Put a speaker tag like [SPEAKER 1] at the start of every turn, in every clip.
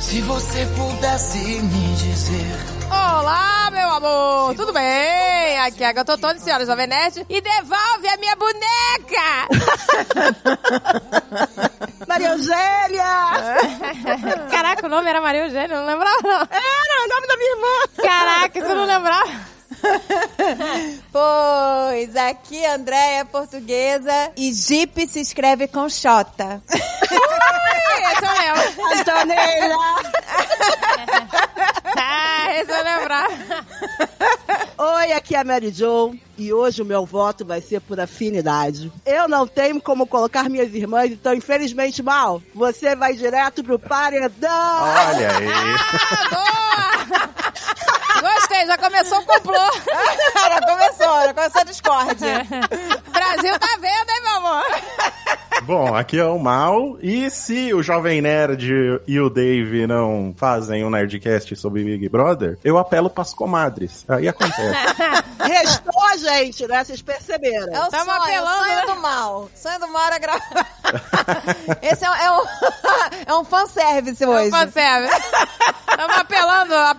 [SPEAKER 1] Se você pudesse me dizer.
[SPEAKER 2] Olá, meu amor! Tudo bem? Aqui é a Gatotone, senhora Jovem Nerd. E devolve a minha boneca!
[SPEAKER 3] Maria Eugênia!
[SPEAKER 2] Caraca, o nome era Maria Eugênia, não lembrava não.
[SPEAKER 4] é
[SPEAKER 3] Era, o nome da minha irmã!
[SPEAKER 2] Caraca, você não lembrava?
[SPEAKER 4] pois, aqui Andréia é portuguesa e Jeep se escreve com Xota. Ui,
[SPEAKER 2] sou eu.
[SPEAKER 3] Antonella.
[SPEAKER 2] ah, esse eu lembrar.
[SPEAKER 3] Oi, aqui é a Mary Jo e hoje o meu voto vai ser por afinidade. Eu não tenho como colocar minhas irmãs, então infelizmente, Mal, você vai direto pro paredão.
[SPEAKER 5] Olha aí.
[SPEAKER 2] Ah, boa! Gostei, já começou o complô.
[SPEAKER 4] já começou, já começou a discórdia.
[SPEAKER 2] Brasil tá vendo, hein, meu amor?
[SPEAKER 5] Bom, aqui é o Mal. E se o Jovem Nerd e o Dave não fazem um Nerdcast sobre Big Brother, eu apelo pras comadres. Aí acontece.
[SPEAKER 3] Restou, gente, né? Vocês perceberam.
[SPEAKER 4] É o Tamo sonho, apelando, sonho né? do mal. Sonho do mal era gravar. Esse é, é, um, é um fanservice hoje. É um
[SPEAKER 2] fanservice. Tamo apelando. A...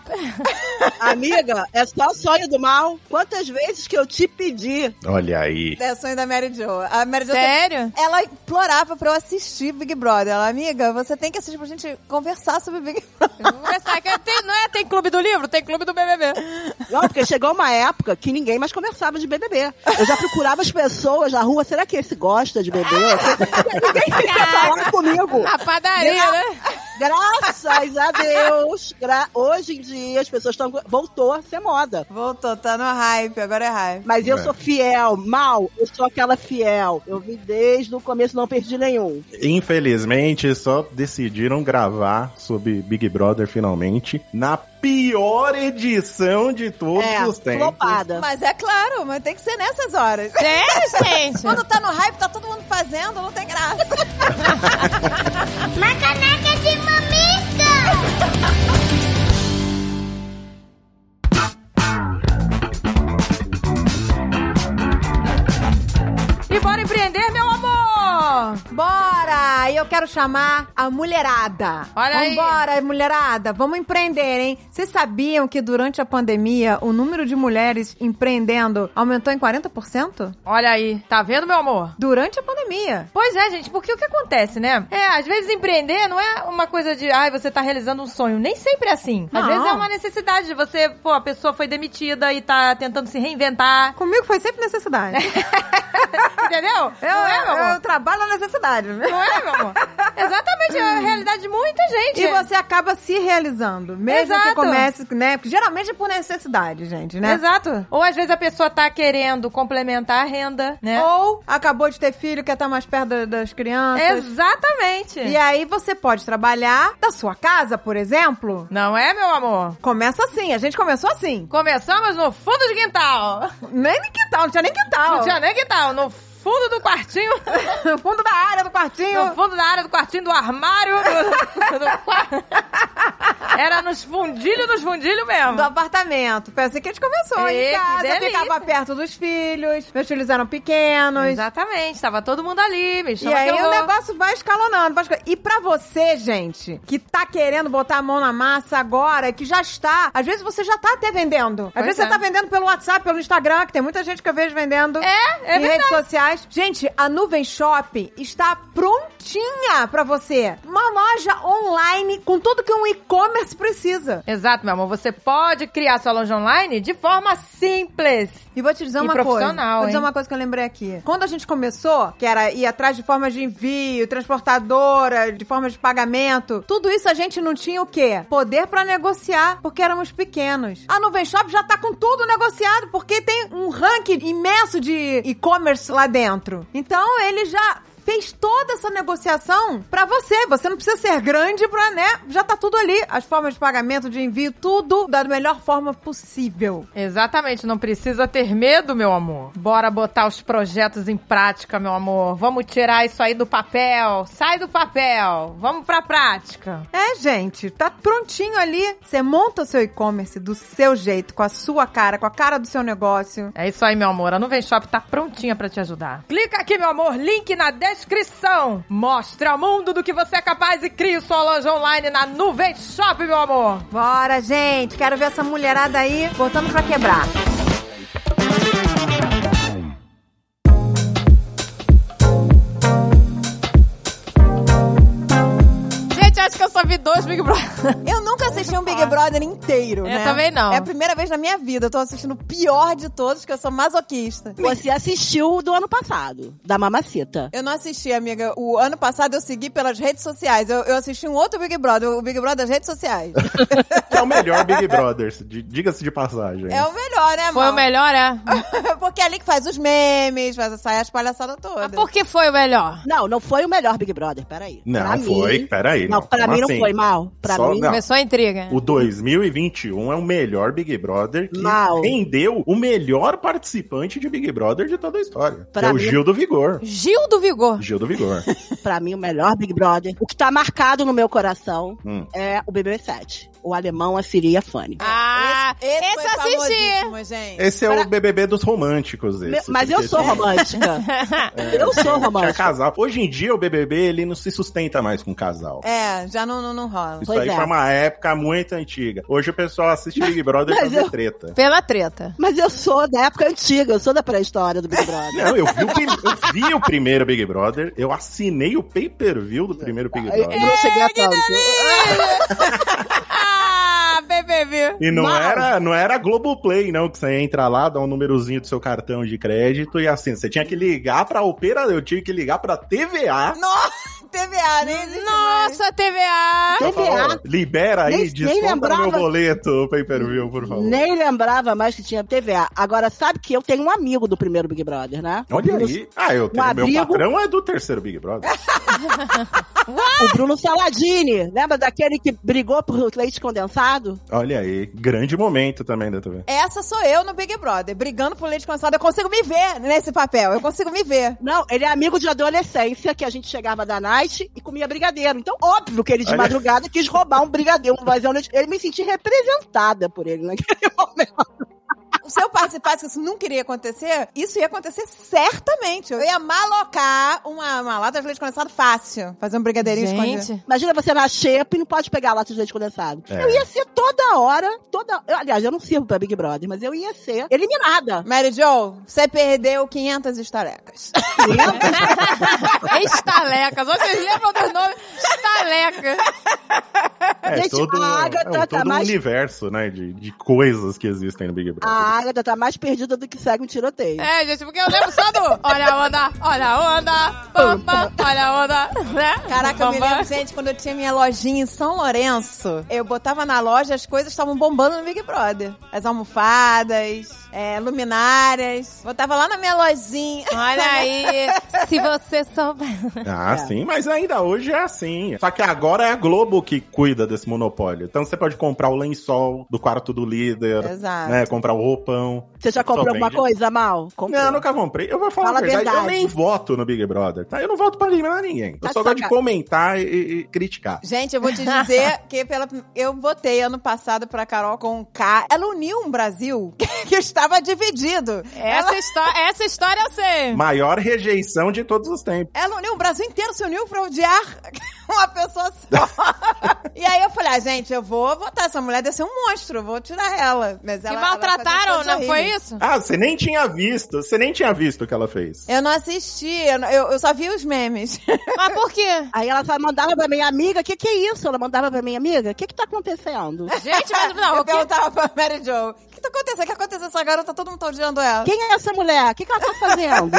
[SPEAKER 3] Amiga, é só sonho do mal. Quantas vezes que eu te pedi?
[SPEAKER 5] Olha aí.
[SPEAKER 4] É sonho da Mary Jo. A Mary jo
[SPEAKER 2] Sério?
[SPEAKER 4] Tem... Ela implorava pra eu assistir Big Brother. Ela, amiga, você tem que assistir pra gente conversar sobre Big Brother.
[SPEAKER 2] Conversar, que tem, não é? Tem clube do livro? Tem clube do BBB.
[SPEAKER 3] Não, porque chegou uma época que ninguém mais conversava de BBB. Eu já procurava as pessoas na rua. Será que esse gosta de BBB? ninguém queria falar comigo.
[SPEAKER 2] Na padaria, Gra né?
[SPEAKER 3] Graças a Deus. Gra hoje em dia as pessoas estão. Voltou a ser moda.
[SPEAKER 4] Voltou, tá no hype, agora é hype.
[SPEAKER 3] Mas eu é. sou fiel, mal, eu sou aquela fiel. Eu vi desde o começo, não perdi nenhum.
[SPEAKER 5] Infelizmente, só decidiram gravar sobre Big Brother finalmente na pior edição de todos
[SPEAKER 3] é,
[SPEAKER 5] os tempos.
[SPEAKER 3] Flopada.
[SPEAKER 4] Mas é claro, mas tem que ser nessas horas.
[SPEAKER 2] É, gente.
[SPEAKER 4] Quando tá no hype, tá todo mundo fazendo, não tem graça.
[SPEAKER 6] Uma caneca de mamica!
[SPEAKER 2] E bora empreender, meu amor!
[SPEAKER 4] Bora! E eu quero chamar a mulherada.
[SPEAKER 2] Olha
[SPEAKER 4] Vambora, aí. Bora, mulherada. Vamos empreender, hein? Vocês sabiam que durante a pandemia o número de mulheres empreendendo aumentou em 40%?
[SPEAKER 2] Olha aí. Tá vendo, meu amor?
[SPEAKER 4] Durante a pandemia.
[SPEAKER 2] Pois é, gente. Porque o que acontece, né? É, às vezes empreender não é uma coisa de, ai, você tá realizando um sonho. Nem sempre é assim. Às não. vezes é uma necessidade de você, pô, a pessoa foi demitida e tá tentando se reinventar.
[SPEAKER 4] Comigo foi sempre necessidade.
[SPEAKER 2] Entendeu? Eu, não é, meu É amor?
[SPEAKER 4] Eu trabalho na necessidade.
[SPEAKER 2] Não é, meu amor? Exatamente, é a realidade de muita gente.
[SPEAKER 4] Hum. E você acaba se realizando. Mesmo Exato. que comece, né? Porque geralmente é por necessidade, gente, né?
[SPEAKER 2] Exato. Ou às vezes a pessoa tá querendo complementar a renda, né?
[SPEAKER 4] Ou acabou de ter filho, quer estar tá mais perto das crianças.
[SPEAKER 2] Exatamente.
[SPEAKER 4] E aí você pode trabalhar da sua casa, por exemplo.
[SPEAKER 2] Não é, meu amor?
[SPEAKER 4] Começa assim, a gente começou assim.
[SPEAKER 2] Começamos no fundo de quintal.
[SPEAKER 4] Nem no quintal, não tinha nem quintal.
[SPEAKER 2] Não tinha nem quintal, no fundo do quartinho.
[SPEAKER 4] no fundo da área do quartinho.
[SPEAKER 2] No fundo da área do quartinho, do armário. Do, do, do, era nos fundilhos, nos fundilhos mesmo.
[SPEAKER 4] Do apartamento. Pensei que a gente começou
[SPEAKER 2] e, em casa.
[SPEAKER 4] Ficava perto dos filhos. Meus filhos eram pequenos.
[SPEAKER 2] Exatamente. Tava todo mundo ali. Me
[SPEAKER 4] e aí o negócio vai escalonando. Vai escalonando. E pra você, gente, que tá querendo botar a mão na massa agora, que já está... Às vezes você já tá até vendendo. Às pois vezes é. você tá vendendo pelo WhatsApp, pelo Instagram, que tem muita gente que eu vejo vendendo.
[SPEAKER 2] É, é
[SPEAKER 4] em redes sociais. Gente, a Nuvem Shop está prontinha para você. Uma loja online com tudo que um e-commerce precisa.
[SPEAKER 2] Exato, meu amor. Você pode criar sua loja online de forma simples.
[SPEAKER 4] E vou te dizer
[SPEAKER 2] e
[SPEAKER 4] uma coisa. Vou
[SPEAKER 2] hein?
[SPEAKER 4] dizer uma coisa que eu lembrei aqui. Quando a gente começou, que era ir atrás de formas de envio, transportadora, de formas de pagamento, tudo isso a gente não tinha o quê? Poder para negociar, porque éramos pequenos. A Nuvem Shop já tá com tudo negociado, porque tem um ranking imenso de e-commerce lá dentro. Então ele já fez toda essa negociação para você. Você não precisa ser grande pra, né? Já tá tudo ali. As formas de pagamento, de envio, tudo da melhor forma possível.
[SPEAKER 2] Exatamente. Não precisa ter medo, meu amor. Bora botar os projetos em prática, meu amor. Vamos tirar isso aí do papel. Sai do papel. Vamos pra prática.
[SPEAKER 4] É, gente. Tá prontinho ali. Você monta o seu e-commerce do seu jeito, com a sua cara, com a cara do seu negócio.
[SPEAKER 2] É isso aí, meu amor. A Nuvem Shop tá prontinha para te ajudar. Clica aqui, meu amor. Link na descrição descrição. Mostre ao mundo do que você é capaz e crie sua loja online na Nuvem Shop, meu amor.
[SPEAKER 7] Bora, gente. Quero ver essa mulherada aí botando pra quebrar.
[SPEAKER 8] Gente, acho que eu só vi dois Big Brother.
[SPEAKER 4] Eu nunca assisti um Big Brother inteiro,
[SPEAKER 8] Eu
[SPEAKER 4] né?
[SPEAKER 8] também não.
[SPEAKER 4] É a primeira vez na minha vida. Eu tô assistindo o pior de todos, que eu sou masoquista.
[SPEAKER 3] Você assistiu o do ano passado, da Mamacita.
[SPEAKER 4] Eu não assisti, amiga. O ano passado eu segui pelas redes sociais. Eu, eu assisti um outro Big Brother, o Big Brother das redes sociais.
[SPEAKER 5] Que é o melhor Big Brother, de- diga-se de passagem.
[SPEAKER 4] é o melhor, né,
[SPEAKER 8] Foi
[SPEAKER 4] amor?
[SPEAKER 8] o melhor, é?
[SPEAKER 4] Porque é ali que faz os memes, faz, sai as palhaçadas
[SPEAKER 8] Mas
[SPEAKER 4] todas.
[SPEAKER 8] por que foi o melhor?
[SPEAKER 3] Não, não foi o melhor Big Brother, peraí.
[SPEAKER 5] Não,
[SPEAKER 3] Pra
[SPEAKER 5] foi, peraí.
[SPEAKER 3] Não, pra
[SPEAKER 5] como
[SPEAKER 3] mim não
[SPEAKER 5] assim?
[SPEAKER 3] foi mal. Pra
[SPEAKER 5] Só-
[SPEAKER 3] mim.
[SPEAKER 5] não.
[SPEAKER 8] Começou a intriga.
[SPEAKER 5] O 2021 é o melhor Big Brother que
[SPEAKER 3] Mal.
[SPEAKER 5] rendeu o melhor participante de Big Brother de toda a história. que
[SPEAKER 3] Pra
[SPEAKER 5] é o
[SPEAKER 3] mim-
[SPEAKER 5] Gil do Vigor.
[SPEAKER 8] Gil do Vigor.
[SPEAKER 5] Gil do Vigor.
[SPEAKER 3] Pra mim, o melhor Big Brother. O que tá marcado no meu coração
[SPEAKER 5] Hum.
[SPEAKER 3] é o BBB7. O alemão, a Siria, a Fanny.
[SPEAKER 8] Ah, esse,
[SPEAKER 4] foi
[SPEAKER 8] eu assisti.
[SPEAKER 4] famosíssimo, gente.
[SPEAKER 5] Esse é o BBB dos românticos.
[SPEAKER 3] Me-
[SPEAKER 5] Esse,
[SPEAKER 3] Mas eu
[SPEAKER 5] porque
[SPEAKER 3] sou
[SPEAKER 5] esse-
[SPEAKER 3] romântica. eu sou
[SPEAKER 5] Tinha
[SPEAKER 3] romântica.
[SPEAKER 5] casal. Hoje em dia, o BBB, ele não se sustenta mais com casal.
[SPEAKER 4] É, já não, não, não rola.
[SPEAKER 5] Isso
[SPEAKER 3] pois
[SPEAKER 5] aí
[SPEAKER 3] é.
[SPEAKER 5] foi uma época muito antiga. Hoje o pessoal assiste Big Brother pra
[SPEAKER 3] Mas
[SPEAKER 5] ver
[SPEAKER 3] eu-
[SPEAKER 5] treta.
[SPEAKER 8] Pela treta.
[SPEAKER 3] Mas eu sou da época antiga, eu sou da pré-história do Big Brother.
[SPEAKER 5] Não, eu vi, o, prim- eu vi o primeiro Big Brother, eu assinei o pay-per-view do primeiro Big
[SPEAKER 3] Eu
[SPEAKER 5] Brother.
[SPEAKER 3] não cheguei a tanto.
[SPEAKER 8] Ah, BBB.
[SPEAKER 5] E não
[SPEAKER 3] Mas-
[SPEAKER 5] era, não era Globoplay, não, que você entra lá, dá um númerozinho do seu cartão de crédito e assim, você tinha que ligar pra operadora, eu tive que ligar pra TVA.
[SPEAKER 4] Nossa, TVA, nem né? existe mais.
[SPEAKER 8] Nossa, TVA.
[SPEAKER 5] Então,
[SPEAKER 3] TVA?
[SPEAKER 5] falou, libera aí,
[SPEAKER 3] Nem- nem
[SPEAKER 5] desconta no meu
[SPEAKER 3] lembrava-
[SPEAKER 5] boleto, pay-per-view, por favor.
[SPEAKER 3] Nem lembrava mais que tinha TVA. Agora, sabe que eu tenho um amigo do primeiro Big Brother, né?
[SPEAKER 5] Olha
[SPEAKER 3] o Bruno,
[SPEAKER 5] aí. Ah, eu tenho, meu
[SPEAKER 3] abrigo-
[SPEAKER 5] patrão é do terceiro Big Brother.
[SPEAKER 3] O Bruno Saladini. Lembra daquele que brigou por leite condensado?
[SPEAKER 5] Olha aí, grande momento também da TV.
[SPEAKER 4] Essa sou eu no Big Brother, brigando por leite condensado. Eu consigo me ver nesse papel, eu consigo me ver.
[SPEAKER 3] Não, ele é amigo de adolescência, que a gente chegava da night e comia brigadeiro. Então, óbvio que ele de
[SPEAKER 5] Olha.
[SPEAKER 3] madrugada quis roubar um brigadeiro, um vazão. de- Ele me senti representada por ele né? naquele momento.
[SPEAKER 4] Se eu participasse, que isso nunca iria acontecer, isso ia acontecer certamente. Eu ia malocar uma, uma lata de leite condensado fácil. Fazer um brigadeirinho escondido.
[SPEAKER 8] Gente,
[SPEAKER 3] Imagina você na xepa e não pode pegar lata de leite condensado.
[SPEAKER 5] É.
[SPEAKER 3] Eu ia ser toda hora, toda. eu, aliás, eu não sirvo pra Big Brother, mas eu ia ser eliminada.
[SPEAKER 4] Mary Jo, você perdeu 500 estalecas.
[SPEAKER 8] estalecas. Vocês lembram dos nomes? Estaleca.
[SPEAKER 5] É
[SPEAKER 3] Gente,
[SPEAKER 5] todo,
[SPEAKER 3] a Agatha
[SPEAKER 5] é um,
[SPEAKER 3] tá
[SPEAKER 5] todo um
[SPEAKER 3] mais-
[SPEAKER 5] universo, né, de, de coisas que existem no Big Brother.
[SPEAKER 3] A Agatha tá mais perdida do que segue um tiroteio.
[SPEAKER 8] É, gente, porque eu lembro só do... Olha a onda, olha a onda, pam, pam, olha a onda, né?
[SPEAKER 4] Caraca, eu me
[SPEAKER 8] Pam, pam.
[SPEAKER 4] lembro, gente, quando eu tinha minha lojinha em São Lourenço, eu botava na loja, as coisas estavam bombando no Big Brother. As almofadas, é, luminárias. Botava lá na minha lojinha.
[SPEAKER 8] Olha aí, se você souber.
[SPEAKER 5] Ah,
[SPEAKER 3] É.
[SPEAKER 5] sim, mas ainda hoje é assim. Só que agora é a Globo que cuida desse monopólio. Então você pode comprar o lençol do quarto do líder,
[SPEAKER 4] Exato.
[SPEAKER 5] né? Comprar o roupão.
[SPEAKER 3] Você já comprou
[SPEAKER 5] Só
[SPEAKER 3] alguma
[SPEAKER 5] vende.
[SPEAKER 3] coisa, Mal? Comprou.
[SPEAKER 5] Não, eu nunca comprei. Eu vou falar
[SPEAKER 3] Fala
[SPEAKER 5] a verdade, eu
[SPEAKER 3] verdade.
[SPEAKER 5] nem voto no Big Brother, tá? Eu não voto pra eliminar ninguém. Eu
[SPEAKER 3] Tá
[SPEAKER 5] só
[SPEAKER 3] de
[SPEAKER 5] gosto de
[SPEAKER 3] saca-
[SPEAKER 5] comentar e, e criticar.
[SPEAKER 4] Gente, eu vou te dizer que pela, eu votei ano passado pra Carol com K. Ela uniu um Brasil que estava dividido.
[SPEAKER 8] Essa, histó- essa história eu sei.
[SPEAKER 5] Maior rejeição de todos os tempos.
[SPEAKER 4] Ela uniu o Brasil inteiro, se uniu pra odiar uma pessoa só. e aí eu falei, ah, gente, eu vou votar. Essa mulher deve ser um monstro, eu vou tirar ela. Mas
[SPEAKER 8] Que
[SPEAKER 4] ela,
[SPEAKER 8] maltrataram,
[SPEAKER 4] ela fazia
[SPEAKER 8] não
[SPEAKER 4] coisas
[SPEAKER 8] foi
[SPEAKER 4] horríveis.
[SPEAKER 8] isso?
[SPEAKER 5] Ah, você nem tinha visto. Você nem tinha visto o que ela fez.
[SPEAKER 4] Eu não assisti, eu, não- eu- eu só vi os memes.
[SPEAKER 8] Mas por quê?
[SPEAKER 3] Aí ela só mandava pra minha amiga, o que que é isso? Ela mandava pra minha amiga, o que que tá acontecendo?
[SPEAKER 8] Gente, mas não,
[SPEAKER 4] eu
[SPEAKER 8] o que-
[SPEAKER 4] perguntava pra Mary Jo, o que tá acontecendo? O que aconteceu com essa garota? Todo mundo tá odiando ela.
[SPEAKER 3] Quem é essa mulher? O que que ela tá fazendo?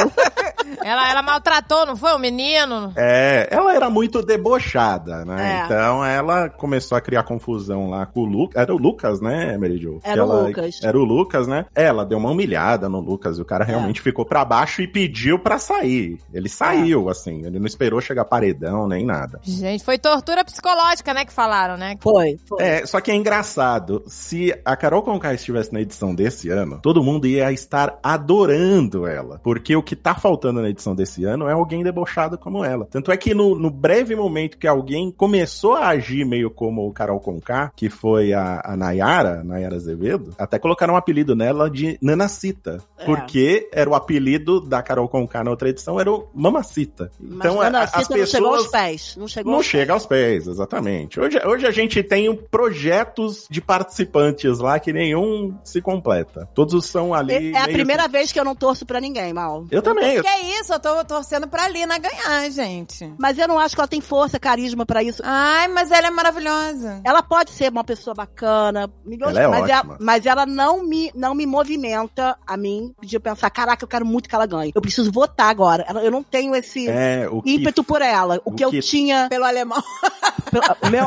[SPEAKER 8] ela, ela maltratou, não foi? O menino?
[SPEAKER 5] É, ela era muito debochada, né?
[SPEAKER 3] É.
[SPEAKER 5] Então ela começou a criar confusão lá com o Lucas. Era o Lucas, né, Mary Jo?
[SPEAKER 3] Era
[SPEAKER 5] Que
[SPEAKER 3] o
[SPEAKER 5] ela-
[SPEAKER 3] Lucas. É.
[SPEAKER 5] Era o Lucas, né? Ela deu uma humilhada no Lucas e o cara realmente ficou pra baixo e pediu pra sair. Ele saiu,
[SPEAKER 3] É.
[SPEAKER 5] assim. Ele não esperou chegar paredão nem nada.
[SPEAKER 8] Gente, foi tortura psicológica, né, que falaram, né?
[SPEAKER 3] Foi, foi.
[SPEAKER 5] É, só que é engraçado. Se a Carol Conká estivesse na edição desse ano, todo mundo ia estar adorando ela. Porque o que tá faltando na edição desse ano é alguém debochado como ela. Tanto é que no, no breve momento que alguém começou a agir meio como o Carol Conká, que foi a, a Nayara, Nayara Azevedo, até colocaram um apelido nela de Nanacita.
[SPEAKER 3] É.
[SPEAKER 5] Porque era o apelido da Carol Conká na outra edição, era o Mamacita.
[SPEAKER 3] Mas então, Ana,
[SPEAKER 5] a-
[SPEAKER 3] Cita não chegou aos pés. Não chegou
[SPEAKER 5] não
[SPEAKER 3] aos
[SPEAKER 5] chega aos pés, exatamente. Hoje, hoje a gente tem um projetos de participantes lá que nenhum se completa. Todos são ali.
[SPEAKER 3] pés. É a
[SPEAKER 5] meio
[SPEAKER 3] primeira vez que eu não torço pra ninguém, Mal.
[SPEAKER 5] que- Eu também. eu-
[SPEAKER 4] Que é isso, eu tô torcendo pra Lina ganhar, gente.
[SPEAKER 3] Mas eu não acho que ela tem força, carisma pra isso.
[SPEAKER 4] Ai, mas ela é maravilhosa.
[SPEAKER 3] Ela pode ser uma pessoa bacana, milhões
[SPEAKER 5] Ela é
[SPEAKER 3] mas,
[SPEAKER 5] ótima.
[SPEAKER 3] mas ela não me, não me movimenta a mim de eu pensar, caraca, eu quero muito que ela ganhe. Eu preciso votar agora. Ela- Eu não tenho esse
[SPEAKER 5] É, o que
[SPEAKER 3] ímpeto por ela. O,
[SPEAKER 5] o
[SPEAKER 3] que eu
[SPEAKER 5] que-
[SPEAKER 3] tinha.
[SPEAKER 4] Pelo alemão.
[SPEAKER 3] pelo- meu-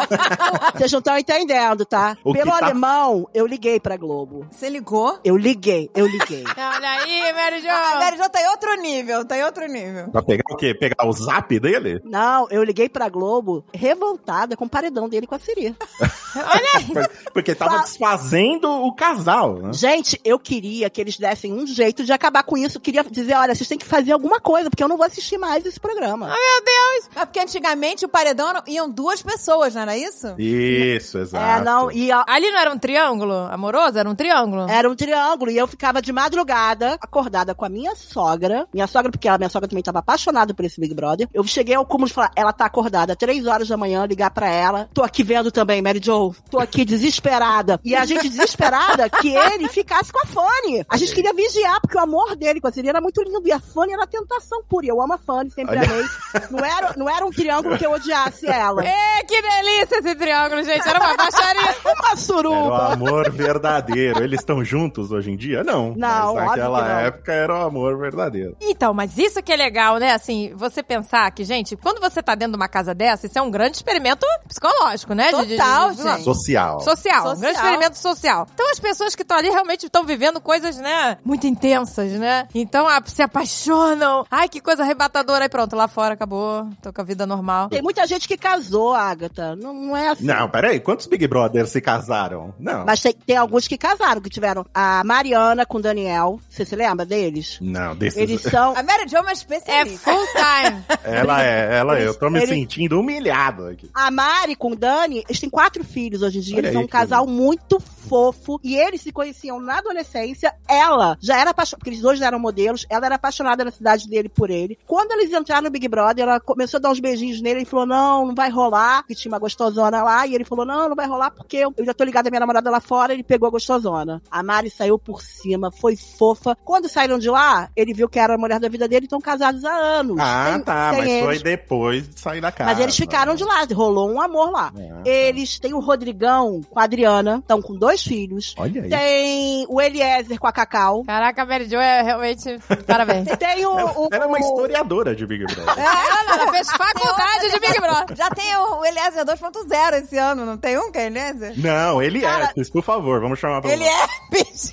[SPEAKER 3] vocês não estão entendendo, tá?
[SPEAKER 5] O que
[SPEAKER 3] pelo
[SPEAKER 5] tá-
[SPEAKER 3] alemão, eu liguei pra Globo.
[SPEAKER 4] Você ligou?
[SPEAKER 3] Eu liguei, eu liguei.
[SPEAKER 8] Olha aí, Mary Jo.
[SPEAKER 4] A Mary Jo tá em outro nível, tá em outro nível.
[SPEAKER 5] Pra pegar o quê? Pegar o zap dele?
[SPEAKER 3] Não, eu liguei pra Globo revoltada com o paredão dele com a Siri.
[SPEAKER 5] Por- Porque tava
[SPEAKER 3] Fa-
[SPEAKER 5] desfazendo o casal, né?
[SPEAKER 3] Gente, eu queria que eles dessem um jeito de acabar com isso. Eu queria dizer, olha, vocês têm que fazer alguma coisa, porque eu não vou assistir mais esse programa.
[SPEAKER 4] É porque antigamente o paredão eram- iam duas pessoas, não era isso?
[SPEAKER 5] Isso,
[SPEAKER 3] é,
[SPEAKER 5] exato.
[SPEAKER 3] não, e ó,
[SPEAKER 8] Ali não era um triângulo amoroso? Era um triângulo?
[SPEAKER 3] era um triângulo e eu ficava de madrugada acordada com a minha sogra. Minha sogra, porque a minha sogra também estava apaixonada por esse Big Brother. Eu cheguei ao cúmulo de falar, ela tá acordada, três horas da manhã, ligar pra ela. Tô aqui vendo também, Mary Jo. Tô aqui desesperada. E a gente desesperada que ele ficasse com a Fanny. A gente queria vigiar, porque o amor dele com a Siri era muito lindo. E a Fanny era tentação pura. E eu amo a Fanny, sempre
[SPEAKER 5] Olha.
[SPEAKER 3] amei. Não era, não era um triângulo que eu odiasse ela.
[SPEAKER 8] É, que delícia esse triângulo, gente. Era uma baixaria.
[SPEAKER 3] Uma
[SPEAKER 5] Era o
[SPEAKER 3] suruba.
[SPEAKER 5] amor verdadeiro. Eles estão juntos hoje em dia? Não.
[SPEAKER 3] Não, óbvio
[SPEAKER 5] Mas naquela
[SPEAKER 3] que não.
[SPEAKER 5] época era o amor verdadeiro.
[SPEAKER 8] Então, mas isso que é legal, né? Assim, você pensar que, gente, quando você tá dentro de uma casa dessa, isso é um grande experimento psicológico, né? De- de- de-
[SPEAKER 4] Total,
[SPEAKER 8] de-
[SPEAKER 3] É.
[SPEAKER 4] gente.
[SPEAKER 5] Social.
[SPEAKER 8] Social,
[SPEAKER 4] Social.
[SPEAKER 8] um grande experimento social. Então as pessoas que estão ali realmente estão vivendo coisas, né, muito intensas, né? Então ah, se apaixonam. Ai, que coisa arrebatadora. Aí pronto, lá fora acabou. Tô com a vida normal.
[SPEAKER 3] Tem muita gente que casou, Agatha. Não, não é assim.
[SPEAKER 5] Não, peraí. Quantos Big Brothers se casaram? Não.
[SPEAKER 3] Mas tem, tem alguns que casaram, que tiveram a Mariana com o Daniel. Você se lembra deles?
[SPEAKER 5] Não, desses...
[SPEAKER 3] Eles são.
[SPEAKER 4] A Mary Jo é uma
[SPEAKER 8] É
[SPEAKER 4] especialista.
[SPEAKER 8] full time.
[SPEAKER 5] Ela é, ela é. Eu tô me
[SPEAKER 3] Ele-
[SPEAKER 5] sentindo humilhado aqui.
[SPEAKER 3] A Mari com o Dani, eles têm quatro filhos hoje em dia.
[SPEAKER 5] Olha
[SPEAKER 3] eles são
[SPEAKER 5] aí,
[SPEAKER 3] um
[SPEAKER 5] que
[SPEAKER 3] casal muito fofo. E eles se conheciam na adolescência. Ela já era apaixonada, porque eles dois eram modelos. Ela era apaixonada na cidade dele por ele. Quando eles entraram no Big Brother, ela começou a dar uns beijinhos nele. Ele falou: Não, não vai rolar. Porque tinha uma gostosona lá. E ele falou: Não, não vai rolar porque eu eu já tô ligada à minha namorada lá fora. Ele pegou a gostosona. A Mari saiu por cima, foi fofa. Quando saíram de lá, ele viu que era a mulher da vida dele. Estão casados há anos.
[SPEAKER 5] Ah,
[SPEAKER 3] Tem-
[SPEAKER 5] tá.
[SPEAKER 3] tem
[SPEAKER 5] Mas foi
[SPEAKER 3] eles.
[SPEAKER 5] depois de sair da casa.
[SPEAKER 3] Mas eles ficaram de lá, rolou um amor lá.
[SPEAKER 5] É, tá.
[SPEAKER 3] Eles têm o Rodrigão com a Adriana, estão com dois filhos.
[SPEAKER 5] Olha aí.
[SPEAKER 3] Tem o Eliezer com a Cacau.
[SPEAKER 8] Caraca, a Mary Jo é realmente. Parabéns.
[SPEAKER 3] Tem o. o-
[SPEAKER 5] Era é uma
[SPEAKER 3] o-
[SPEAKER 5] historiadora de Big
[SPEAKER 3] É.
[SPEAKER 5] Brother.
[SPEAKER 8] Ela, ela fez faculdade de Big Brother.
[SPEAKER 4] Já tem o o Eliezer 2.0 esse ano, não tem um que é Eliezer?
[SPEAKER 5] Não, ele Herpes, por favor, vamos chamar pra
[SPEAKER 4] Ele é herpes.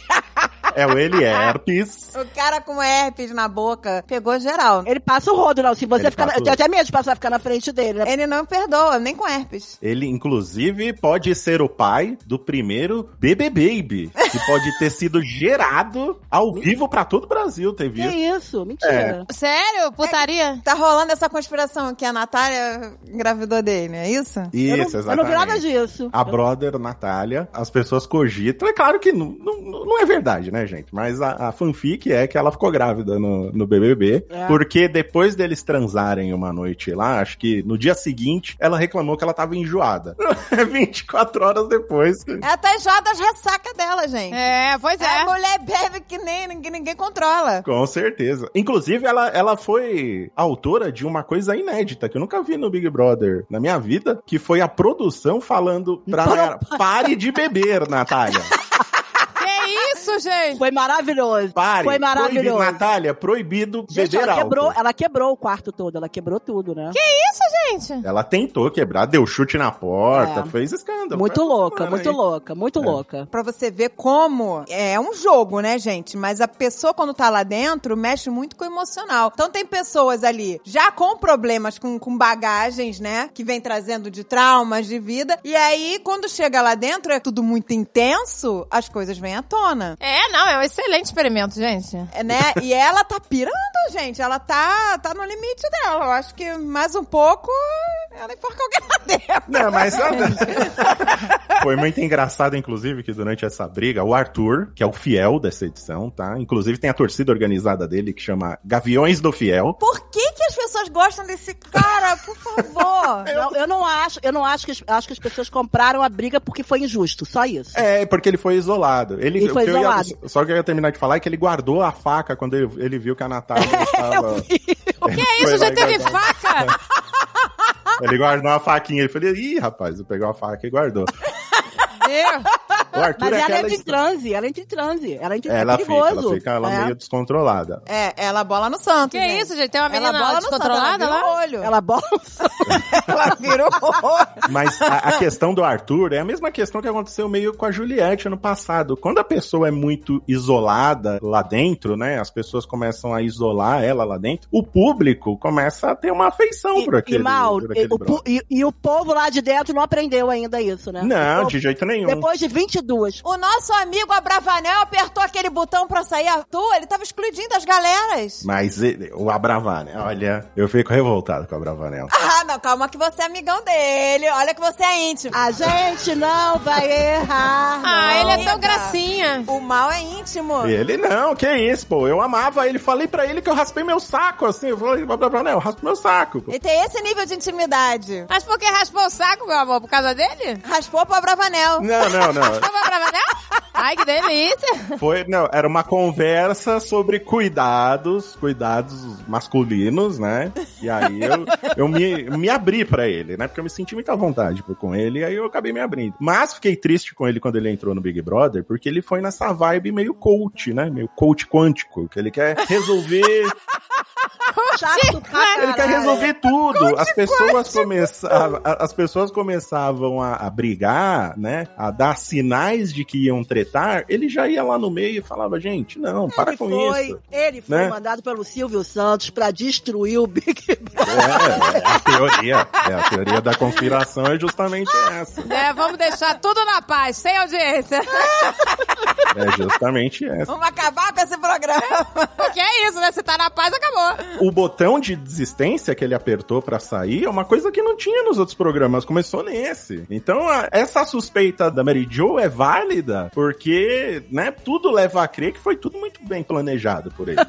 [SPEAKER 5] É o Ele Herpes.
[SPEAKER 4] O cara com herpes na boca pegou geral.
[SPEAKER 3] Ele passa o rodo, não. Se você
[SPEAKER 5] Ele
[SPEAKER 3] ficar. na-
[SPEAKER 5] passa o
[SPEAKER 3] Eu tenho até medo de passar ficar na frente dele, né?
[SPEAKER 4] Ele não perdoa, nem com herpes.
[SPEAKER 5] Ele, inclusive, pode ser o pai do primeiro Bebê Baby, que pode ter sido gerado ao vivo pra todo o Brasil, teve
[SPEAKER 3] Que
[SPEAKER 5] isso.
[SPEAKER 3] É isso? Mentira.
[SPEAKER 8] Sério? Putaria?
[SPEAKER 4] Tá rolando essa conspiração que a Natália engravidou dele, é isso?
[SPEAKER 5] Isso,
[SPEAKER 3] eu, não, eu não vi nada
[SPEAKER 5] exatamente.
[SPEAKER 3] disso.
[SPEAKER 5] A brother Natália, as pessoas cogitam. É claro que não, não, não é verdade, né, gente? Mas a, a fanfic é que ela ficou grávida no, no BBB.
[SPEAKER 3] É.
[SPEAKER 5] Porque depois deles transarem uma noite lá, acho que no dia seguinte, ela reclamou que ela tava enjoada. 24 horas depois.
[SPEAKER 4] Ela tá enjoada das ressacas dela, gente.
[SPEAKER 8] É, pois é.
[SPEAKER 4] A mulher bebe que nem ninguém, ninguém controla.
[SPEAKER 5] Com certeza. Inclusive, ela, ela foi autora de uma coisa inédita que eu nunca vi no Big Brother na minha vida, que foi a produção falando pra Nayara, pare de beber, Natália.
[SPEAKER 8] Que isso, gente.
[SPEAKER 3] Foi maravilhoso.
[SPEAKER 5] Pare.
[SPEAKER 3] Foi maravilhoso.
[SPEAKER 5] Proibido, Natália, proibido
[SPEAKER 3] Gente,
[SPEAKER 5] beber
[SPEAKER 3] ela
[SPEAKER 5] álcool.
[SPEAKER 3] quebrou, ela quebrou o quarto todo, ela quebrou tudo, né?
[SPEAKER 8] Isso, gente.
[SPEAKER 5] Ela tentou quebrar, deu chute na porta,
[SPEAKER 3] É.
[SPEAKER 5] fez escândalo.
[SPEAKER 3] muito
[SPEAKER 5] Foi-
[SPEAKER 3] louca,
[SPEAKER 5] Olha
[SPEAKER 3] muito
[SPEAKER 5] aí.
[SPEAKER 3] louca, muito
[SPEAKER 5] É.
[SPEAKER 3] louca.
[SPEAKER 4] Pra você ver como é um jogo, né, gente? Mas a pessoa, quando tá lá dentro, mexe muito com o emocional. Então tem pessoas ali já com problemas, com, com bagagens, né? Que vem trazendo de traumas, de vida. E aí, quando chega lá dentro, é tudo muito intenso, as coisas vêm à tona.
[SPEAKER 8] É, não, é um excelente experimento, gente.
[SPEAKER 4] É, né? E ela tá pirando, gente. Ela tá, tá no limite dela. Eu acho que mais um pouco ela enforca alguém lá dentro.
[SPEAKER 5] Não, mas foi muito engraçado, inclusive, que durante essa briga, o Arthur, que é o fiel dessa edição, tá? Inclusive tem a torcida organizada dele que chama Gaviões do Fiel.
[SPEAKER 4] Por que que as pessoas gostam desse cara? Por favor.
[SPEAKER 3] Não, eu não acho, eu não acho que as- acho que as pessoas compraram a briga porque foi injusto, só isso.
[SPEAKER 5] É, porque ele foi isolado. Ele,
[SPEAKER 3] Ele foi
[SPEAKER 5] o que eu ia-
[SPEAKER 3] isolado.
[SPEAKER 5] só que eu ia terminar de falar é que ele guardou a faca quando ele, ele viu que a Natália estava.
[SPEAKER 8] Que é
[SPEAKER 5] Foi lá
[SPEAKER 8] isso, já
[SPEAKER 5] e
[SPEAKER 8] teve
[SPEAKER 5] guardou.
[SPEAKER 8] faca?
[SPEAKER 5] Ele guardou uma faquinha. Ele falou: ih, rapaz, eu pegou a faca e guardou. O Arthur
[SPEAKER 3] Mas
[SPEAKER 5] é
[SPEAKER 3] ela
[SPEAKER 5] aquela.
[SPEAKER 3] entra em transe, ela entra em transe, ela entra em
[SPEAKER 5] Ela
[SPEAKER 3] é
[SPEAKER 5] fica, ela
[SPEAKER 3] perigoso.
[SPEAKER 5] fica ela
[SPEAKER 3] é.
[SPEAKER 5] meio descontrolada.
[SPEAKER 4] É, ela bola no santo.
[SPEAKER 8] Que é
[SPEAKER 4] gente.
[SPEAKER 8] isso, gente? Tem uma menina
[SPEAKER 4] ela bola no santo, ela
[SPEAKER 8] descontrolada
[SPEAKER 4] virou
[SPEAKER 8] lá?
[SPEAKER 4] o olho.
[SPEAKER 3] Ela bolsa.
[SPEAKER 4] Ela virou o olho.
[SPEAKER 5] Mas a, a questão do Arthur é a mesma questão que aconteceu meio com a Juliette ano passado. Quando a pessoa é muito isolada lá dentro, né? As pessoas começam a isolar ela lá dentro, o público começa a ter uma afeição por
[SPEAKER 3] E,
[SPEAKER 5] aquele,
[SPEAKER 3] e mal,
[SPEAKER 5] por
[SPEAKER 3] e
[SPEAKER 5] aquele
[SPEAKER 3] o,
[SPEAKER 5] brother.
[SPEAKER 3] pu- e- e o povo lá de dentro não aprendeu ainda isso, né?
[SPEAKER 5] Não,
[SPEAKER 3] O
[SPEAKER 5] de jeito nenhum.
[SPEAKER 3] povo- Depois de 22.
[SPEAKER 4] O nosso amigo Abravanel apertou aquele botão pra sair à toa. Ele tava excluindo as galeras.
[SPEAKER 5] Mas ele- o Abravanel, olha, eu fico revoltado com o Abravanel.
[SPEAKER 4] Ah, não, calma que você é amigão dele. Olha que você é íntimo.
[SPEAKER 3] A gente não vai errar.
[SPEAKER 8] Ah,
[SPEAKER 3] não.
[SPEAKER 8] ele é tão
[SPEAKER 4] Não.
[SPEAKER 8] gracinha.
[SPEAKER 4] O mal é íntimo.
[SPEAKER 5] Ele não, que é isso, pô. Eu amava ele, falei pra ele que eu raspei meu saco, assim. Eu falei, Abravanel, raspa meu saco. pô.
[SPEAKER 4] Ele tem esse nível de intimidade.
[SPEAKER 8] Mas por que raspou o saco, meu amor? Por causa dele?
[SPEAKER 4] Raspou pro Abravanel.
[SPEAKER 5] Não, não, não.
[SPEAKER 8] Não vai pra Manel? Ai, que delícia.
[SPEAKER 5] Foi, não, era uma conversa sobre cuidados, cuidados masculinos, né? E aí eu, eu me, me abri pra ele, né? Porque eu me senti muito à vontade pô, com ele, e aí eu acabei me abrindo. Mas fiquei triste com ele quando ele entrou no Big Brother, porque ele foi nessa vibe meio coach, né? Meio coach quântico, que ele quer resolver
[SPEAKER 3] Chato pra
[SPEAKER 5] ele quer
[SPEAKER 3] caralho.
[SPEAKER 5] resolver tudo. As pessoas, começa- a- a- as pessoas começavam a, a brigar, né? A dar sinais de que iam tretar. Ele já ia lá no meio e falava, gente, não, para
[SPEAKER 3] Ele
[SPEAKER 5] com
[SPEAKER 3] foi,
[SPEAKER 5] isso.
[SPEAKER 3] ele foi
[SPEAKER 5] né?
[SPEAKER 3] mandado pelo Silvio Santos pra destruir o Big Brother.
[SPEAKER 5] É, é a teoria. É, a teoria da conspiração é justamente essa.
[SPEAKER 8] É, vamos deixar tudo na paz, sem audiência.
[SPEAKER 5] É justamente essa.
[SPEAKER 4] Vamos acabar com esse programa.
[SPEAKER 8] Porque é isso, né? Se tá na paz, acabou.
[SPEAKER 5] O botão de desistência que ele apertou pra sair é uma coisa que não tinha nos outros programas. Começou nesse. Então, a- essa suspeita da Mary Jo é válida, porque, né, tudo leva a crer que foi tudo muito bem planejado por ele. né?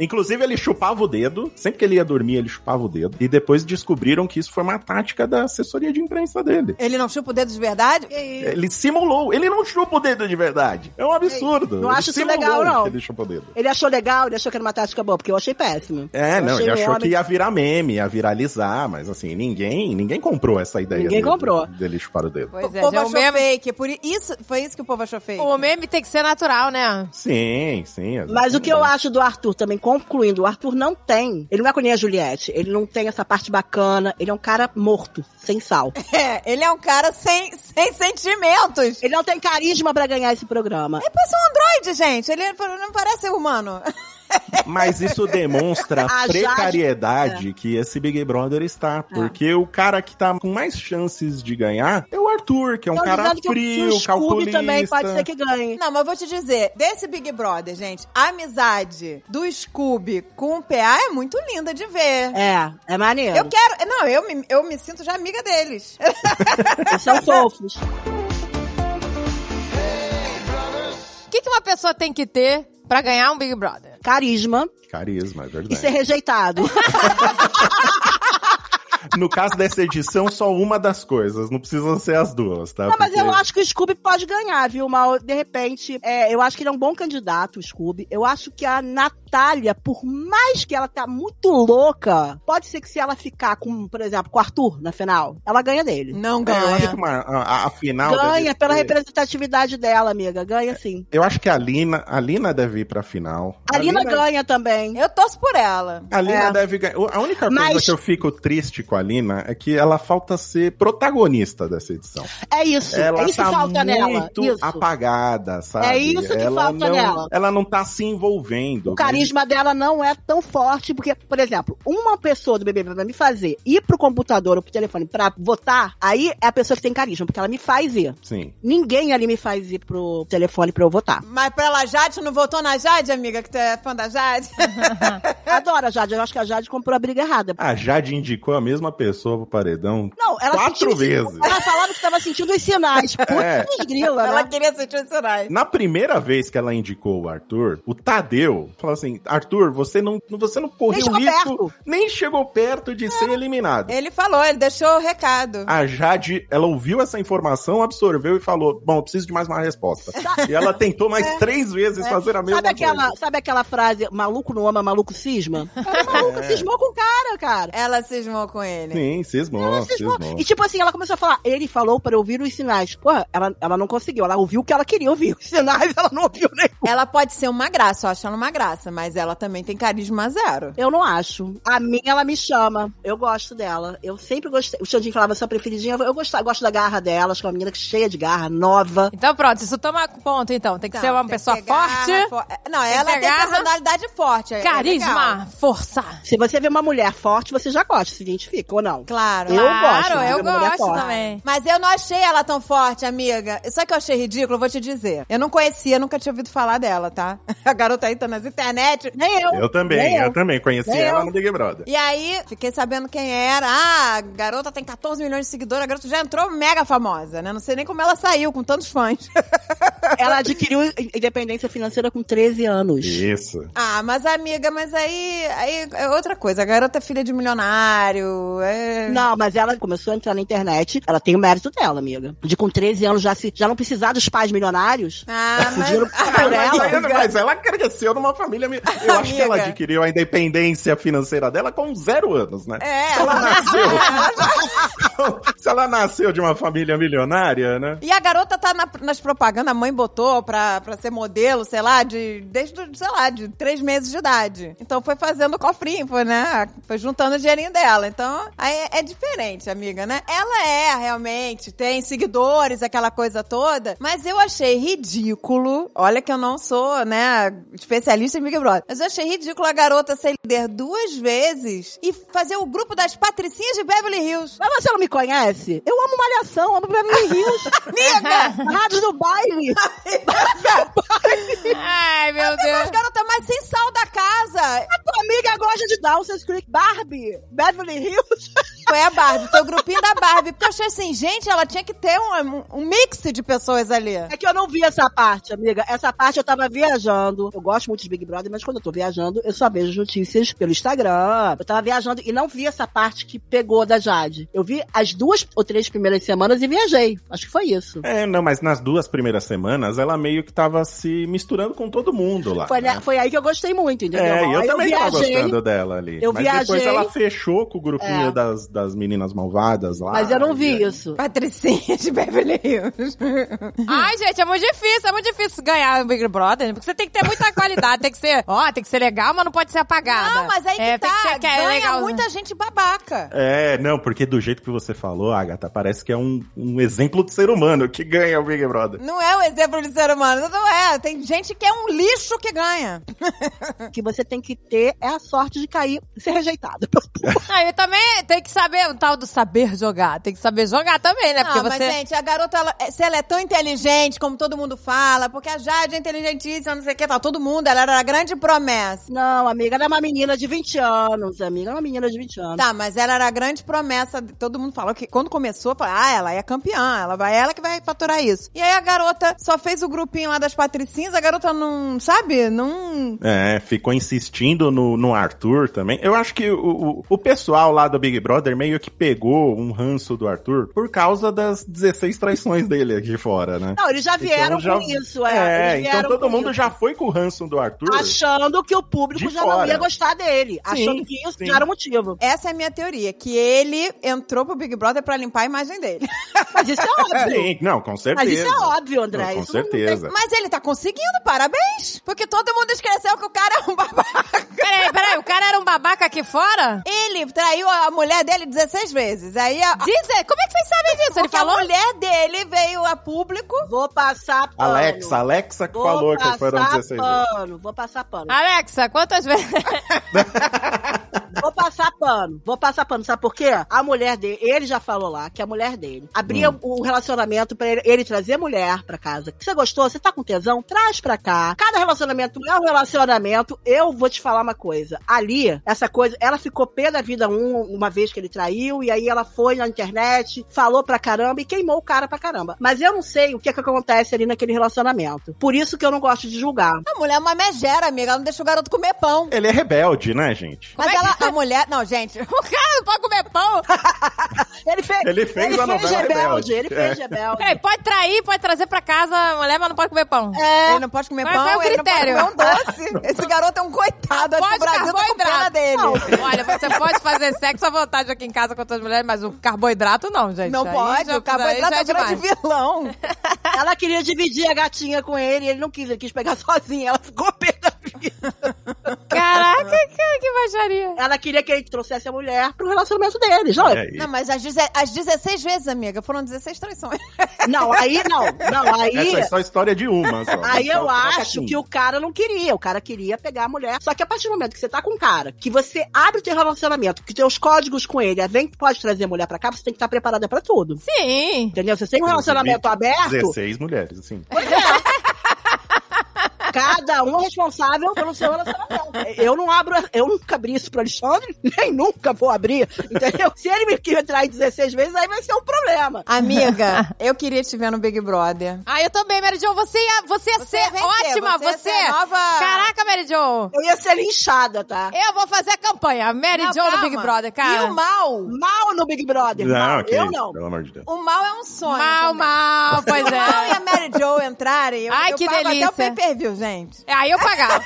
[SPEAKER 5] Inclusive, ele chupava o dedo. Sempre que ele ia dormir, ele chupava o dedo. E depois descobriram que isso foi uma tática da assessoria de imprensa dele.
[SPEAKER 4] Ele não chupa o dedo de verdade? Que isso?
[SPEAKER 5] Ele simulou. Ele não chupa o dedo de verdade. É um absurdo.
[SPEAKER 3] não
[SPEAKER 5] Ele
[SPEAKER 3] acho isso
[SPEAKER 5] simulou
[SPEAKER 3] legal, não.
[SPEAKER 5] que Ele chupa o dedo.
[SPEAKER 3] Ele achou legal, ele achou que era uma tática boa, porque eu achei péssimo.
[SPEAKER 5] É,
[SPEAKER 3] Eu achei
[SPEAKER 5] não,
[SPEAKER 3] um
[SPEAKER 5] ele achou
[SPEAKER 3] homem-
[SPEAKER 5] que ia virar meme, ia viralizar, mas assim, ninguém, ninguém comprou essa ideia.
[SPEAKER 3] Ninguém
[SPEAKER 5] dele-
[SPEAKER 3] comprou.
[SPEAKER 5] Dele chupar o dedo.
[SPEAKER 8] Pois
[SPEAKER 4] o
[SPEAKER 8] é,
[SPEAKER 4] povo
[SPEAKER 8] já
[SPEAKER 4] achou
[SPEAKER 8] o meme,
[SPEAKER 4] fake. Por isso, foi isso que um o povo achou fake.
[SPEAKER 8] o meme tem que ser natural, né?
[SPEAKER 5] Sim, sim. exatamente.
[SPEAKER 3] Mas o que eu acho do Arthur também, concluindo, o Arthur não tem. Ele não é com a Juliette. Ele não tem essa parte bacana. Ele é um cara morto, sem sal.
[SPEAKER 4] É, ele é um cara sem, sem sentimentos.
[SPEAKER 3] Ele não tem carisma pra ganhar esse programa.
[SPEAKER 5] É
[SPEAKER 4] Ele parece um androide, gente. Ele não parece humano.
[SPEAKER 5] Mas isso demonstra
[SPEAKER 3] A
[SPEAKER 5] a
[SPEAKER 3] Jade- É.
[SPEAKER 5] precariedade que esse Big Brother está. Porque o cara que tá com mais chances de ganhar é o Arthur, que é um
[SPEAKER 3] Tô
[SPEAKER 5] cara
[SPEAKER 3] Então, dizendo Tá que o-
[SPEAKER 5] frio,
[SPEAKER 3] que o Scooby
[SPEAKER 5] calculista.
[SPEAKER 3] também pode ser que ganhe.
[SPEAKER 4] Não, mas vou te dizer, desse Big Brother, gente, a amizade do Scooby com o PA é muito linda de ver.
[SPEAKER 3] É, é maneiro.
[SPEAKER 4] Eu quero. Não, eu me, eu me sinto já amiga deles.
[SPEAKER 3] Eles são fofos.
[SPEAKER 8] O que, que uma pessoa tem que ter pra ganhar um Big Brother?
[SPEAKER 3] Carisma
[SPEAKER 5] Carisma, é
[SPEAKER 3] e ser
[SPEAKER 5] verdade.
[SPEAKER 3] rejeitado.
[SPEAKER 5] No caso dessa edição, só uma das coisas. Não precisam ser as duas, tá?
[SPEAKER 3] Não, mas
[SPEAKER 5] Porque-
[SPEAKER 3] eu acho que o Scooby pode ganhar, viu, Mal? De repente, é, eu acho que ele é um bom candidato, o Scooby. Eu acho que a Natália, por mais que ela tá muito louca, pode ser que se ela ficar com, por exemplo, com o Arthur na final, ela ganha dele.
[SPEAKER 4] Não
[SPEAKER 5] É, eu acho
[SPEAKER 4] ganha.
[SPEAKER 5] que uma- a, a- a final. é
[SPEAKER 3] ganha
[SPEAKER 5] deve
[SPEAKER 3] pela
[SPEAKER 5] ser-
[SPEAKER 3] representatividade dela, amiga. Ganha sim.
[SPEAKER 5] Eu acho que a Lina, a Lina deve ir pra final.
[SPEAKER 3] A Lina ganha também.
[SPEAKER 4] Eu torço por ela.
[SPEAKER 5] A Lina
[SPEAKER 3] É.
[SPEAKER 5] deve ganhar. A única coisa
[SPEAKER 3] Mas-
[SPEAKER 5] que eu fico triste com a Lina é que ela falta ser protagonista dessa edição.
[SPEAKER 3] É isso.
[SPEAKER 5] Ela
[SPEAKER 3] é isso
[SPEAKER 5] tá
[SPEAKER 3] que falta nela.
[SPEAKER 5] muito
[SPEAKER 3] Isso.
[SPEAKER 5] apagada, sabe?
[SPEAKER 3] É isso que
[SPEAKER 5] ela
[SPEAKER 3] falta
[SPEAKER 5] não,
[SPEAKER 3] nela.
[SPEAKER 5] Ela não tá se envolvendo.
[SPEAKER 3] O carisma dela não é tão forte, porque, por exemplo, uma pessoa do BBB pra me fazer ir pro computador ou pro telefone pra votar, aí é a pessoa que tem carisma, porque ela me faz ir.
[SPEAKER 5] Mas, sim.
[SPEAKER 3] Ninguém ali me faz ir pro telefone pra eu votar.
[SPEAKER 4] Mas pra ela, Jade, tu não votou na Jade, amiga, que tu é fã da Jade?
[SPEAKER 5] É.
[SPEAKER 3] Adoro a Jade, eu acho que a Jade comprou a briga errada.
[SPEAKER 5] A Jade indicou a mesma pessoa pro paredão.
[SPEAKER 3] Não, ela
[SPEAKER 5] Quatro
[SPEAKER 3] sentiu-
[SPEAKER 5] vezes.
[SPEAKER 3] Ela falava que tava sentindo os sinais. Puta
[SPEAKER 5] É.
[SPEAKER 3] que grila,
[SPEAKER 4] ela
[SPEAKER 3] né?
[SPEAKER 4] queria sentir os sinais.
[SPEAKER 5] Na primeira vez que ela indicou o Arthur, o Tadeu falou assim: Arthur, você não, você não correu
[SPEAKER 3] chegou
[SPEAKER 5] risco,
[SPEAKER 3] perto." É.
[SPEAKER 5] nem chegou perto de ser eliminado.
[SPEAKER 4] Ele falou, ele deixou o recado.
[SPEAKER 5] A Jade, ela ouviu essa informação, absorveu e falou: Bom, eu preciso de mais uma resposta. e ela tentou mais três vezes fazer a mesma
[SPEAKER 3] Sabe
[SPEAKER 5] coisa.
[SPEAKER 3] aquela, sabe aquela frase, maluco não ama, maluco cisma? Ela é maluca, cismou com o cara, cara.
[SPEAKER 4] Ela cismou com ele.
[SPEAKER 5] Sim, cismou,
[SPEAKER 3] cismou.
[SPEAKER 5] cismou.
[SPEAKER 3] E tipo assim, ela começou a falar, ele falou para ouvir os sinais. Porra, ela, ela não conseguiu, ela ouviu o que ela queria ouvir. Os sinais ela não ouviu nem.
[SPEAKER 4] Ela pode ser uma graça, eu acho ela uma graça, mas ela também tem carisma zero.
[SPEAKER 3] Eu não acho. A minha, ela me chama. Eu gosto dela. Eu sempre gostei. O Xandinho falava sua preferidinha. Eu gosto, eu gosto da garra dela. Acho que é uma menina que cheia de garra, nova.
[SPEAKER 8] Então pronto, isso toma ponto então. Tem que ser uma
[SPEAKER 4] Tem que
[SPEAKER 8] pessoa
[SPEAKER 4] ter garra,
[SPEAKER 8] forte,
[SPEAKER 4] fo- Não,
[SPEAKER 8] Tem que
[SPEAKER 4] ela
[SPEAKER 8] ter
[SPEAKER 4] tem
[SPEAKER 8] garra.
[SPEAKER 4] personalidade forte. é- é legal.
[SPEAKER 8] carisma, força.
[SPEAKER 3] Se você vê uma mulher forte, você já gosta, se identifica ou não.
[SPEAKER 4] Claro.
[SPEAKER 3] Eu gosto,
[SPEAKER 8] claro, eu
[SPEAKER 3] mas a mulher é
[SPEAKER 8] gosto
[SPEAKER 3] forte.
[SPEAKER 8] também.
[SPEAKER 4] Mas eu não achei ela tão forte, amiga. Só que eu achei ridículo, eu vou te dizer. Eu não conhecia, nunca tinha ouvido falar dela, tá? A garota aí tá nas internet.
[SPEAKER 3] Nem eu.
[SPEAKER 4] um
[SPEAKER 5] Eu também,
[SPEAKER 3] Nem
[SPEAKER 5] eu,
[SPEAKER 3] eu.
[SPEAKER 5] também. Conheci
[SPEAKER 3] Nem
[SPEAKER 5] ela
[SPEAKER 3] eu.
[SPEAKER 5] no Big Brother.
[SPEAKER 4] E aí, fiquei sabendo quem era. Ah, a garota tem 14 milhões de seguidores, a garota já entrou mega famosa, né? Não sei nem como ela saiu com tantos fãs.
[SPEAKER 3] Ela adquiriu independência financeira com 13 anos.
[SPEAKER 5] Isso.
[SPEAKER 4] ah, mas amiga, mas aí, aí é outra coisa. A garota é filha de milionário. É...
[SPEAKER 3] Não, mas ela começou a entrar na internet. Ela tem o mérito dela, amiga. De com 13 anos já, se, já não precisar dos pais milionários.
[SPEAKER 4] Ah, mas...
[SPEAKER 3] Fugiram por
[SPEAKER 5] Mas,
[SPEAKER 3] ela.
[SPEAKER 5] ela- mas ela cresceu numa família. mi- Eu acho que ela
[SPEAKER 4] Amiga.
[SPEAKER 5] adquiriu a independência financeira dela com zero anos, né?
[SPEAKER 4] É,
[SPEAKER 5] Se ela nasceu. se ela nasceu de uma família milionária, né?
[SPEAKER 4] E a garota tá na- nas propagandas, a mãe botou pra, pra ser modelo, sei lá, de desde, o- sei lá, de três meses de idade. Então foi fazendo o cofrinho, foi, né? Foi juntando o dinheirinho dela. Então, aí é, é diferente, amiga, né? Ela é, realmente, tem seguidores, aquela coisa toda, mas eu achei ridículo. Olha que eu não sou, né, especialista em Big Brother. Mas eu achei ridículo a garota ser líder duas vezes e fazer o grupo das patricinhas de Beverly Hills.
[SPEAKER 3] Mas você não me conhece? Eu amo Malhação, amo Beverly Hills. Amiga! Rádio do baile.
[SPEAKER 8] Ai, meu Deus.
[SPEAKER 4] As garotas mais sem sal da casa.
[SPEAKER 3] A tua amiga gosta de Dawson's Creek. Barbie, Beverly Hills.
[SPEAKER 4] Foi a Barbie, foi o grupinho da Barbie. Porque eu achei assim, gente, ela tinha que ter um, um- um mix de pessoas ali.
[SPEAKER 3] É que eu não vi essa parte, amiga. Essa parte eu tava viajando. Eu gosto muito de Big Brother, mas quando eu tô viajando, eu só vejo notícias pelo Instagram. Eu tava viajando e não vi essa parte que pegou da Jade. Eu vi as duas ou três primeiras semanas e viajei. Acho que foi isso.
[SPEAKER 5] É, não, mas nas duas primeiras semanas ela meio que tava se misturando com todo mundo lá.
[SPEAKER 3] Foi,
[SPEAKER 5] né?
[SPEAKER 3] né- foi aí que eu gostei muito, entendeu?
[SPEAKER 5] É, eu
[SPEAKER 3] Aí
[SPEAKER 5] também tava
[SPEAKER 3] viajei,
[SPEAKER 5] gostando dela ali.
[SPEAKER 3] Eu
[SPEAKER 5] mas depois
[SPEAKER 3] viajei.
[SPEAKER 5] ela fechou com o grupinho
[SPEAKER 3] É.
[SPEAKER 5] das, das meninas malvadas lá.
[SPEAKER 3] Mas eu não
[SPEAKER 5] E é,
[SPEAKER 3] vi
[SPEAKER 5] aí-
[SPEAKER 3] isso.
[SPEAKER 4] Patricinha de Beverly Hills.
[SPEAKER 8] Ai, gente, é muito difícil, é muito difícil ganhar o Big Brother, né? porque você tem que ter muita qualidade, tem que ser, ó, tem que ser legal, mas não pode ser apagada.
[SPEAKER 4] Não, mas aí que
[SPEAKER 8] É,
[SPEAKER 4] tá.
[SPEAKER 8] tem que ser que é
[SPEAKER 4] ganha
[SPEAKER 8] legal.
[SPEAKER 4] muita gente babaca.
[SPEAKER 5] É, não, porque do jeito que você falou, Agatha, parece que é um, um exemplo de ser humano que ganha o Big Brother.
[SPEAKER 4] Não é um exemplo de ser humano, não é. Tem gente que é um lixo que ganha.
[SPEAKER 3] O que você tem que ter é a sorte de cair e ser rejeitada.
[SPEAKER 8] Ah, e também tem que saber o tal do saber jogar, tem que saber jogar também, né? Porque
[SPEAKER 4] Não,
[SPEAKER 8] você
[SPEAKER 4] Ah, mas, é- gente, a garota, ela, se ela é tão inteligente como todo mundo fala, porque a Jade é inteligentíssima, não sei o que, tal, todo mundo, ela era a grande promessa.
[SPEAKER 3] Não, amiga, ela é uma menina de 20 anos, amiga. Ela é uma menina de 20 anos.
[SPEAKER 4] Tá, mas ela era a grande promessa. Todo mundo falou que quando começou, falou, ah, ela é campeã, ela vai, ela que vai faturar isso. E aí a garota só fez o grupinho lá das patricinhas, a garota não, sabe? Não.
[SPEAKER 5] É, ficou insistindo no, no Arthur também. Eu acho que o, o, o pessoal lá do Big Brother Miller meio que pegou um ranço do Arthur por causa das 16 traições dele aqui fora, né?
[SPEAKER 3] Não, eles já vieram
[SPEAKER 5] Então já-
[SPEAKER 3] com isso, é.
[SPEAKER 5] É,
[SPEAKER 3] Eles
[SPEAKER 5] então
[SPEAKER 3] vieram
[SPEAKER 5] todo
[SPEAKER 3] com
[SPEAKER 5] mundo
[SPEAKER 3] isso.
[SPEAKER 5] já foi com o ranço do Arthur.
[SPEAKER 3] Achando que o público
[SPEAKER 5] De
[SPEAKER 3] já não
[SPEAKER 5] fora.
[SPEAKER 3] ia gostar dele. achando
[SPEAKER 5] Sim,
[SPEAKER 3] que isso
[SPEAKER 5] sim.
[SPEAKER 3] já era o motivo.
[SPEAKER 4] Essa é a minha teoria, que ele entrou pro Big Brother pra limpar a imagem dele.
[SPEAKER 3] Mas isso é óbvio.
[SPEAKER 5] Sim, não, com certeza.
[SPEAKER 3] Mas isso é óbvio, André.
[SPEAKER 5] Não, com
[SPEAKER 3] isso não tem-
[SPEAKER 5] certeza.
[SPEAKER 4] Mas ele tá conseguindo, parabéns! Porque todo mundo esqueceu que o cara é um babaca.
[SPEAKER 8] Peraí, peraí, o cara era um babaca aqui fora?
[SPEAKER 4] Ele traiu a mulher dele 16 vezes. Aí a,
[SPEAKER 8] Dizem, como é que vocês sabem disso? Ele
[SPEAKER 4] porque a
[SPEAKER 8] falou?
[SPEAKER 4] mulher dele veio a público.
[SPEAKER 3] Vou passar pano.
[SPEAKER 5] Alexa, Alexa que
[SPEAKER 3] Vou
[SPEAKER 5] falou que
[SPEAKER 3] passar
[SPEAKER 5] foram 16 vezes.
[SPEAKER 3] pano. Vou passar pano.
[SPEAKER 8] Alexa, quantas vezes?
[SPEAKER 3] Vou passar pano. Vou passar pano. Sabe por quê? A mulher dele, ele já falou lá que a mulher dele abria
[SPEAKER 5] Hum.
[SPEAKER 3] o relacionamento pra ele, ele trazer mulher pra casa. Você gostou? Você tá com tesão? Traz pra cá. Cada relacionamento é um relacionamento. Eu vou te falar uma coisa. Ali, essa coisa, ela ficou pé da vida um, uma vez que ele traiu, e aí ela foi na internet, falou pra caramba e queimou o cara pra caramba. Mas eu não sei o que, é que acontece ali naquele relacionamento. Por isso que eu não gosto de julgar.
[SPEAKER 4] A mulher é uma megera, amiga. Ela não deixa o garoto comer pão.
[SPEAKER 5] Ele é rebelde, né, gente?
[SPEAKER 8] é
[SPEAKER 4] Mas ela,
[SPEAKER 8] tá?
[SPEAKER 4] a mulher. Não, gente.
[SPEAKER 8] O cara não pode comer pão.
[SPEAKER 3] Ele fez,
[SPEAKER 5] Ele fez
[SPEAKER 3] ele
[SPEAKER 5] a
[SPEAKER 3] fez
[SPEAKER 5] novela É.
[SPEAKER 3] rebelde.
[SPEAKER 5] Rebelde.
[SPEAKER 3] Ele fez rebelde.
[SPEAKER 8] Peraí, pode trair, pode trazer pra casa a mulher, mas não pode comer pão.
[SPEAKER 4] Ele não pode comer
[SPEAKER 8] Mas
[SPEAKER 4] pão,
[SPEAKER 8] qual é o
[SPEAKER 4] ele não pode
[SPEAKER 8] critério?
[SPEAKER 4] comer um doce. Esse garoto é um coitado. Acho que
[SPEAKER 8] Pode
[SPEAKER 4] o Brasil tá com pena
[SPEAKER 8] carboidrato.
[SPEAKER 4] dele.
[SPEAKER 8] Não. Olha, você pode fazer sexo à vontade aqui em casa com outras mulheres, mas o carboidrato não, gente.
[SPEAKER 4] Não
[SPEAKER 8] Aí
[SPEAKER 4] pode,
[SPEAKER 8] já-
[SPEAKER 4] o carboidrato
[SPEAKER 8] aí
[SPEAKER 4] é
[SPEAKER 8] já
[SPEAKER 4] um grande
[SPEAKER 8] demais.
[SPEAKER 4] vilão.
[SPEAKER 3] Ela queria dividir a gatinha com ele, ele não quis, ele quis pegar sozinha. Ela ficou perdida.
[SPEAKER 8] Caraca, cara, que baixaria.
[SPEAKER 3] Ela queria que ele trouxesse a mulher pro relacionamento deles. Não,
[SPEAKER 5] E aí?
[SPEAKER 4] Não, mas às, deze- às 16 vezes, amiga, foram 16 traições.
[SPEAKER 3] não aí não. Não,
[SPEAKER 5] Essa é
[SPEAKER 3] aí.
[SPEAKER 5] só a história de uma, só.
[SPEAKER 3] Aí
[SPEAKER 5] Só-
[SPEAKER 3] eu
[SPEAKER 5] só
[SPEAKER 3] acho
[SPEAKER 5] assim.
[SPEAKER 3] que o cara não queria. O cara queria pegar a mulher. Só que a partir do momento que você tá com um cara, que você abre o teu relacionamento, que teus códigos com ele, é, vem que pode trazer mulher pra cá, você tem que estar preparada pra tudo.
[SPEAKER 8] Sim.
[SPEAKER 3] Entendeu? Você tem um relacionamento aberto,
[SPEAKER 5] 16 mulheres, assim.
[SPEAKER 3] cada um é responsável pelo seu relacionamento. Eu não abro, eu nunca abri isso pro Alexandre, nem nunca vou abrir, entendeu? Se ele me quer trair 16 vezes, aí vai ser um problema.
[SPEAKER 4] Amiga, eu queria te ver no Big Brother.
[SPEAKER 8] Ah, eu também, Mary Jo. Você ia, você ia
[SPEAKER 4] Você
[SPEAKER 8] ser
[SPEAKER 4] vem
[SPEAKER 8] ótima,
[SPEAKER 4] ser, você
[SPEAKER 8] você.
[SPEAKER 4] é nova-
[SPEAKER 8] Caraca, Mary Jo.
[SPEAKER 3] Eu ia ser linchada, tá?
[SPEAKER 8] Eu vou fazer a campanha. Mary
[SPEAKER 4] Não,
[SPEAKER 8] Jo
[SPEAKER 4] calma.
[SPEAKER 8] no Big Brother, cara.
[SPEAKER 4] E o mal?
[SPEAKER 3] Mal no Big Brother. mal.
[SPEAKER 5] Não, que
[SPEAKER 3] eu
[SPEAKER 5] isso,
[SPEAKER 3] não.
[SPEAKER 5] pelo amor de Deus.
[SPEAKER 4] O mal é um sonho.
[SPEAKER 8] mal,
[SPEAKER 4] também.
[SPEAKER 8] mal, pois
[SPEAKER 4] Se o mal e a
[SPEAKER 8] é.
[SPEAKER 4] Mary Jo entrarem, eu,
[SPEAKER 8] Ai,
[SPEAKER 4] eu
[SPEAKER 8] que
[SPEAKER 4] pago
[SPEAKER 8] delícia.
[SPEAKER 4] até o pay-per-view, gente.
[SPEAKER 8] É, Aí eu pagava.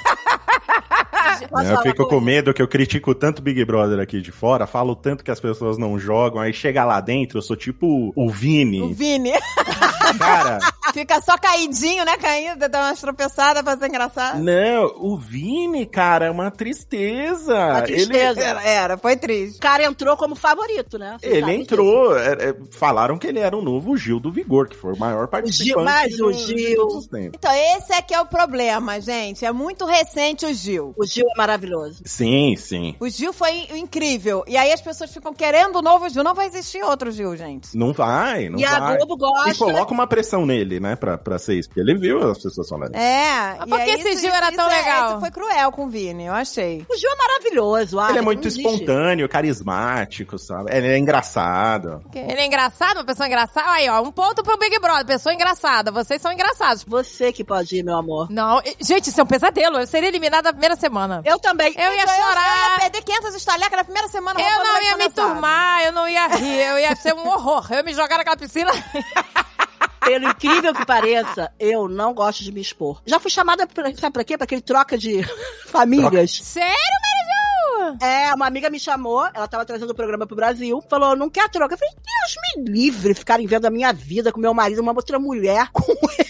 [SPEAKER 3] Posso
[SPEAKER 8] É,
[SPEAKER 5] eu
[SPEAKER 3] falar
[SPEAKER 5] fico
[SPEAKER 3] uma
[SPEAKER 5] com medo que eu critico tanto Big Brother aqui de fora, falo tanto que as pessoas não jogam, aí chega lá dentro, eu sou tipo o Vini.
[SPEAKER 4] O Vini
[SPEAKER 5] Cara,
[SPEAKER 4] fica só caidinho, né? Caindo, dá umas tropeçadas pra ser engraçado.
[SPEAKER 5] não, o Vini, cara, é uma tristeza.
[SPEAKER 3] Uma tristeza.
[SPEAKER 4] Era, era, foi triste.
[SPEAKER 3] O cara entrou como favorito, né? Vocês
[SPEAKER 5] Ele, ele
[SPEAKER 3] sabem
[SPEAKER 5] entrou, é, é, falaram que ele era o novo Gil do Vigor, que foi o maior participante.
[SPEAKER 3] mas
[SPEAKER 5] do-
[SPEAKER 3] o Gil-
[SPEAKER 5] dos tempos.
[SPEAKER 4] Então, esse é que é o problema, gente. É muito recente o
[SPEAKER 3] disso.
[SPEAKER 4] Gil.
[SPEAKER 3] O Gil é maravilhoso.
[SPEAKER 5] Sim, sim.
[SPEAKER 4] O Gil foi in- incrível. E aí as pessoas ficam querendo o novo Gil. Não vai existir outro Gil, gente.
[SPEAKER 5] Não vai, não
[SPEAKER 3] e a
[SPEAKER 5] vai.
[SPEAKER 3] Globo gosta.
[SPEAKER 5] E coloca uma pressão nele, né, pra, pra ser isso. Porque ele viu as pessoas falando.
[SPEAKER 4] É.
[SPEAKER 8] Mas
[SPEAKER 4] e
[SPEAKER 8] por
[SPEAKER 4] aí
[SPEAKER 8] que esse
[SPEAKER 4] isso-
[SPEAKER 8] Gil era
[SPEAKER 4] isso
[SPEAKER 8] tão
[SPEAKER 4] é-
[SPEAKER 8] legal?
[SPEAKER 4] Isso foi cruel com o Vini, eu achei.
[SPEAKER 3] O Gil é maravilhoso. Ah,
[SPEAKER 5] ele é
[SPEAKER 3] não
[SPEAKER 5] muito
[SPEAKER 3] existe.
[SPEAKER 5] espontâneo, carismático, sabe? Ele é engraçado.
[SPEAKER 8] Ele é engraçado, uma pessoa engraçada. Aí, ó, um ponto pro Big Brother. Pessoa engraçada. Vocês são engraçados.
[SPEAKER 3] Você que pode ir, meu amor.
[SPEAKER 8] Não, e- gente, isso é um pesadelo. Eu seria eliminada na primeira semana.
[SPEAKER 3] Eu também.
[SPEAKER 8] Eu ia
[SPEAKER 4] Então, Eu ia
[SPEAKER 8] chorar.
[SPEAKER 4] perder 500 estalecas na primeira semana.
[SPEAKER 8] Eu
[SPEAKER 4] roubando
[SPEAKER 8] não ia
[SPEAKER 4] leite
[SPEAKER 8] me
[SPEAKER 4] condensado.
[SPEAKER 8] turmar, eu não ia rir, eu ia ser um horror. Eu ia me jogar naquela piscina.
[SPEAKER 3] Pelo incrível que pareça, eu não gosto de me expor. Já fui chamada pra, sabe pra quê? Pra aquele troca de famílias.
[SPEAKER 8] Sério, Mary Jo?
[SPEAKER 3] É, uma amiga me chamou, ela tava trazendo o programa pro Brasil, falou, não quer troca? Eu falei, Deus me livre, ficarem vendo a minha vida com meu marido, uma outra mulher com ele.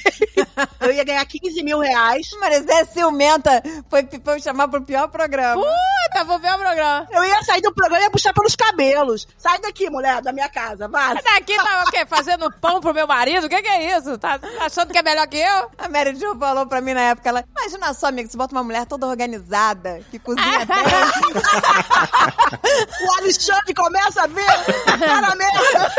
[SPEAKER 3] Eu ia ganhar 15 mil reais.
[SPEAKER 4] Mas é ciumenta. Foi, foi me chamar pro pior programa.
[SPEAKER 8] Puta, vou ver o programa.
[SPEAKER 3] Eu ia sair do programa e ia puxar pelos cabelos. Sai daqui, mulher, da minha casa, vá.
[SPEAKER 8] Daqui tá o quê? Fazendo pão pro meu marido? O que, que é isso? Tá achando que é melhor que eu?
[SPEAKER 4] A Mary Jo falou pra mim na época, ela, imagina só, amiga, você bota uma mulher toda organizada, que cozinha bem.
[SPEAKER 3] O Alexandre começa a ver, tá na mesa.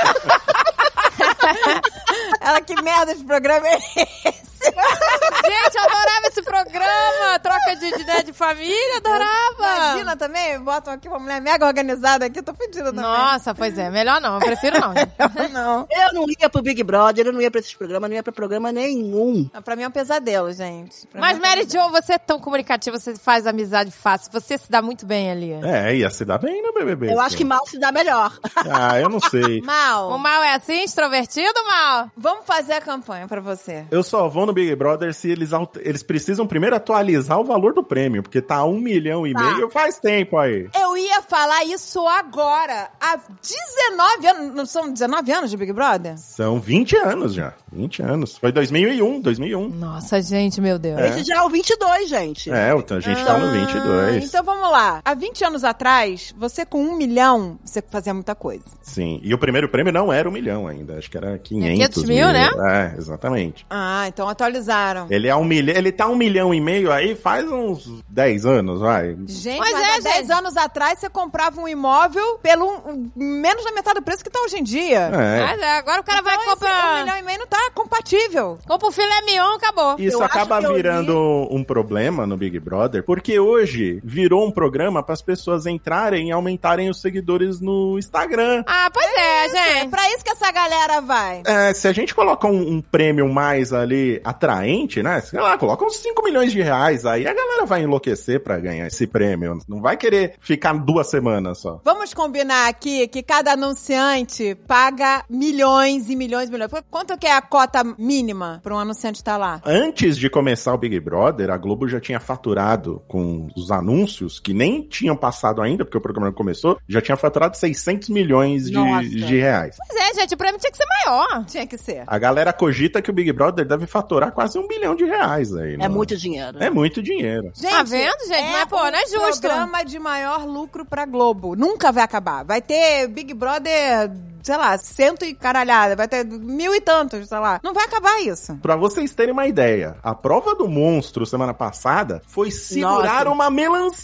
[SPEAKER 4] Ela, que merda de programa é esse?
[SPEAKER 8] Gente, eu adorava esse programa. Troca de, de, né, de família, adorava.
[SPEAKER 4] Imagina também, botam aqui uma mulher mega organizada aqui, tô pedida também.
[SPEAKER 8] Nossa, pois é. Melhor não. Eu prefiro não. gente.
[SPEAKER 4] não.
[SPEAKER 3] Eu não ia pro Big Brother, eu não ia pra esses programas, não ia pra programa nenhum.
[SPEAKER 4] Pra mim é um pesadelo, gente. Pra
[SPEAKER 8] Mas,
[SPEAKER 4] mim-
[SPEAKER 8] Mary Jo, você é tão comunicativa, você faz amizade fácil. Você se dá muito bem ali.
[SPEAKER 5] É, ia se dar bem no BBB.
[SPEAKER 3] Eu acho que
[SPEAKER 5] sim.
[SPEAKER 3] mal se dá melhor.
[SPEAKER 5] Ah, eu não sei.
[SPEAKER 8] O
[SPEAKER 4] Mal,
[SPEAKER 8] mal é assim, extrovertido, mal?
[SPEAKER 4] um vamos fazer a campanha pra você.
[SPEAKER 5] Eu só vou no Big Brother se eles, alt- eles precisam primeiro atualizar o valor do prêmio, porque tá um milhão e
[SPEAKER 4] Tá.
[SPEAKER 5] meio faz tempo aí.
[SPEAKER 4] Eu ia falar isso agora. Há 19 anos. Não são 19 anos de Big Brother?
[SPEAKER 5] São 20 anos já. 20 anos. Foi 2001, 2001.
[SPEAKER 8] Nossa, gente, meu Deus.
[SPEAKER 5] É.
[SPEAKER 3] Esse já é o 22, gente.
[SPEAKER 5] um. É, a gente tá no
[SPEAKER 4] Ah,
[SPEAKER 5] 22.
[SPEAKER 4] Então vamos lá. Há 20 anos atrás, você com um milhão, você fazia muita coisa.
[SPEAKER 5] Sim. E o primeiro prêmio não era um milhão ainda. Acho que era 500
[SPEAKER 8] 500 mil,
[SPEAKER 4] né?
[SPEAKER 5] É, exatamente.
[SPEAKER 4] Ah, então atualizaram.
[SPEAKER 5] Ele, é um milhão, ele tá um milhão e meio aí faz uns 10 anos, vai.
[SPEAKER 4] Gente,
[SPEAKER 8] Pois
[SPEAKER 4] mas
[SPEAKER 8] é,
[SPEAKER 4] há 10
[SPEAKER 8] gente.
[SPEAKER 4] anos atrás você comprava um imóvel pelo um- menos da metade do preço que tá hoje em dia.
[SPEAKER 5] É.
[SPEAKER 8] Mas é, agora o cara vai
[SPEAKER 4] Então, esse Um
[SPEAKER 8] comprar.
[SPEAKER 4] milhão e meio não tá compatível.
[SPEAKER 8] Compra o filé mignon, acabou.
[SPEAKER 5] Isso
[SPEAKER 3] Eu acho
[SPEAKER 5] acaba
[SPEAKER 3] que eu li-
[SPEAKER 5] virando um problema no Big Brother, porque hoje virou um programa para as pessoas entrarem e aumentarem os seguidores no Instagram.
[SPEAKER 8] Ah, pois é,
[SPEAKER 4] É
[SPEAKER 8] gente.
[SPEAKER 4] pra isso que essa galera vai.
[SPEAKER 5] É, se a gente coloca um, um prêmio mais ali atraente, né? Sei lá, coloca uns 5 milhões de reais aí, a galera vai enlouquecer pra ganhar esse prêmio. Não vai querer ficar duas semanas só.
[SPEAKER 4] Vamos combinar aqui que cada anunciante paga milhões e milhões e milhões. Quanto que é a cota mínima pra um anunciante estar lá?
[SPEAKER 5] Antes de começar o Big Brother, a Globo já tinha faturado com os anúncios que nem tinham passado ainda, porque o programa não começou, já tinha faturado 600 milhões
[SPEAKER 4] Nossa.
[SPEAKER 5] de, de reais.
[SPEAKER 8] Pois é, gente, o prêmio tinha que ser maior.
[SPEAKER 4] Tinha que ser.
[SPEAKER 5] A galera cogita que o Big Brother deve faturar quase um bilhão de reais aí.
[SPEAKER 3] É
[SPEAKER 5] não
[SPEAKER 3] muito dinheiro.
[SPEAKER 5] É muito dinheiro.
[SPEAKER 4] Gente, um
[SPEAKER 8] Tá vendo, gente? Não é, pô, não é justo.
[SPEAKER 4] programa de maior lucro pra Globo. Nunca vai acabar. Vai ter Big Brother, sei lá, cento e caralhada. Vai ter mil e tantos, sei lá. Não vai acabar isso.
[SPEAKER 5] Pra vocês terem uma ideia, a prova do monstro semana passada foi segurar
[SPEAKER 3] Nossa.
[SPEAKER 5] uma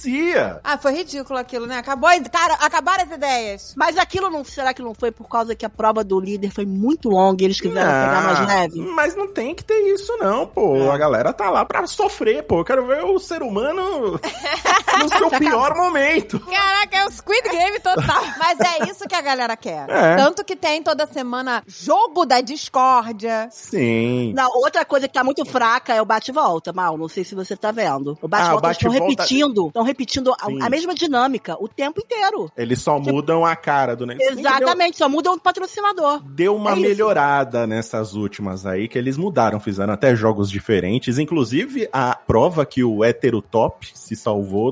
[SPEAKER 5] melancia.
[SPEAKER 4] Ah, foi ridículo aquilo, né? Acabou, a- cara, acabaram as ideias.
[SPEAKER 3] Mas aquilo não, será que não foi por causa que a prova do líder foi muito longa e eles quiseram pegar mais leve?
[SPEAKER 5] Ah, Mas não tem que ter isso, não, pô. A galera tá lá pra sofrer, pô. Eu quero ver o ser humano no seu pior momento.
[SPEAKER 8] Caraca, é o Squid Game total.
[SPEAKER 4] Mas é isso que a galera quer.
[SPEAKER 5] É.
[SPEAKER 4] Tanto que tem toda semana jogo da discórdia.
[SPEAKER 5] Sim.
[SPEAKER 3] Não, outra coisa que tá muito fraca é o bate-volta, Mal. Não sei se você tá vendo. O bate-volta
[SPEAKER 5] Ah, o
[SPEAKER 3] eles estão
[SPEAKER 5] bate-volta-
[SPEAKER 3] repetindo. Estão repetindo
[SPEAKER 5] Sim.
[SPEAKER 3] a, a mesma dinâmica o tempo inteiro.
[SPEAKER 5] Eles só mudam a cara do negócio.
[SPEAKER 3] Tipo, Exatamente, só muda o patrocinador.
[SPEAKER 5] Deu uma
[SPEAKER 3] É isso.
[SPEAKER 5] melhorada nessas últimas aí, que eles mudaram, fizeram até jogos diferentes. Inclusive, a prova que o hétero top se salvou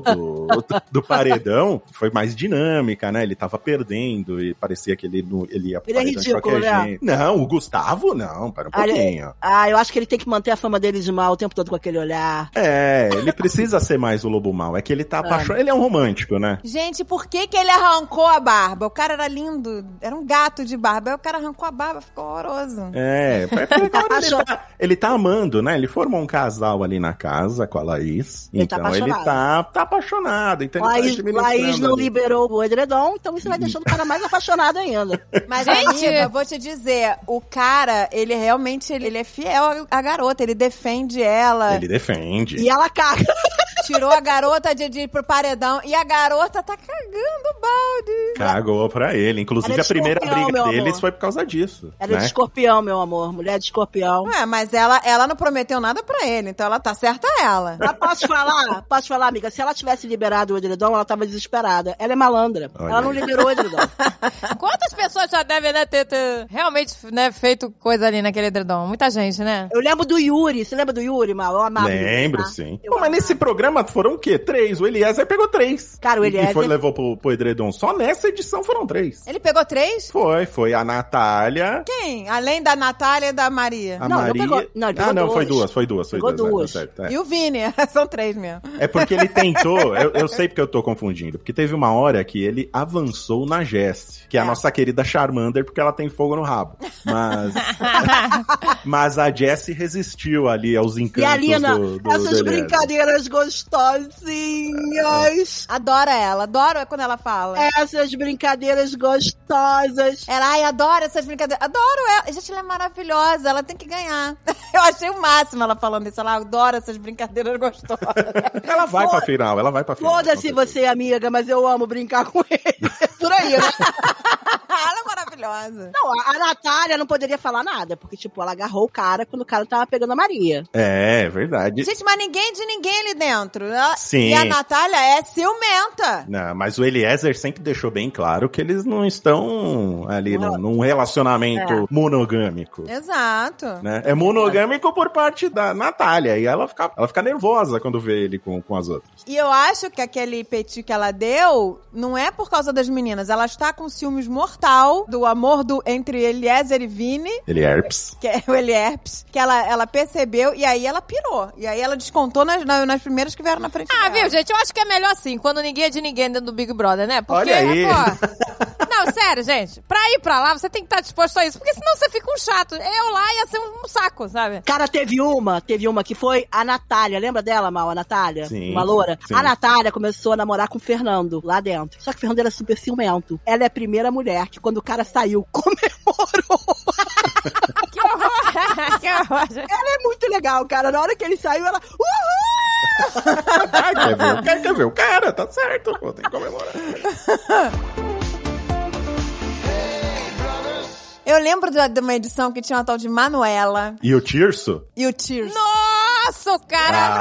[SPEAKER 5] do, do paredão foi mais dinâmica, né? Ele tava perdendo e parecia que ele, não- ele ia pro
[SPEAKER 3] Ele é
[SPEAKER 5] paredão
[SPEAKER 3] ridículo, né?
[SPEAKER 5] jeito. Não, o Gustavo, não, para um
[SPEAKER 3] Ah, ele-
[SPEAKER 5] pouquinho.
[SPEAKER 3] Ah, eu acho que ele tem que manter a fama dele de mal o tempo todo com aquele olhar.
[SPEAKER 5] É, ele precisa ser mais o lobo mal. É que
[SPEAKER 3] Ah.
[SPEAKER 5] ele tá apaixonado. Ele é um romântico, né?
[SPEAKER 4] Gente, por que que ele arrancou a barba? O cara era lindo, era um gato de barba. Aí o cara arrancou a barba, ficou horroroso.
[SPEAKER 5] É, é porque agora ele,
[SPEAKER 3] apaixonado.
[SPEAKER 5] tá, ele tá amando, né? Ele formou um casal ali na casa com a Laís.
[SPEAKER 3] Ele tá
[SPEAKER 5] então ele
[SPEAKER 3] apaixonado.
[SPEAKER 5] tá, tá apaixonado. Então ele tá
[SPEAKER 3] Laís,
[SPEAKER 5] administrando
[SPEAKER 3] Laís não
[SPEAKER 5] ali.
[SPEAKER 3] liberou o edredom, então isso vai deixando o cara mais apaixonado ainda.
[SPEAKER 4] Mas,
[SPEAKER 8] Gente!
[SPEAKER 4] amiga, eu vou te dizer, o cara, ele realmente, ele, ele é fiel à garota, ele defende ela,
[SPEAKER 5] Ele defende.
[SPEAKER 3] E ela caga.
[SPEAKER 4] tirou a garota de, de ir pro paredão, e a garota tá cagando o balde.
[SPEAKER 5] Cagou pra ele. Inclusive,
[SPEAKER 3] Ela é
[SPEAKER 5] a primeira
[SPEAKER 3] escorpião,
[SPEAKER 5] briga
[SPEAKER 3] meu
[SPEAKER 5] deles
[SPEAKER 3] amor.
[SPEAKER 5] foi por causa disso.
[SPEAKER 3] Era
[SPEAKER 5] né?
[SPEAKER 3] de escorpião, meu amor. Mulher de escorpião.
[SPEAKER 4] Ué, é, mas ela, ela não prometeu nada pra ele, então ela tá certa ela.
[SPEAKER 3] Mas posso falar? Posso falar, amiga? Se ela tivesse liberado o edredom, ela tava desesperada. Ela é malandra.
[SPEAKER 5] Olha
[SPEAKER 3] ela não
[SPEAKER 5] aí.
[SPEAKER 3] liberou o edredom.
[SPEAKER 8] Quantas pessoas já devem né, ter, ter realmente né, feito coisa ali naquele edredom? Muita gente, né?
[SPEAKER 3] Eu lembro do Yuri. Você lembra do Yuri, Mal? Eu amava o Yuri,
[SPEAKER 5] Lembro,
[SPEAKER 3] tá?
[SPEAKER 5] sim.
[SPEAKER 3] Eu
[SPEAKER 5] Pô, mas
[SPEAKER 3] amava.
[SPEAKER 5] nesse programa foram o quê? Três. O Eliezer pegou três.
[SPEAKER 3] Cara, o é
[SPEAKER 5] E foi,
[SPEAKER 3] Eliezer...
[SPEAKER 5] levou pro, pro Edredom. Só nessa edição foram três.
[SPEAKER 4] Ele pegou três?
[SPEAKER 5] Foi, foi a Natália,
[SPEAKER 4] Quem? Além da Natália e da Maria.
[SPEAKER 5] a
[SPEAKER 3] Não, não
[SPEAKER 5] Maria.
[SPEAKER 3] pegou- não, ele pegou
[SPEAKER 5] ah, não, foi
[SPEAKER 3] duas.
[SPEAKER 5] duas, foi duas, foi
[SPEAKER 3] Pegou
[SPEAKER 5] duas. é, tá
[SPEAKER 3] duas.
[SPEAKER 5] certo, é.
[SPEAKER 4] E o Vini, são três mesmo.
[SPEAKER 5] É porque ele tentou, eu, eu sei porque eu tô confundindo, porque teve uma hora que ele avançou na Jess, que é a nossa querida Charmander, porque ela tem fogo no rabo. Mas, mas a Jess resistiu ali aos
[SPEAKER 3] E
[SPEAKER 5] encantos
[SPEAKER 3] a Lina,
[SPEAKER 5] do, do
[SPEAKER 3] essas
[SPEAKER 5] do Eliezer.
[SPEAKER 3] brincadeiras gostosinhas.
[SPEAKER 4] Adora ela, adoro quando ela fala.
[SPEAKER 3] É, Essas brincadeiras gostosas.
[SPEAKER 4] Ela, ai, adoro essas brincadeiras. Adoro ela. Gente, ela é maravilhosa, ela tem que ganhar. Eu achei o máximo ela falando isso. Ela adora essas brincadeiras gostosas.
[SPEAKER 5] É Ela vai pra final, ela vai pra final.
[SPEAKER 3] Foda-se
[SPEAKER 5] Com certeza.
[SPEAKER 3] você, amiga, mas eu amo brincar com ele. Por aí, né?
[SPEAKER 4] ela é maravilhosa.
[SPEAKER 3] Não, a a Natália não poderia falar nada, porque, tipo, ela agarrou o cara quando o cara tava pegando a Maria.
[SPEAKER 5] É, verdade.
[SPEAKER 4] Gente, mas ninguém de ninguém ali dentro. Ela-
[SPEAKER 5] Sim.
[SPEAKER 4] E a Natália é ciumenta.
[SPEAKER 5] Não, mas o Eliezer sempre deixou bem claro que eles não estão ali num, num relacionamento monogâmico.
[SPEAKER 4] Exato.
[SPEAKER 5] né? É monogâmico por parte da Natália. E ela fica, ela fica nervosa quando vê ele com, com as outras.
[SPEAKER 4] E eu acho que aquele petit que ela deu não é por causa das meninas. Ela está com ciúmes mortal do amor do entre Eliezer e Vini,
[SPEAKER 5] Ele herpes.
[SPEAKER 4] que é o Elierps, que ela, ela percebeu e aí ela pirou. E aí ela descontou nas, na- nas primeiras que vieram na frente
[SPEAKER 8] Ah,
[SPEAKER 4] dela.
[SPEAKER 8] viu, gente? Eu acho que é melhor assim, quando ninguém é de ninguém dentro do Big Brother, né? Porque,
[SPEAKER 5] Olha aí.
[SPEAKER 8] pô, Não, sério, gente. Pra ir pra lá, você tem que estar disposto a isso. Porque senão você fica um chato. Eu lá ia ser um, um saco, sabe?
[SPEAKER 3] Cara, teve uma, teve uma que foi a Natália. Lembra dela, Mal? A Natália?
[SPEAKER 5] Sim,
[SPEAKER 3] Uma loura?
[SPEAKER 5] sim.
[SPEAKER 3] A Natália começou a namorar com o Fernando lá dentro. Só que o Fernando era super ciumento. Ela é a primeira mulher que, quando o cara saiu, comemorou.
[SPEAKER 8] Que horror! que horror, gente.
[SPEAKER 3] Ela é muito legal, cara. Na hora que ele saiu, ela. Uhul!
[SPEAKER 5] Ah, quer ver? o cara, Quer ver? O cara, tá certo. Pô, tem que comemorar.
[SPEAKER 4] Eu lembro da- de uma edição que tinha uma tal de Manuela
[SPEAKER 5] E o Tirso?
[SPEAKER 4] e o Tears.
[SPEAKER 8] Nossa, o cara
[SPEAKER 5] ah,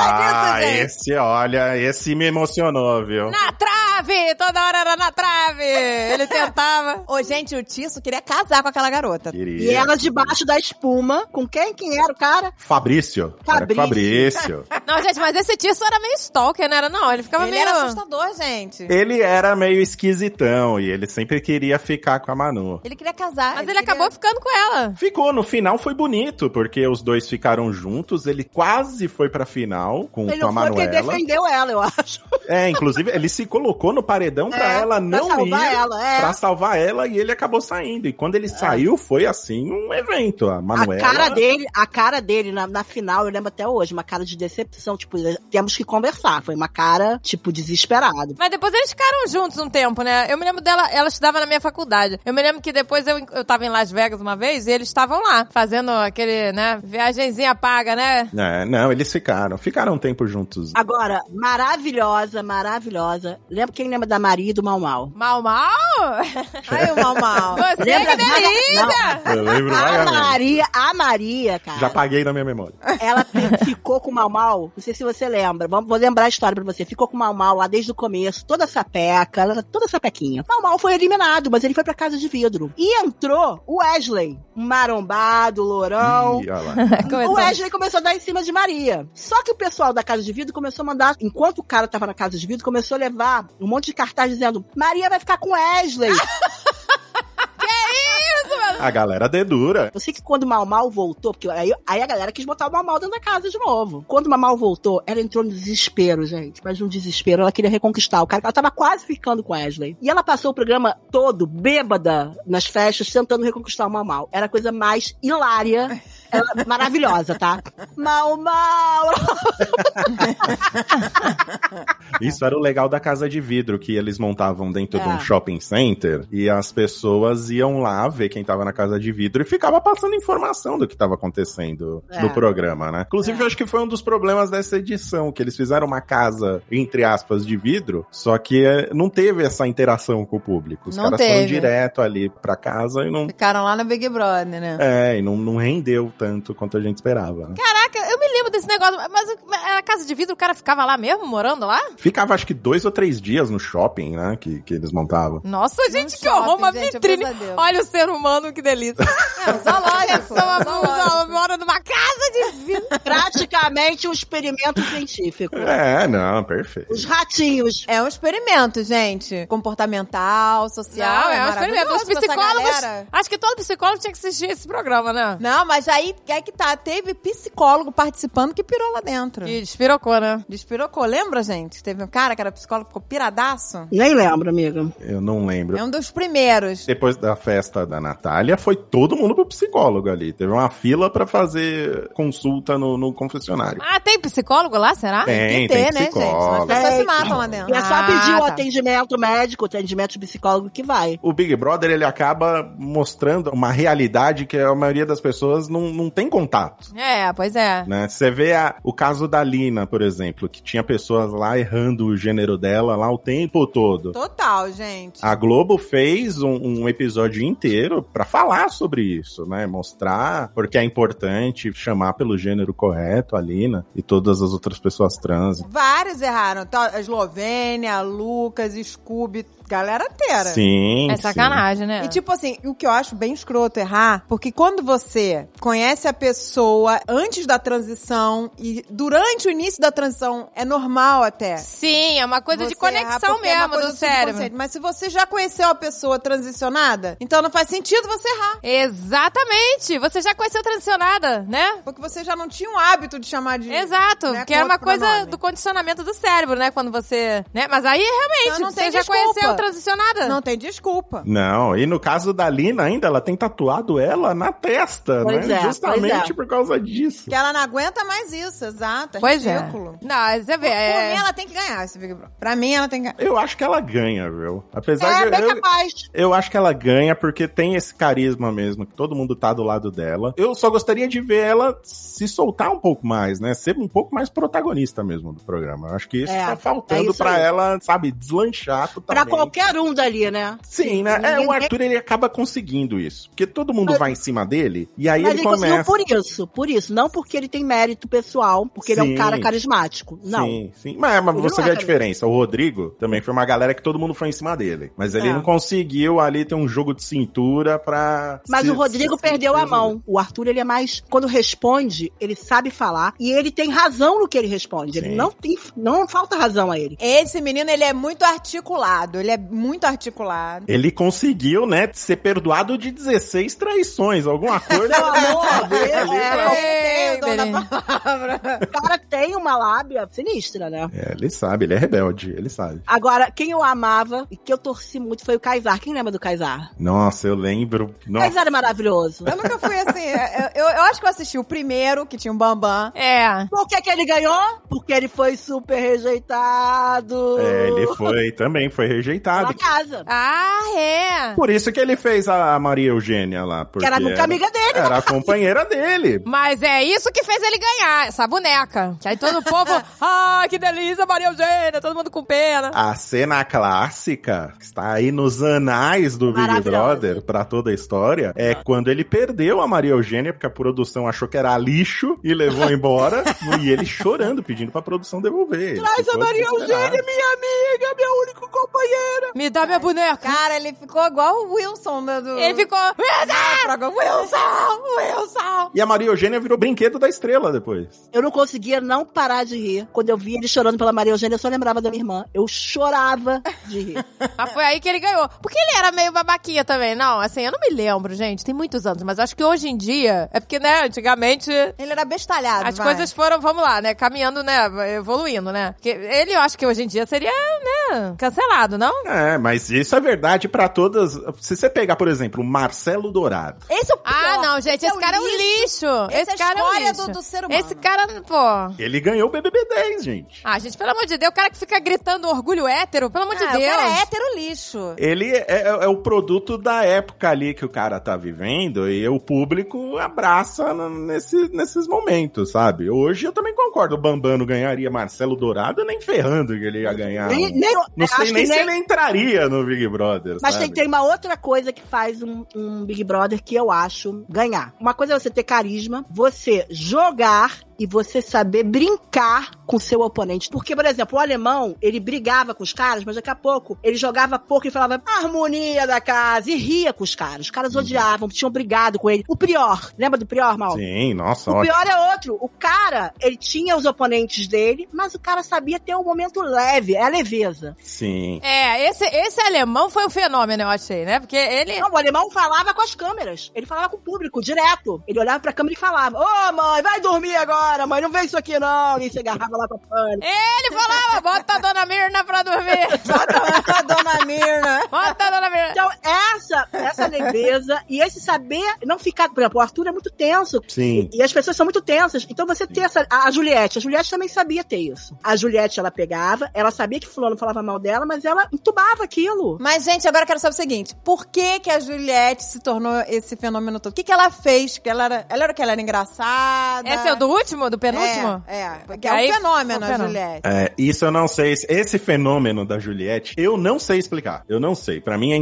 [SPEAKER 8] lembra disso, gente.
[SPEAKER 5] esse, olha, esse me emocionou, viu?
[SPEAKER 8] Na trave! Toda hora era na trave! Ele tentava.
[SPEAKER 4] Ô, gente, o Tisso queria casar com aquela garota.
[SPEAKER 5] Queria.
[SPEAKER 3] E ela debaixo da espuma. Com quem? Quem era o cara?
[SPEAKER 5] Fabrício. Era
[SPEAKER 3] Fabrício.
[SPEAKER 5] Fabrício.
[SPEAKER 8] Não, gente, mas esse Tirso era meio stalker, não era? Não, ele ficava
[SPEAKER 4] Ele
[SPEAKER 8] meio...
[SPEAKER 4] era assustador, gente.
[SPEAKER 5] Ele era meio esquisitão e ele sempre queria ficar com a Manu.
[SPEAKER 4] Ele queria casar.
[SPEAKER 8] Mas ele,
[SPEAKER 4] queria-
[SPEAKER 8] acabou ficando com ela.
[SPEAKER 5] Ficou, no final foi bonito, porque os dois ficaram juntos, ele quase foi pra final com,
[SPEAKER 3] Ele
[SPEAKER 5] com a
[SPEAKER 3] não foi quem
[SPEAKER 5] Manuela.
[SPEAKER 3] defendeu ela, eu acho.
[SPEAKER 5] É, inclusive, ele se colocou no paredão pra
[SPEAKER 3] É,
[SPEAKER 5] ela
[SPEAKER 3] pra
[SPEAKER 5] não
[SPEAKER 3] salvar
[SPEAKER 5] ir,
[SPEAKER 3] ela, é.
[SPEAKER 5] pra salvar ela, e ele acabou saindo. E quando ele saiu, foi assim, um evento. A Manuela...
[SPEAKER 3] A cara dele, a cara dele na, na final, eu lembro até hoje, uma cara de decepção, tipo, temos que conversar. Foi uma cara, tipo, desesperado.
[SPEAKER 8] Mas depois eles ficaram juntos um tempo, né? Eu me lembro dela, ela estudava na minha faculdade. Eu me lembro que depois eu, eu tava em Las Vegas uma vez e eles estavam lá, fazendo aquele, né, viagenzinha paga, né?
[SPEAKER 5] É, não, eles ficaram. Ficaram um tempo juntos.
[SPEAKER 3] Agora, maravilhosa, maravilhosa. Lembra quem lembra da Maria e do Mal Mal?
[SPEAKER 8] Mal, mal?
[SPEAKER 4] Ai, o mal, mal.
[SPEAKER 8] Você
[SPEAKER 3] Lembra
[SPEAKER 8] que delícia!
[SPEAKER 5] Eu lembro
[SPEAKER 3] A
[SPEAKER 5] vagamente.
[SPEAKER 3] Maria, a Maria,
[SPEAKER 5] Já
[SPEAKER 3] cara,
[SPEAKER 5] paguei na minha memória.
[SPEAKER 3] ela pe- ficou com o Mal Mal, não sei se você lembra, vamos, vou lembrar a história pra você, ficou com o Mal Mal lá desde o começo, toda sapeca, ela era toda sapequinha. Mal Mal foi eliminado, mas ele foi pra casa de vidro. E entrou o Wesley, um marombado, lourão,
[SPEAKER 5] Ih, olha lá.
[SPEAKER 3] O
[SPEAKER 8] Começou.
[SPEAKER 4] é.
[SPEAKER 3] Wesley começou a dar em cima de Maria. Só que o pessoal da casa de vidro começou a mandar, enquanto o cara tava na casa de vidro, começou a levar um monte de cartaz dizendo: Maria vai ficar com Wesley.
[SPEAKER 5] A galera dedura.
[SPEAKER 3] Eu sei que quando o Mal Mal voltou, porque aí, aí a galera quis botar o Mal Mal dentro da casa de novo. Quando o Mal Mal voltou, ela entrou no desespero, gente. Mas num desespero, ela queria reconquistar o cara. Ela tava quase ficando com Wesley. E ela passou o programa todo, bêbada, nas festas, tentando reconquistar o Mal Mal. Era a coisa mais hilária. Ela- maravilhosa, tá? Mal Mal!
[SPEAKER 5] Isso era o legal da casa de vidro, que eles montavam dentro de
[SPEAKER 3] É.
[SPEAKER 5] um shopping center e as pessoas iam lá ver quem tava na casa de vidro e ficava passando informação do que tava acontecendo
[SPEAKER 3] É.
[SPEAKER 5] no programa, né? Inclusive, eu acho que foi um dos problemas dessa edição, que eles fizeram uma casa, entre aspas, de vidro, só que eh, não teve essa interação com o público. Os
[SPEAKER 4] Não
[SPEAKER 5] caras
[SPEAKER 4] teve.
[SPEAKER 5] foram direto ali pra casa e não.
[SPEAKER 4] Ficaram lá no Big Brother, né?
[SPEAKER 5] É, e não, não rendeu tanto quanto a gente esperava. né?
[SPEAKER 8] Caraca, eu me lembro desse negócio, mas era casa de vidro, o cara ficava lá mesmo, morando lá?
[SPEAKER 5] Ficava acho que dois ou três dias no shopping, né? Que, que eles montavam.
[SPEAKER 8] Nossa, gente, que
[SPEAKER 4] shopping,
[SPEAKER 8] horror, uma
[SPEAKER 4] gente, é um
[SPEAKER 8] vitrine.
[SPEAKER 4] pesadelo.
[SPEAKER 8] Olha o ser humano, que delícia.
[SPEAKER 4] É, um zoológico.
[SPEAKER 8] Só uma
[SPEAKER 4] zoológico.
[SPEAKER 8] bunda, mora numa casa de vidro.
[SPEAKER 3] praticamente um experimento científico.
[SPEAKER 5] É, não, perfeito.
[SPEAKER 3] Os ratinhos.
[SPEAKER 4] É um experimento, gente. Comportamental, social.
[SPEAKER 8] Não, é um
[SPEAKER 4] maravilhoso
[SPEAKER 8] experimento. Os
[SPEAKER 4] pra essa
[SPEAKER 8] psicólogos.
[SPEAKER 4] galera.
[SPEAKER 8] Acho que todo psicólogo tinha que assistir esse programa, né?
[SPEAKER 4] Não, mas aí é que tá. Teve psicólogo participando que pirou lá dentro.
[SPEAKER 8] E despirocou, né?
[SPEAKER 4] Despirocou, lembra, gente? Teve um cara que era psicólogo, ficou piradaço.
[SPEAKER 3] Nem lembro, amiga.
[SPEAKER 5] Eu não lembro.
[SPEAKER 4] É um dos primeiros.
[SPEAKER 5] Depois da festa da Natália, foi todo mundo pro psicólogo ali. Teve uma fila pra fazer consulta no, no confessionário.
[SPEAKER 8] Ah, tem psicólogo lá, será?
[SPEAKER 5] Tem, tem,
[SPEAKER 4] né, Senão as
[SPEAKER 5] psicólogo.
[SPEAKER 4] pessoas se
[SPEAKER 3] Tem.
[SPEAKER 4] matam lá dentro.
[SPEAKER 3] É só
[SPEAKER 8] Ah,
[SPEAKER 3] pedir o
[SPEAKER 8] tá.
[SPEAKER 3] atendimento médico, o atendimento de psicólogo que vai.
[SPEAKER 5] o Big Brother, ele acaba mostrando uma realidade que a maioria das pessoas não, não tem contato.
[SPEAKER 8] É, pois é.
[SPEAKER 5] Né? Você vê a- o caso da Lina, por exemplo, que tinha pessoas lá errando o gênero dela lá o tempo todo.
[SPEAKER 4] Total, gente.
[SPEAKER 5] A Globo fez um, um episódio inteiro pra falar sobre isso, né? Mostrar porque é importante chamar pelo gênero correto a Lina e todas as outras pessoas trans.
[SPEAKER 4] Vários erraram. Tá, A Eslovênia, Lucas, Scooby, galera inteira.
[SPEAKER 5] Sim.
[SPEAKER 8] É
[SPEAKER 5] sim.
[SPEAKER 8] sacanagem, né?
[SPEAKER 4] E tipo assim, o que eu acho bem escroto errar, porque quando você conhece a pessoa antes da transição e durante o início da transição, é normal até.
[SPEAKER 8] Sim, é uma coisa de
[SPEAKER 4] Você errar,
[SPEAKER 8] conexão
[SPEAKER 4] porque é uma
[SPEAKER 8] mesmo
[SPEAKER 4] coisa
[SPEAKER 8] do cérebro.
[SPEAKER 4] subconsciente. Mas se você já conheceu a pessoa transicionada, então não faz sentido você errar.
[SPEAKER 8] Exatamente! Você já conheceu transicionada, né?
[SPEAKER 4] Porque você já não tinha o hábito de chamar de.
[SPEAKER 8] Exato,
[SPEAKER 4] né,
[SPEAKER 8] que
[SPEAKER 4] com
[SPEAKER 8] é uma
[SPEAKER 4] outro
[SPEAKER 8] coisa
[SPEAKER 4] pronome.
[SPEAKER 8] do condicionamento do cérebro, né? Quando você. Né? Mas aí realmente,
[SPEAKER 4] Então não
[SPEAKER 8] você
[SPEAKER 4] tem
[SPEAKER 8] já
[SPEAKER 4] desculpa.
[SPEAKER 8] conheceu transicionada.
[SPEAKER 4] Não tem desculpa.
[SPEAKER 5] Não, e no caso da Lina ainda, ela tem tatuado ela na testa,
[SPEAKER 3] Pois
[SPEAKER 5] né?
[SPEAKER 3] é,
[SPEAKER 5] Justamente
[SPEAKER 3] pois é.
[SPEAKER 5] por causa disso.
[SPEAKER 4] Que ela não aguenta mais isso, exato. É
[SPEAKER 8] pois
[SPEAKER 4] ridículo.
[SPEAKER 8] é. Não, você vê.
[SPEAKER 4] Por
[SPEAKER 8] é-
[SPEAKER 4] mim, ela tem que ganhar esse Big Brother. Pra mim, ela tem que ganhar.
[SPEAKER 5] Eu acho que ela ganha, viu? Apesar
[SPEAKER 3] é,
[SPEAKER 5] de
[SPEAKER 3] bem
[SPEAKER 5] eu,
[SPEAKER 3] capaz.
[SPEAKER 5] eu acho que ela ganha porque tem esse carisma mesmo, que todo mundo tá do lado dela. Eu só gostaria de ver ela se soltar um pouco mais, né? Ser um pouco mais protagonista mesmo do programa. Eu acho que isso
[SPEAKER 3] É,
[SPEAKER 5] tá faltando
[SPEAKER 3] é isso
[SPEAKER 5] pra
[SPEAKER 3] aí.
[SPEAKER 5] ela, sabe, deslanchar
[SPEAKER 3] Pra
[SPEAKER 5] totalmente.
[SPEAKER 3] qualquer um dali, né?
[SPEAKER 5] Sim, né? É,
[SPEAKER 3] Ninguém-
[SPEAKER 5] o Arthur ele acaba conseguindo isso. Porque todo mundo
[SPEAKER 3] Mas-
[SPEAKER 5] vai em cima dele e aí
[SPEAKER 3] Mas
[SPEAKER 5] ele
[SPEAKER 3] ele
[SPEAKER 5] começa.
[SPEAKER 3] conseguiu um por isso, por isso. Não porque ele tem mérito pessoal, porque ele é
[SPEAKER 5] Sim.
[SPEAKER 3] um cara carismático. Não.
[SPEAKER 5] Sim, sim. Mas, mas
[SPEAKER 3] Rodrigo
[SPEAKER 5] você
[SPEAKER 3] é
[SPEAKER 5] vê a
[SPEAKER 3] carismático.
[SPEAKER 5] diferença. O Rodrigo também foi uma galera que todo mundo foi em cima dele. Mas ele
[SPEAKER 3] É.
[SPEAKER 5] não conseguiu ali ter um jogo de cintura pra.
[SPEAKER 3] Mas
[SPEAKER 5] se-
[SPEAKER 3] o Rodrigo
[SPEAKER 5] se-
[SPEAKER 3] perdeu a
[SPEAKER 5] resolver.
[SPEAKER 3] mão. O Arthur, ele é mais. Quando responde, ele sabe falar. E ele tem razão no que ele responde.
[SPEAKER 5] Sim.
[SPEAKER 3] Ele não tem. Não falta razão a ele.
[SPEAKER 4] Esse menino, ele é muito articulado. Ele é muito articulado.
[SPEAKER 5] Ele conseguiu, né, ser perdoado de 16 traições. Algum acordo
[SPEAKER 3] Pelo amor de Deus,
[SPEAKER 4] É,
[SPEAKER 8] Ei,
[SPEAKER 4] eu dou na
[SPEAKER 8] Belém.
[SPEAKER 3] O cara tem uma lábia sinistra, né?
[SPEAKER 5] É, ele sabe, ele é rebelde, ele sabe.
[SPEAKER 3] Agora, quem eu amava e que eu torci muito foi o Kaysar. Quem lembra do Kaysar?
[SPEAKER 5] Nossa, eu lembro. Nossa.
[SPEAKER 3] Kaysar é maravilhoso.
[SPEAKER 4] Eu nunca fui assim. Eu, eu- eu acho que eu assisti o primeiro, que tinha um Bambam.
[SPEAKER 8] É.
[SPEAKER 3] Por que, que ele ganhou? Porque ele foi super rejeitado.
[SPEAKER 5] É, ele foi, também foi
[SPEAKER 3] Na
[SPEAKER 5] rejeitado.
[SPEAKER 3] casa.
[SPEAKER 8] Ah, é.
[SPEAKER 5] Por isso que ele fez a Maria Eugênia lá. Porque
[SPEAKER 3] Que era nunca amiga dele.
[SPEAKER 5] Era a companheira dele.
[SPEAKER 8] Mas é isso que fez ele ganhar, essa boneca. Que aí todo o povo, ah, que delícia, Maria Eugênia, todo mundo com pena.
[SPEAKER 5] A cena clássica, que está aí nos anais do Big
[SPEAKER 3] Maravilhosa. Tá.
[SPEAKER 5] Brother, pra toda a história, é quando ele perdeu a Maria Eugênia, porque a produção achou que era lixo e levou embora, e ele chorando, pedindo pra produção devolver.
[SPEAKER 3] Traz a
[SPEAKER 5] Ficou
[SPEAKER 3] Maria
[SPEAKER 5] desesperado.
[SPEAKER 3] Eugênia, minha amiga, meu único companheiro.
[SPEAKER 8] Me dá minha boneca.
[SPEAKER 4] Cara, ele ficou igual o Wilson né, do...
[SPEAKER 8] Ele ficou, assim, "Ah!"
[SPEAKER 4] ficou... Wilson! Wilson!
[SPEAKER 5] E a Maria Eugênia virou brinquedo da estrela depois.
[SPEAKER 3] Eu não conseguia não parar de rir. Quando eu via ele chorando pela Maria Eugênia, eu só lembrava da minha irmã. Eu chorava de rir.
[SPEAKER 8] Mas Ah, foi aí que ele ganhou. Porque ele era meio babaquinha também. Não, assim, eu não me lembro, gente. Tem muitos anos. Mas acho que hoje em dia... É porque, né, antigamente...
[SPEAKER 4] Ele era bestalhado,
[SPEAKER 8] As
[SPEAKER 4] vai.
[SPEAKER 8] coisas foram, vamos lá, né, caminhando, né, evoluindo, né. Porque ele, eu acho que hoje em dia seria, né, cancelado, não?
[SPEAKER 5] É, mas isso é verdade pra todas. Se você pegar, por exemplo, o Marcelo Dourado.
[SPEAKER 4] Esse é o pior.
[SPEAKER 8] Ah, não, gente,
[SPEAKER 4] é
[SPEAKER 8] esse
[SPEAKER 4] o
[SPEAKER 8] cara é um lixo.
[SPEAKER 4] Esse
[SPEAKER 8] Esse,
[SPEAKER 4] é a
[SPEAKER 8] cara é um
[SPEAKER 4] escória
[SPEAKER 8] lixo.
[SPEAKER 4] do- do ser humano.
[SPEAKER 8] Esse cara, pô...
[SPEAKER 5] Ele ganhou o BBB 10, gente.
[SPEAKER 8] Ah, gente, pelo amor de Deus, o cara que fica gritando orgulho hétero, pelo amor de
[SPEAKER 4] Ah,
[SPEAKER 8] Deus.
[SPEAKER 4] O cara é hétero lixo.
[SPEAKER 5] Ele é, é- é o produto da época ali que o cara tá vivendo e o público abraça n- nesse- nesses momentos, sabe? Hoje eu também concordo. O Bambano ganharia Marcelo Dourado, nem ferrando que ele ia ganhar.
[SPEAKER 3] Nem-
[SPEAKER 5] um-
[SPEAKER 3] nem-
[SPEAKER 5] não sei
[SPEAKER 3] acho que
[SPEAKER 5] nem se
[SPEAKER 3] nem-
[SPEAKER 5] ele entraria no Big Brother.
[SPEAKER 3] Mas
[SPEAKER 5] sabe?
[SPEAKER 3] tem, tem uma outra coisa que faz um, um Big Brother que eu acho ganhar. Uma coisa é você ter carisma, você jogar e você saber brincar com seu oponente. Porque, por exemplo, o alemão, ele brigava com os caras, mas daqui a pouco ele jogava pouco e falava harmonia da casa e ria com os caras. Os
[SPEAKER 5] Uhum.
[SPEAKER 3] caras odiavam, tinham brigado com ele. O Prior, lembra do Prior, Mal?
[SPEAKER 5] Sim, nossa,
[SPEAKER 3] O
[SPEAKER 5] ótimo.
[SPEAKER 3] pior é outro. O cara, ele tinha os oponentes dele, mas o cara sabia ter um momento leve, é a leveza.
[SPEAKER 5] Sim.
[SPEAKER 8] É, esse, esse alemão foi um fenômeno, eu achei, né? Porque ele...
[SPEAKER 3] É. Não, o alemão falava com as câmeras. Ele falava com o público, direto. Ele olhava pra câmera e falava: Ô mãe, vai dormir agora, mãe, não vê isso aqui não. E se agarrava lá com a pane.
[SPEAKER 5] É.
[SPEAKER 8] Ele falava, bota a dona Mirna pra dormir.
[SPEAKER 4] Bota a dona Mirna.
[SPEAKER 8] Bota a dona Mirna.
[SPEAKER 3] Então, essa, essa leveza. e esse saber não ficar. Por exemplo, o Arthur é muito tenso.
[SPEAKER 5] Sim.
[SPEAKER 3] E, e as pessoas são muito tensas. Então você ter essa. A, a Juliette. A Juliette também sabia ter isso. A Juliette, ela pegava, ela sabia que Fulano falava mal dela, mas ela entubava aquilo.
[SPEAKER 4] Mas, gente, agora eu quero saber o seguinte: por que, que a Juliette se tornou esse fenômeno todo? O que, que ela fez? Que ela era, ela era o que? Ela era engraçada?
[SPEAKER 8] Esse é o do último? Do penúltimo?
[SPEAKER 4] É, é. Porque é
[SPEAKER 8] Aí
[SPEAKER 4] um fenômeno,
[SPEAKER 8] foi um
[SPEAKER 4] a
[SPEAKER 8] fenômeno.
[SPEAKER 4] Juliette.
[SPEAKER 5] É, isso eu não sei. Esse fenômeno da Juliette, eu não sei explicar. Eu não sei. Pra mim é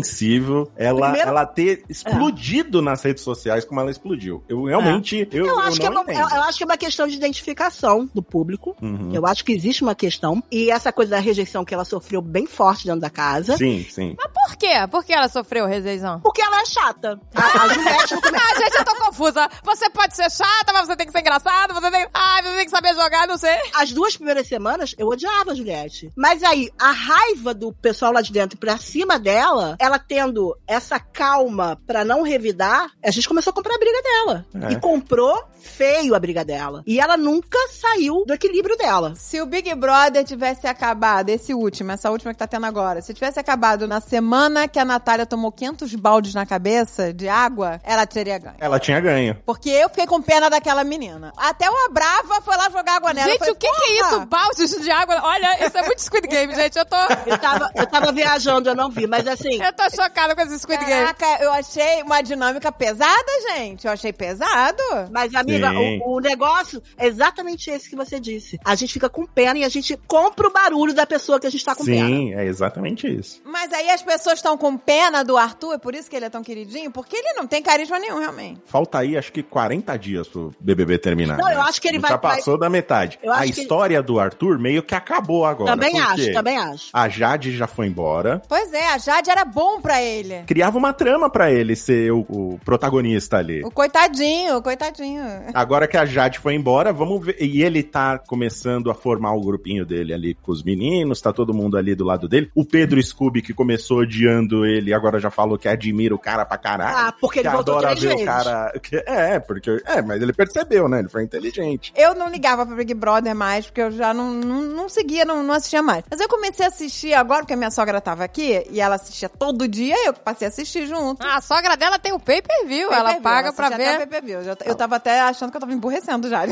[SPEAKER 5] incompreensível ela,
[SPEAKER 3] Primeiro-
[SPEAKER 5] ela ter explodido nas redes sociais como ela explodiu. Eu realmente. Eu,
[SPEAKER 3] Eu acho,
[SPEAKER 5] eu
[SPEAKER 3] que é
[SPEAKER 5] não
[SPEAKER 3] uma,
[SPEAKER 5] entendo.
[SPEAKER 3] eu- eu acho que é uma questão de identificação do público.
[SPEAKER 5] Uhum.
[SPEAKER 3] Eu acho que existe uma questão. E essa coisa da rejeição que ela sofreu bem forte dentro da casa.
[SPEAKER 5] Sim, sim.
[SPEAKER 8] Por quê? Por que ela sofreu rejeição?
[SPEAKER 3] Porque ela é chata. A, a Juliette no começo.
[SPEAKER 8] Ah, gente, eu tô confusa. Você pode ser chata, mas você tem que ser engraçada, você tem. Ai, você tem que saber jogar, não sei.
[SPEAKER 3] As duas primeiras semanas eu odiava a Juliette. Mas aí, a raiva do pessoal lá de dentro pra cima dela, ela tendo essa calma pra não revidar, a gente começou a comprar a briga dela.
[SPEAKER 5] É.
[SPEAKER 3] E comprou feio a briga dela. E ela nunca saiu do equilíbrio dela.
[SPEAKER 4] Se o Big Brother tivesse acabado, esse último, essa última que tá tendo agora, se tivesse acabado na semana que a Natália tomou 500 baldes na cabeça de água, ela teria ganho.
[SPEAKER 5] Ela tinha ganho.
[SPEAKER 4] Porque eu fiquei com pena daquela menina. Até uma brava foi lá jogar água nela. Eu
[SPEAKER 8] gente,
[SPEAKER 4] falei,
[SPEAKER 8] o que, que é
[SPEAKER 4] "Porra!"
[SPEAKER 8] isso? Baldes de água? Olha, isso é muito Squid Game, gente. Eu tô,
[SPEAKER 3] Eu tava, eu tava viajando, eu não vi, mas assim.
[SPEAKER 8] eu tô chocada com esse Squid Game.
[SPEAKER 4] Caraca, eu achei uma dinâmica pesada, gente. Eu achei pesado.
[SPEAKER 3] Mas, amiga,
[SPEAKER 5] Sim.
[SPEAKER 3] o, o negócio é exatamente esse que você disse. A gente fica com pena e a gente compra o barulho da pessoa que a gente tá com pena.
[SPEAKER 5] Sim, é exatamente isso.
[SPEAKER 4] Mas aí as pessoas estão com pena do Arthur, é por isso que ele é tão queridinho? Porque ele não tem carisma nenhum, realmente.
[SPEAKER 5] Falta aí, acho que 40 dias pro BBB terminar.
[SPEAKER 3] Não,
[SPEAKER 5] né?
[SPEAKER 3] eu acho que ele
[SPEAKER 5] Já
[SPEAKER 3] vai-
[SPEAKER 5] passou da metade.
[SPEAKER 3] Eu
[SPEAKER 5] A
[SPEAKER 3] acho que-
[SPEAKER 5] história do Arthur meio que acabou agora.
[SPEAKER 3] Também
[SPEAKER 5] por
[SPEAKER 3] acho,
[SPEAKER 5] quê?
[SPEAKER 3] também acho.
[SPEAKER 5] A Jade já foi embora.
[SPEAKER 4] Pois é, a Jade era bom pra ele.
[SPEAKER 5] Criava uma trama pra ele ser o, o protagonista ali.
[SPEAKER 4] O coitadinho, o coitadinho.
[SPEAKER 5] Agora que a Jade foi embora, vamos ver. E ele tá começando a formar o grupinho dele ali com os meninos, tá todo mundo ali do lado dele. O Pedro Scooby, que começou odiando ele, agora já falou que admira o cara pra caralho.
[SPEAKER 3] Ah, porque ele
[SPEAKER 5] que
[SPEAKER 3] voltou
[SPEAKER 5] adora
[SPEAKER 3] três
[SPEAKER 5] ver
[SPEAKER 3] vezes.
[SPEAKER 5] o cara. que- É, porque. É, mas ele percebeu, né? Ele foi inteligente.
[SPEAKER 4] Eu não ligava pro Big Brother mais, porque eu já não, não, não seguia, não, não assistia mais. Mas eu comecei a assistir agora, porque a minha sogra tava aqui, e ela assistia todo dia, eu passei a assistir junto.
[SPEAKER 8] Ah, A sogra dela tem o pay per view. ela
[SPEAKER 4] Pay-per-view,
[SPEAKER 8] paga pra
[SPEAKER 4] assistia até
[SPEAKER 8] ver. Tá
[SPEAKER 4] o pay-per-view. Eu, eu tava até achando que eu tava emburrecendo já.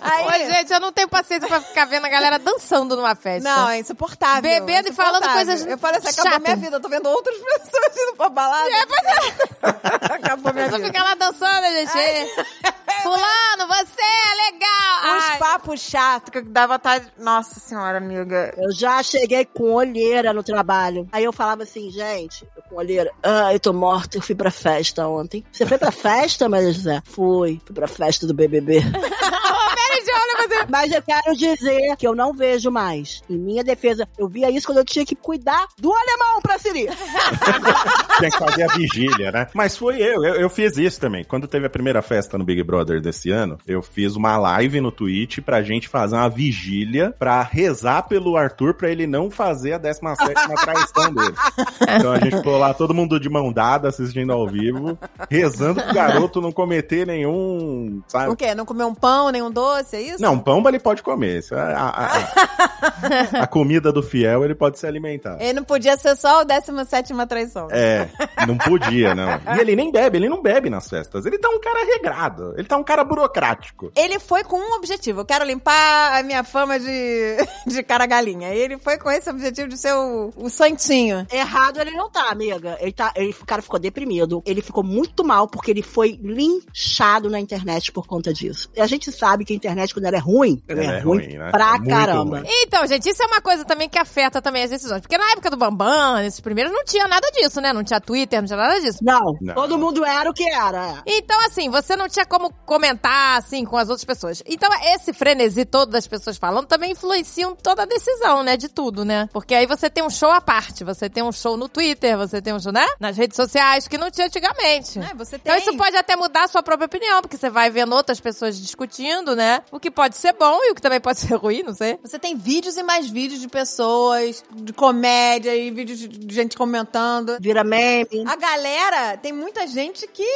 [SPEAKER 4] Aí ela- aí-
[SPEAKER 8] Ô, gente, eu não tenho paciência pra ficar vendo a galera dançando numa festa.
[SPEAKER 4] Não, é insuportável.
[SPEAKER 8] Bebendo e falando
[SPEAKER 4] insuportável.
[SPEAKER 8] coisas
[SPEAKER 4] Eu falo assim, acabou
[SPEAKER 8] chatas. É,
[SPEAKER 4] minha vida. Eu tô vendo outras pessoas indo pra balada. acabou minha
[SPEAKER 8] Eu só
[SPEAKER 4] vida.
[SPEAKER 8] ficar lá dançando, gente. Fulano, você é legal.
[SPEAKER 4] Uns
[SPEAKER 8] Ai,
[SPEAKER 4] papos chatos que eu dava vontade... Nossa senhora, amiga.
[SPEAKER 3] Eu já cheguei com olheira no trabalho. Aí eu falava assim, gente, eu com olheira, ah, eu tô morta, eu fui pra festa ontem. Você foi pra festa, Maria José? Fui, fui pra festa do BBB.
[SPEAKER 8] Mary Jo, olha você.
[SPEAKER 3] Mas eu quero dizer que eu não vejo mais. Em minha defesa, eu via isso quando eu tinha que cuidar do alemão pra Siri.
[SPEAKER 5] Tinha que fazer a vigília, né? Mas foi eu, eu, eu fiz isso também. Quando teve a primeira festa no Big Brother desse ano, eu fiz uma live no Twitch pra gente fazer uma vigília pra rezar pelo Arthur pra ele não fazer a 17 traição dele. Então a gente ficou lá, todo mundo de mão dada, assistindo ao vivo, rezando pro garoto não cometer nenhum,
[SPEAKER 4] O
[SPEAKER 5] sabe?
[SPEAKER 4] quê? Não comer um pão, nem um doce, é isso?
[SPEAKER 5] Não, pão ele pode comer. Isso é a, a- a- a comida do fiel ele pode se alimentar.
[SPEAKER 4] Ele não podia ser só o 17ª traição.
[SPEAKER 5] É, não podia, não. E ele nem bebe, ele não bebe nas festas. Ele tá um cara regrado, ele tá um cara burocrático.
[SPEAKER 4] Ele foi com um objetivo. Eu quero limpar a minha fama de, de cara galinha. Ele foi com esse objetivo de ser o, o santinho.
[SPEAKER 3] Errado ele não tá, amiga. Ele tá, ele, o cara ficou deprimido. Ele ficou muito mal porque ele foi linchado na internet por conta disso. E a gente sabe que a internet, quando ela é ruim, ela, é, ruim,
[SPEAKER 5] né?
[SPEAKER 3] pra
[SPEAKER 5] É muito
[SPEAKER 3] caramba.
[SPEAKER 5] ruim.
[SPEAKER 8] Então, gente, isso é uma coisa também que afeta também as decisões. Porque na época do Bambam, esses primeiros, não tinha nada disso, né? Não tinha Twitter, não tinha nada disso.
[SPEAKER 3] Não,
[SPEAKER 5] Não.
[SPEAKER 3] todo mundo era o que era. é.
[SPEAKER 8] Então, assim, você não tinha como comentar, assim, com as outras pessoas. Então, esse frenesi todo das pessoas falando também influenciam toda a decisão, né? De tudo, né? Porque aí você tem um show à parte. Você tem um show no Twitter, você tem um show, né? Nas redes sociais, que não tinha antigamente.
[SPEAKER 4] Ah, você
[SPEAKER 8] Então,
[SPEAKER 4] tem-
[SPEAKER 8] isso pode até mudar a sua própria opinião, porque você vai vendo outras pessoas discutindo, né? O que pode ser bom e o que também pode ser ruim, não sei.
[SPEAKER 4] Você tem vídeos e mais vídeos de pessoas, de comédia e vídeos de- de gente comentando.
[SPEAKER 3] Vira meme.
[SPEAKER 5] Ah,
[SPEAKER 4] A galera, tem muita gente que,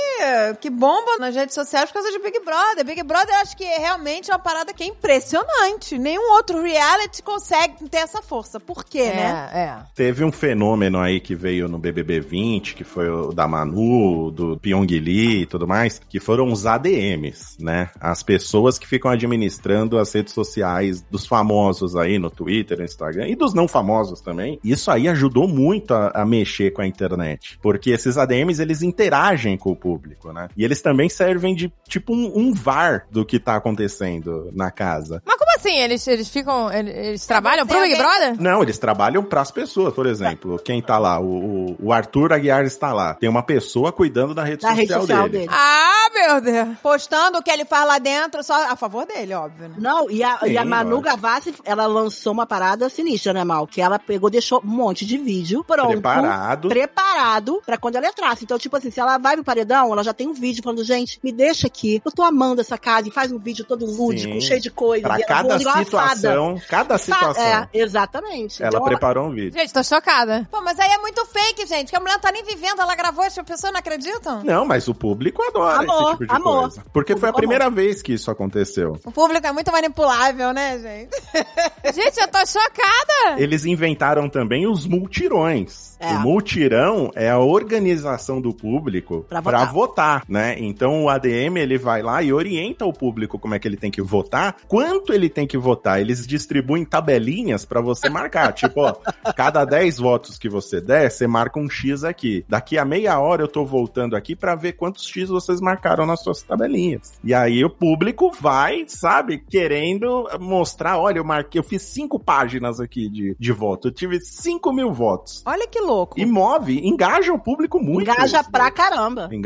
[SPEAKER 4] que bomba nas redes sociais por causa de Big Brother. Big Brother acho que é realmente uma parada que é impressionante. Nenhum outro reality consegue ter essa força. Por quê,
[SPEAKER 8] É,
[SPEAKER 4] né?
[SPEAKER 8] é.
[SPEAKER 5] Teve um fenômeno aí que veio no BBB 20, que foi o da Manu, do Pyong Lee e tudo mais, que foram os ADMs, né? As pessoas que ficam administrando as redes sociais dos famosos aí no Twitter, no Instagram e dos não famosos também. Isso aí ajudou muito a, a mexer com a internet, porque esses ADMs eles interagem com o público, né? E eles também servem de tipo um, um VAR do que tá acontecendo na casa.
[SPEAKER 8] Mas como assim? Eles, eles ficam. Eles, eles trabalham
[SPEAKER 4] tem
[SPEAKER 8] pro Big
[SPEAKER 4] alguém-
[SPEAKER 8] Brother?
[SPEAKER 5] Não, eles trabalham pras pessoas, por exemplo. Quem tá lá? O, o- o Arthur Aguiar está lá. Tem uma pessoa cuidando da rede
[SPEAKER 3] Da rede
[SPEAKER 5] social,
[SPEAKER 3] social
[SPEAKER 5] dele.
[SPEAKER 3] dele.
[SPEAKER 8] Ah, meu Deus.
[SPEAKER 4] Postando o que ele faz lá dentro, só a favor dele, óbvio. né?
[SPEAKER 3] Não, e a,
[SPEAKER 5] Sim,
[SPEAKER 3] e a Manu
[SPEAKER 5] lógico.
[SPEAKER 3] Gavassi, ela lançou uma parada sinistra, né, Mal? Que ela pegou, deixou um monte de vídeo pronto.
[SPEAKER 5] Preparado.
[SPEAKER 3] Preparado pra quando ela entrasse. Então, tipo assim, se ela vai pro paredão, ela já tem um vídeo falando, gente, me deixa aqui. Eu tô amando essa casa. E faz um vídeo todo lúdico,
[SPEAKER 5] Sim.
[SPEAKER 3] cheio de coisa.
[SPEAKER 5] Pra cada situação, cada situação.
[SPEAKER 3] É, exatamente.
[SPEAKER 5] Ela
[SPEAKER 3] Então,
[SPEAKER 5] preparou um vídeo.
[SPEAKER 8] Gente, tô chocada.
[SPEAKER 4] Pô, mas aí é muito fake, gente. Que a mulher não tá nem vivendo, ela gravou, as pessoas não acreditam?
[SPEAKER 5] Não, mas o público adora esse
[SPEAKER 3] Amor,
[SPEAKER 5] tipo de
[SPEAKER 3] amor.
[SPEAKER 5] coisa. Porque foi a primeira vez que isso aconteceu.
[SPEAKER 4] O público é muito manipulável, né, gente?
[SPEAKER 8] Gente, eu tô chocada.
[SPEAKER 5] Eles inventaram também os multirões.
[SPEAKER 3] É.
[SPEAKER 5] O multirão é a organização do público
[SPEAKER 3] Pra
[SPEAKER 5] pra
[SPEAKER 3] votar.
[SPEAKER 5] votar. né? Então o ADM ele vai lá e orienta o público como é que ele tem que votar, quanto ele tem que votar. Eles distribuem tabelinhas pra você marcar, tipo, ó, cada 10 votos que você der, você marca um X aqui. Daqui a meia hora eu tô voltando aqui pra ver quantos X vocês marcaram nas suas tabelinhas. E aí o público vai, sabe, querendo mostrar, olha, eu marquei, eu fiz cinco páginas aqui de, de voto, eu tive 5 mil votos.
[SPEAKER 4] Olha que louco.
[SPEAKER 5] E move, engaja o público muito.
[SPEAKER 3] Engaja
[SPEAKER 5] Isso,
[SPEAKER 3] pra
[SPEAKER 5] né?
[SPEAKER 3] caramba.
[SPEAKER 5] Ah,
[SPEAKER 4] É
[SPEAKER 8] É
[SPEAKER 4] é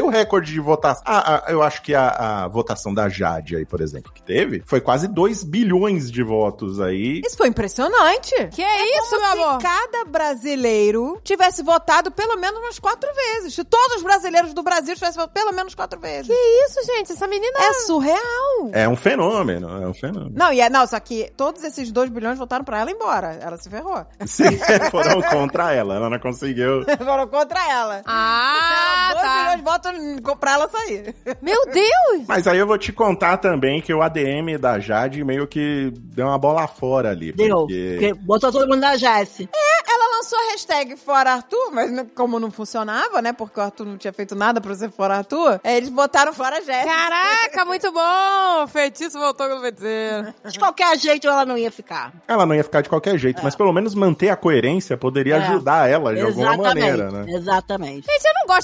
[SPEAKER 5] É um é, né?
[SPEAKER 4] Ah, tá.
[SPEAKER 8] Ah, É,
[SPEAKER 5] é
[SPEAKER 8] Ah, Então
[SPEAKER 4] Ah,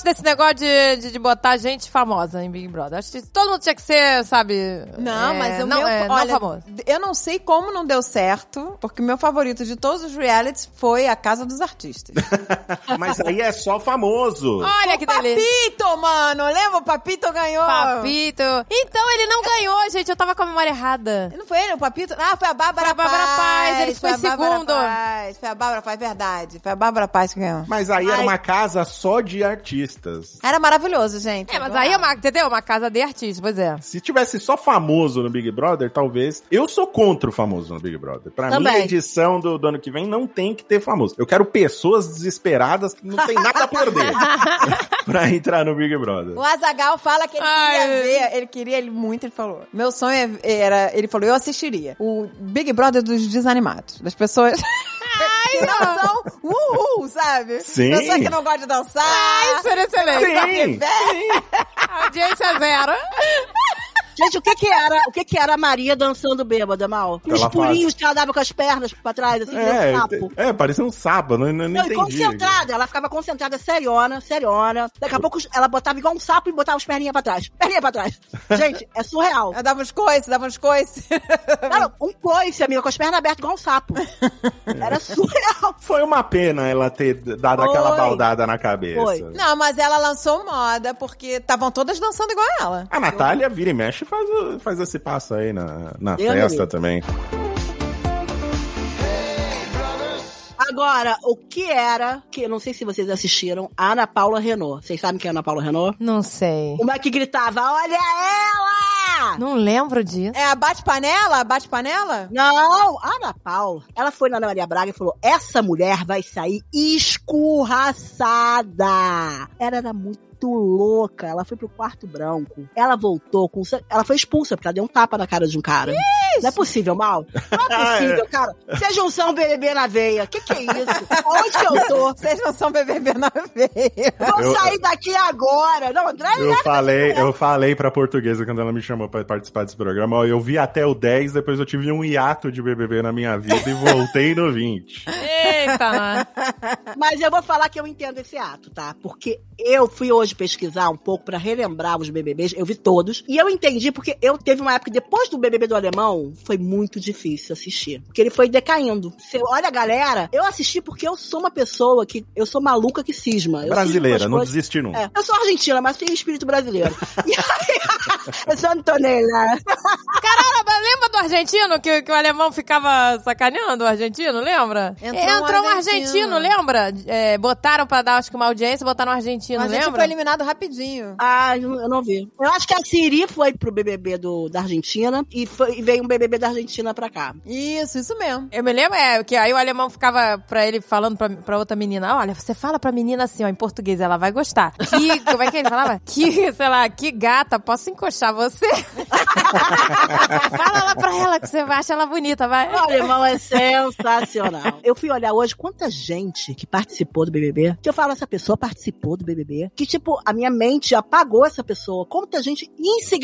[SPEAKER 3] assim, um um é um é muito louca.
[SPEAKER 5] É, um né?
[SPEAKER 4] é é É
[SPEAKER 8] É,
[SPEAKER 3] Ela foi pro quarto branco. Ela voltou com. sangue- Ela foi expulsa, porque ela deu um tapa na cara de um cara. Não é possível, mal. Não é possível, cara. Vocês não são BBB na veia. Que que é isso? Onde que eu tô?
[SPEAKER 4] Vocês não são BBB na veia.
[SPEAKER 3] Vou
[SPEAKER 5] Eu-
[SPEAKER 3] sair daqui agora. Não, André,
[SPEAKER 5] Eu falei, eu falei pra portuguesa quando ela me chamou pra participar desse programa, ó, eu vi até o 10, depois eu tive um hiato de BBB na minha vida e voltei no 20.
[SPEAKER 8] Eita, nós.
[SPEAKER 3] Mas eu vou falar que eu entendo esse ato, tá? Porque eu fui hoje pesquisar um pouco pra relembrar os BBBs, eu vi todos, e eu entendi porque eu teve uma época que depois do BBB do alemão, foi muito difícil assistir, porque ele foi decaindo. Você olha a galera, eu assisti porque eu sou uma pessoa que eu sou maluca que cisma. Eu
[SPEAKER 5] Brasileira,
[SPEAKER 3] cismo
[SPEAKER 5] não
[SPEAKER 3] com as coisas.
[SPEAKER 5] desisti nunca.
[SPEAKER 3] É, eu sou argentina, mas tenho espírito brasileiro. E aí, eu sou Antonella.
[SPEAKER 8] Caralho, Ah, mas lembra do argentino que, que o alemão ficava sacaneando o argentino, lembra?
[SPEAKER 4] Entrou
[SPEAKER 8] Entrou,
[SPEAKER 4] um
[SPEAKER 8] um argentino,
[SPEAKER 4] argentino,
[SPEAKER 8] lembra? É, botaram pra dar, acho que uma audiência, botaram um argentino,
[SPEAKER 4] a gente
[SPEAKER 8] lembra?
[SPEAKER 4] foi eliminado rapidinho.
[SPEAKER 3] Ah, eu não- eu não vi. Eu acho que a Siri foi pro BBB do, da Argentina e, foi- e veio um BBB da Argentina pra cá.
[SPEAKER 4] Isso, isso mesmo.
[SPEAKER 8] Eu me lembro, é, que aí o alemão ficava pra ele falando pra, pra outra menina, olha, você fala pra menina assim, ó, em português, ela vai gostar. Que, como é que ele falava? Que, sei lá, que gata, posso encoxar você? fala lá pra ela que você acha ela bonita, vai.
[SPEAKER 3] O alemão é sensacional. Eu fui olhar hoje quanta gente que participou do BBB, que eu falo, essa pessoa participou do BBB, que tipo, a minha mente apagou essa pessoa. Quanta gente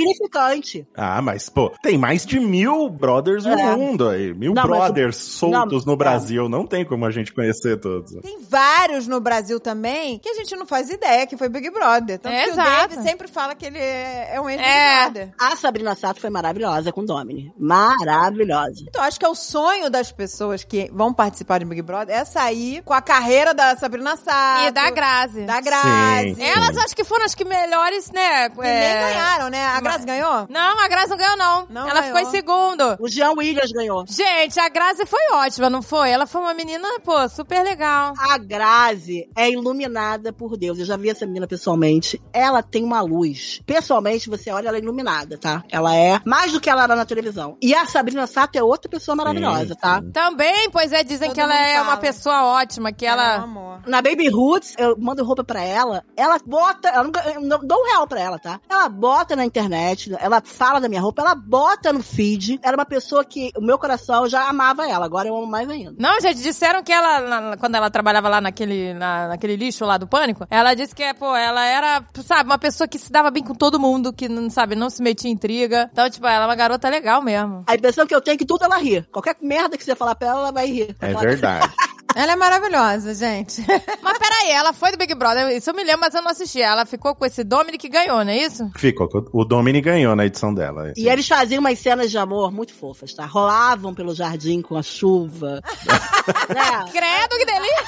[SPEAKER 3] insignificante.
[SPEAKER 5] Ah, mas, pô, tem mais de mil brothers no
[SPEAKER 3] É.
[SPEAKER 5] mundo aí. Mil
[SPEAKER 3] Não, mas o-
[SPEAKER 5] brothers soltos
[SPEAKER 3] não, é. Tá
[SPEAKER 5] no Brasil. Não tem como a gente conhecer todos.
[SPEAKER 4] Tem vários no Brasil também que a gente não faz ideia que foi Big Brother. Tanto
[SPEAKER 8] É,
[SPEAKER 4] que
[SPEAKER 8] exato.
[SPEAKER 4] o Dave sempre fala que ele é é um ex-Big
[SPEAKER 8] É.
[SPEAKER 4] Brother.
[SPEAKER 3] A Sabrina Sato foi maravilhosa com o Domini. Maravilhosa.
[SPEAKER 4] Então, acho que é o sonho das pessoas que vão participar de Big Brother é sair com a carreira da Sabrina Sato.
[SPEAKER 8] E da Grazi. É,
[SPEAKER 4] Da Grazi.
[SPEAKER 5] Sim.
[SPEAKER 8] Elas acho que foram as que melhores, né?
[SPEAKER 4] E nem ganharam, né? A Grazi ganhou?
[SPEAKER 8] Não, a Grazi não ganhou, não.
[SPEAKER 4] Não
[SPEAKER 8] ela
[SPEAKER 4] ganhou.
[SPEAKER 8] ficou em segundo.
[SPEAKER 3] O Jean Williams ganhou.
[SPEAKER 8] Gente, a Grazi foi ótima, não foi? Ela foi uma menina, pô, super legal.
[SPEAKER 3] A Grazi é iluminada por Deus. Eu já vi essa menina pessoalmente. Ela tem uma luz. Pessoalmente, você olha, ela é iluminada, tá? Ela é mais do que ela era na televisão. E a Sabrina Sato é outra pessoa maravilhosa,
[SPEAKER 5] Sim,
[SPEAKER 3] tá?
[SPEAKER 8] Também, pois é, dizem
[SPEAKER 4] Todo
[SPEAKER 8] que ela
[SPEAKER 4] mundo
[SPEAKER 8] é uma
[SPEAKER 4] fala.
[SPEAKER 8] pessoa ótima, que
[SPEAKER 4] É um
[SPEAKER 8] ela.
[SPEAKER 4] amor.
[SPEAKER 3] Na Baby Roots, eu mando roupa pra ela, ela bota, ela não, eu não dou um real pra ela, tá? Ela bota na internet, ela fala da minha roupa, ela bota no feed. Era uma pessoa que o meu coração já amava ela, agora eu amo mais ainda.
[SPEAKER 8] Não, gente, disseram que ela, na- quando ela trabalhava lá naquele, na- naquele lixo lá do pânico, ela disse que, é, pô, ela era, sabe, uma pessoa que se dava bem com todo mundo, que, não sabe, não se metia em intriga. Então, tipo, ela é uma garota legal mesmo.
[SPEAKER 3] A impressão que eu tenho é que tudo ela ri. Qualquer merda que você falar pra ela, ela vai rir.
[SPEAKER 5] É
[SPEAKER 3] Ela-
[SPEAKER 5] verdade.
[SPEAKER 4] Ela é maravilhosa, gente.
[SPEAKER 8] Mas peraí, ela foi do Big Brother, isso eu me lembro, mas eu não assisti. Ela ficou com esse Dominic que ganhou, não é isso?
[SPEAKER 5] Ficou. O Domini ganhou na edição dela. é.
[SPEAKER 3] E é eles faziam umas cenas de amor muito fofas, tá? Rolavam pelo jardim com a chuva. né?
[SPEAKER 8] Credo, que delícia!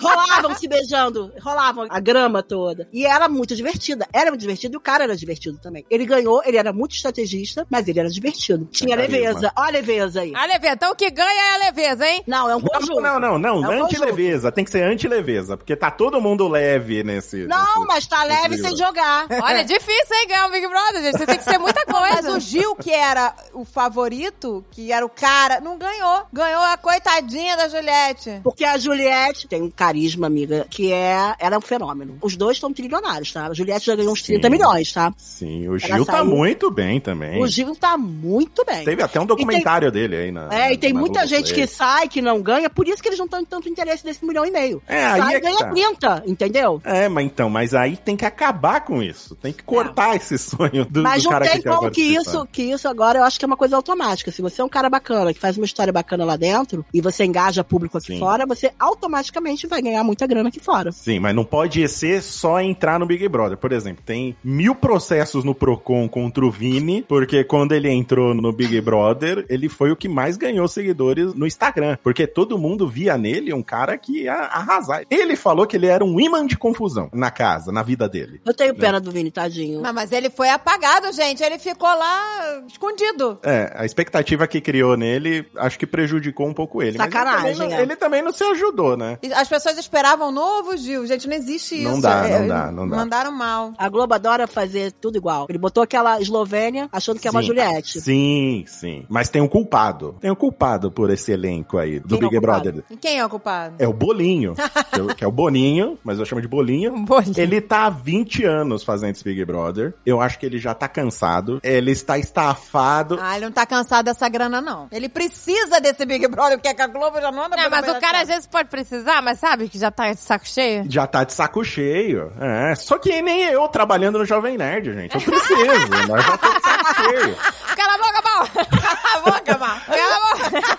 [SPEAKER 3] Rolavam se beijando, rolavam a grama toda. E era muito divertida. Era muito divertida e o cara era divertido também. Ele ganhou, ele era muito estrategista, mas ele era divertido. Tinha
[SPEAKER 5] É, Carisma.
[SPEAKER 3] leveza. Olha a leveza aí.
[SPEAKER 8] A leveza, então o que ganha é a leveza, hein?
[SPEAKER 3] Não, é um conjunto.
[SPEAKER 5] Não, não, não, não.
[SPEAKER 3] É um
[SPEAKER 5] anti-leveza. Tem que ser anti-leveza. Porque tá todo mundo leve nesse.
[SPEAKER 3] Não,
[SPEAKER 5] nesse-
[SPEAKER 3] mas tá leve
[SPEAKER 5] Esse
[SPEAKER 3] sem
[SPEAKER 5] livro.
[SPEAKER 3] jogar.
[SPEAKER 8] Olha, é difícil, hein, ganhar um Big Brother, gente. Você tem que ser muita
[SPEAKER 4] Mas o
[SPEAKER 8] coisa.
[SPEAKER 4] Gil, que era o favorito, que era o cara, não ganhou. Ganhou a coitadinha da Juliette.
[SPEAKER 3] Porque a Juliette tem um carisma, amiga, que é. Ela é um fenômeno. Os dois estão trilionários, tá? A Juliette já ganhou uns
[SPEAKER 5] Sim.
[SPEAKER 3] 30 milhões, tá?
[SPEAKER 5] Sim, o
[SPEAKER 3] Ela
[SPEAKER 5] Gil tá
[SPEAKER 3] saiu-
[SPEAKER 5] muito bem também.
[SPEAKER 3] O Gil tá muito bem.
[SPEAKER 5] Teve até um documentário dele aí na.
[SPEAKER 3] É, e tem
[SPEAKER 5] na
[SPEAKER 3] muita gente que
[SPEAKER 5] Globoplay.
[SPEAKER 3] sai, que não ganha, por isso que eles não estão em tanto interesse nesse milhão e meio.
[SPEAKER 5] É, aí
[SPEAKER 3] sai
[SPEAKER 5] é
[SPEAKER 3] e
[SPEAKER 5] que
[SPEAKER 3] ganha
[SPEAKER 5] tá.
[SPEAKER 3] 30, entendeu?
[SPEAKER 5] É, mas então, mas aí tem que acabar com isso. Tem que cortar esse sonho do,
[SPEAKER 3] Mas
[SPEAKER 5] do
[SPEAKER 3] não
[SPEAKER 5] cara
[SPEAKER 3] tem
[SPEAKER 5] que quer
[SPEAKER 3] como que
[SPEAKER 5] participar.
[SPEAKER 3] isso, que isso agora eu acho que é uma coisa automática. Se você é um cara bacana, que faz uma história bacana lá dentro, e você engaja público aqui
[SPEAKER 5] Sim.
[SPEAKER 3] fora, você automaticamente vai ganhar muita grana aqui fora.
[SPEAKER 5] Sim, mas não pode ser só entrar no Big Brother. Por exemplo, tem mil processos no Procon contra o Vini, porque quando ele entrou no Big Brother, ele foi o que mais ganhou seguidores no Instagram. Porque todo mundo via nele um cara que ia arrasar. Ele falou que ele era um imã de confusão na casa, na vida dele.
[SPEAKER 3] Eu tenho pena do Vini, tadinho.
[SPEAKER 4] Mas, mas ele foi apagado, gente. Ele ficou lá escondido.
[SPEAKER 5] É, a expectativa que criou nele, acho que prejudicou um pouco ele. Mas ele
[SPEAKER 3] Sacanagem,
[SPEAKER 5] também não-
[SPEAKER 3] é.
[SPEAKER 5] ele também não se ajudou, né?
[SPEAKER 4] E As pessoas pessoas esperavam novo Gil. Gente, não existe isso.
[SPEAKER 5] Não dá,
[SPEAKER 4] É,
[SPEAKER 5] não dá, não dá.
[SPEAKER 4] Mandaram mal.
[SPEAKER 3] A Globo adora fazer tudo igual. Ele botou aquela Eslovênia achando que é uma
[SPEAKER 5] Sim.
[SPEAKER 3] Juliette.
[SPEAKER 5] Sim, sim. Mas tem um culpado. Tem um culpado por esse elenco aí do
[SPEAKER 3] Quem é o
[SPEAKER 5] Big
[SPEAKER 3] culpado?
[SPEAKER 5] Brother.
[SPEAKER 4] E quem é o culpado?
[SPEAKER 5] É o Bolinho, que eu- que é o Boninho, mas eu chamo de Bolinho.
[SPEAKER 8] Bolinho.
[SPEAKER 5] Ele tá há 20 anos fazendo esse Big Brother. Eu acho que ele já tá cansado. Ele está estafado.
[SPEAKER 4] Ah, ele não tá cansado dessa grana, não. Ele precisa desse Big Brother, porque é a Globo já não anda
[SPEAKER 8] Não,
[SPEAKER 4] pra
[SPEAKER 8] mas o cara às vezes pode precisar, mas sabe que já tá de saco cheio?
[SPEAKER 5] Já tá de saco cheio. É, só que nem eu trabalhando no Jovem Nerd, gente. Eu preciso, mas já tô de saco cheio.
[SPEAKER 8] Cala a boca, pau!
[SPEAKER 4] Cala a boca, Mar. Cala a boca.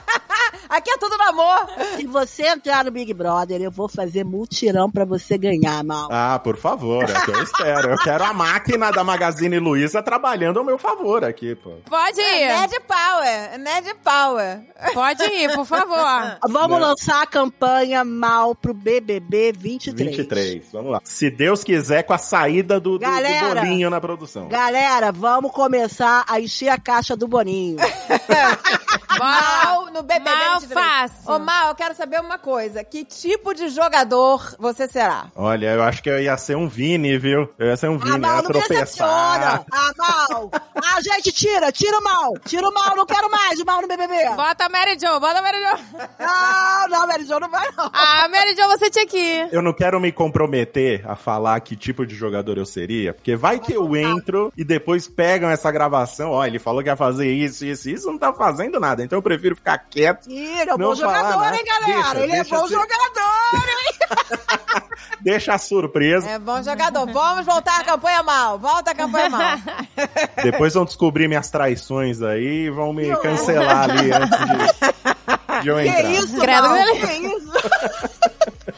[SPEAKER 4] Aqui é tudo no amor.
[SPEAKER 3] Se você entrar no Big Brother, eu vou fazer multirão pra você ganhar, mal.
[SPEAKER 5] Ah, por favor, é o que eu espero. Eu quero a máquina da Magazine Luiza trabalhando ao meu favor aqui, pô.
[SPEAKER 8] Pode ir!
[SPEAKER 4] Nerd Power. Nerd Power.
[SPEAKER 8] Pode ir, por favor.
[SPEAKER 3] Vamos
[SPEAKER 5] Não.
[SPEAKER 3] lançar a campanha mal pro BBB 23.
[SPEAKER 5] 23, vamos lá. Se Deus quiser, com a saída do, do- do
[SPEAKER 3] Galera!
[SPEAKER 5] bolinho na produção.
[SPEAKER 3] Galera, vamos começar a encher a caixa do Boninho.
[SPEAKER 8] Bora!
[SPEAKER 4] Mal no BBB
[SPEAKER 8] Mal
[SPEAKER 4] 23.
[SPEAKER 8] fácil.
[SPEAKER 4] Ô, Mal, eu quero saber uma coisa. Que tipo de jogador você será?
[SPEAKER 5] Olha, eu acho que eu ia ser um Vini, viu? Eu ia ser um Vini,
[SPEAKER 3] Ah,
[SPEAKER 5] ia
[SPEAKER 3] mal, não decepciona.
[SPEAKER 5] tropeçar.
[SPEAKER 3] Ah, mal. Ah, gente, tira, tira o mal. Tira o mal, não quero mais o mal no BBB.
[SPEAKER 8] Bota a Mary Jo, bota a Mary Jo.
[SPEAKER 3] Não, Ah, não, Mary Jo, não vai não.
[SPEAKER 8] Ah, Mary Jo, você tinha que ir.
[SPEAKER 5] Eu não quero me comprometer a falar que tipo de jogador eu seria, porque vai que eu entro e depois pegam essa gravação. Ó, ele falou que ia fazer isso, isso, isso, não tá fazendo nada. Então eu prefiro ficar quieto.
[SPEAKER 3] Tira, é um
[SPEAKER 5] Não
[SPEAKER 3] bom
[SPEAKER 5] falar
[SPEAKER 3] jogador,
[SPEAKER 5] nada.
[SPEAKER 3] hein, galera?
[SPEAKER 5] Deixa,
[SPEAKER 3] Ele é
[SPEAKER 5] deixa
[SPEAKER 3] bom
[SPEAKER 5] ser.
[SPEAKER 3] jogador, hein?
[SPEAKER 5] Deixa a surpresa.
[SPEAKER 4] É bom jogador. Vamos voltar a campanha mal. Volta a campanha mal.
[SPEAKER 5] Depois vão descobrir minhas traições aí e vão me cancelar ali antes de, de eu entrar.
[SPEAKER 3] Que isso,
[SPEAKER 8] Credo, né?
[SPEAKER 3] mal?
[SPEAKER 8] ele-
[SPEAKER 3] Que isso?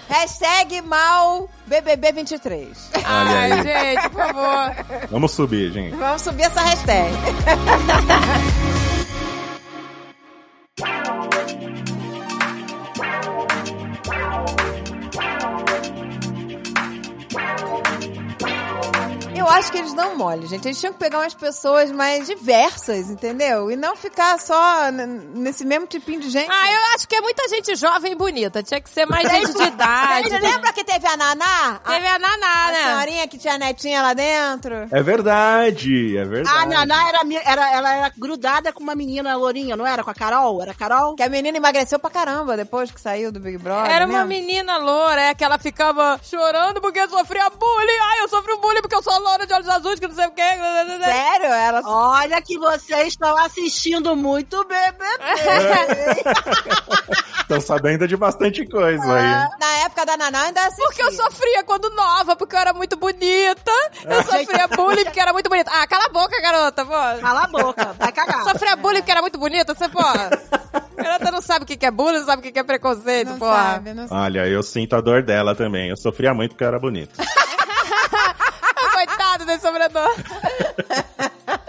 [SPEAKER 4] Hashtag mal BBB23.
[SPEAKER 8] Ai, gente, por favor.
[SPEAKER 5] Vamos subir, gente.
[SPEAKER 4] Vamos subir essa hashtag. Eu acho que eles dão mole, gente. Eles tinham que pegar umas pessoas mais diversas, entendeu? E não ficar só n- nesse mesmo tipinho de gente.
[SPEAKER 8] Ah, eu acho que é muita gente jovem e bonita. Tinha que ser mais gente de idade.
[SPEAKER 4] Você lembra que teve a Naná? A-
[SPEAKER 8] Teve a Naná,
[SPEAKER 4] a
[SPEAKER 8] né?
[SPEAKER 4] senhorinha que tinha a netinha lá dentro?
[SPEAKER 5] É verdade, é verdade.
[SPEAKER 3] A Naná era, mi- era, ela era grudada com uma menina lourinha, não era? Com a Carol? Era a Carol?
[SPEAKER 4] Que a menina emagreceu pra caramba depois que saiu do Big Brother.
[SPEAKER 8] Era uma
[SPEAKER 4] né?
[SPEAKER 8] menina loura, é, que ela ficava chorando porque sofria bullying. Ai, eu sofri um bullying porque eu sou loura de olhos azuis, que não sei o quê.
[SPEAKER 4] Sério? Ela
[SPEAKER 3] Olha que vocês estão assistindo muito BBB.
[SPEAKER 5] Estão sabendo de bastante coisa
[SPEAKER 3] Ah.
[SPEAKER 5] aí.
[SPEAKER 4] Na época da Naná eu ainda assistia.
[SPEAKER 8] Porque eu sofria quando nova, porque eu era muito bonita.
[SPEAKER 4] É.
[SPEAKER 8] Eu sofria bullying porque era muito bonita. Ah, cala a boca, garota, pô.
[SPEAKER 3] Cala a boca, vai cagar.
[SPEAKER 4] É.
[SPEAKER 8] Sofria bullying porque era muito bonita, você, pô. Garota não sabe o que que é bullying, não sabe o que que é preconceito,
[SPEAKER 4] Não
[SPEAKER 8] pô.
[SPEAKER 4] sabe, não sabe.
[SPEAKER 5] Olha, eu sinto a dor dela também. Eu sofria muito porque eu era bonito.
[SPEAKER 8] Ah, Coitado desse sobrenome.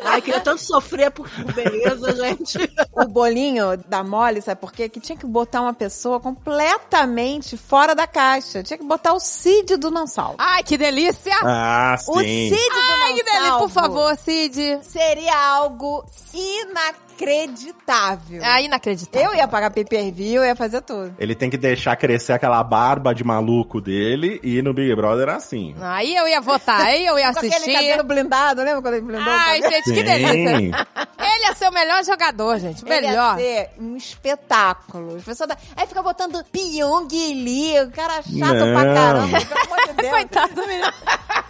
[SPEAKER 3] Ai, queria tanto sofrer por por beleza, gente.
[SPEAKER 4] O bolinho da Molly, sabe por quê? Que tinha que botar uma pessoa completamente fora da caixa. Tinha que botar o Cid do Não Salvo.
[SPEAKER 8] Ai, que delícia!
[SPEAKER 5] Ah,
[SPEAKER 4] O
[SPEAKER 5] sim.
[SPEAKER 4] Cid do
[SPEAKER 8] Ai,
[SPEAKER 4] Não
[SPEAKER 8] que delícia,
[SPEAKER 4] Salvo
[SPEAKER 8] por favor, Cid.
[SPEAKER 4] Seria algo inacreditável.
[SPEAKER 8] É inacreditável.
[SPEAKER 4] Eu ia pagar pay-per-view, eu ia fazer tudo.
[SPEAKER 5] Ele tem que deixar crescer aquela barba de maluco dele e no Big Brother era assim.
[SPEAKER 8] Aí eu ia votar, aí eu ia
[SPEAKER 4] Com aquele
[SPEAKER 8] assistir. Ah,
[SPEAKER 4] cabelo blindado, lembra quando ele blindou o
[SPEAKER 8] Ai,
[SPEAKER 4] cabelo?
[SPEAKER 8] gente, que delícia.
[SPEAKER 5] Sim.
[SPEAKER 8] Ele ia ser o melhor jogador, gente. o
[SPEAKER 4] Ele
[SPEAKER 8] Melhor.
[SPEAKER 4] ia ser um espetáculo. As pessoas da- Aí fica botando Pyong Lee, o cara chato
[SPEAKER 5] Não.
[SPEAKER 4] pra caramba. Pelo amor de Deus.
[SPEAKER 8] Coitado do menino.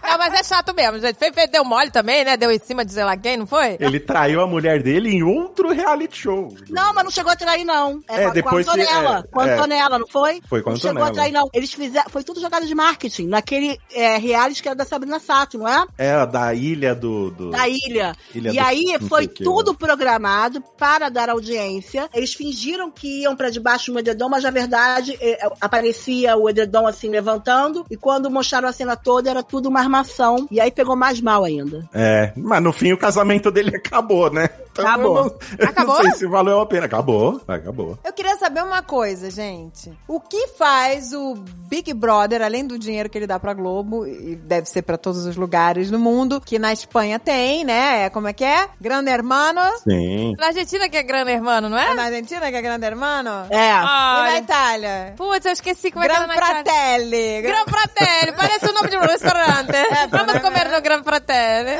[SPEAKER 8] Não, mas é chato mesmo, gente. Fez, fez, deu mole também, né? Deu em cima de sei lá quem, não foi?
[SPEAKER 5] Ele traiu a mulher dele em outro reality show.
[SPEAKER 3] Não, mas não chegou a trair, não.
[SPEAKER 5] É,
[SPEAKER 3] com a-
[SPEAKER 5] depois
[SPEAKER 3] com a
[SPEAKER 5] se-
[SPEAKER 3] Antonella.
[SPEAKER 5] é,
[SPEAKER 3] com a
[SPEAKER 5] é.
[SPEAKER 3] Antonella, não foi?
[SPEAKER 5] Foi com a
[SPEAKER 3] Não chegou a
[SPEAKER 5] Antonella.
[SPEAKER 3] trair, não. Eles fizeram... Foi tudo jogada de marketing. Naquele é, reality que era da Sabrina Sato, não é?
[SPEAKER 5] Era da ilha do. do-
[SPEAKER 3] Da ilha.
[SPEAKER 5] Ilha
[SPEAKER 3] e
[SPEAKER 5] do-
[SPEAKER 3] aí
[SPEAKER 5] não sei
[SPEAKER 3] foi
[SPEAKER 5] o né? que,
[SPEAKER 3] tudo programado para dar audiência. Eles fingiram que iam pra debaixo do edredom, mas na verdade eh, aparecia o edredom assim levantando. E quando mostraram a cena toda, era tudo uma armação. E aí pegou mais mal ainda.
[SPEAKER 5] É, mas no fim o casamento dele acabou, né? Então
[SPEAKER 7] Acabou.
[SPEAKER 5] eu não- eu
[SPEAKER 4] Acabou?
[SPEAKER 5] Não sei se valeu a pena. Acabou, acabou.
[SPEAKER 4] Eu queria saber uma coisa, gente. O que faz o Big Brother, além do dinheiro que ele dá pra Globo, e deve ser pra todos os lugares no mundo, que na Espanha tem, né? É, Como é que é? Grande Hermano.
[SPEAKER 5] Sim.
[SPEAKER 8] Na Argentina que é grana, irmão, não
[SPEAKER 4] É
[SPEAKER 8] é?
[SPEAKER 4] na Argentina que é Grande Hermano?
[SPEAKER 3] É.
[SPEAKER 4] E na
[SPEAKER 8] Olha.
[SPEAKER 4] Itália?
[SPEAKER 8] Putz, eu esqueci como é que era
[SPEAKER 4] Gran
[SPEAKER 8] na Itália.
[SPEAKER 4] Fratelli. Gran-
[SPEAKER 8] Gran Fratelli, parece o nome de um restaurante. Vamos comer no Gran Fratelli.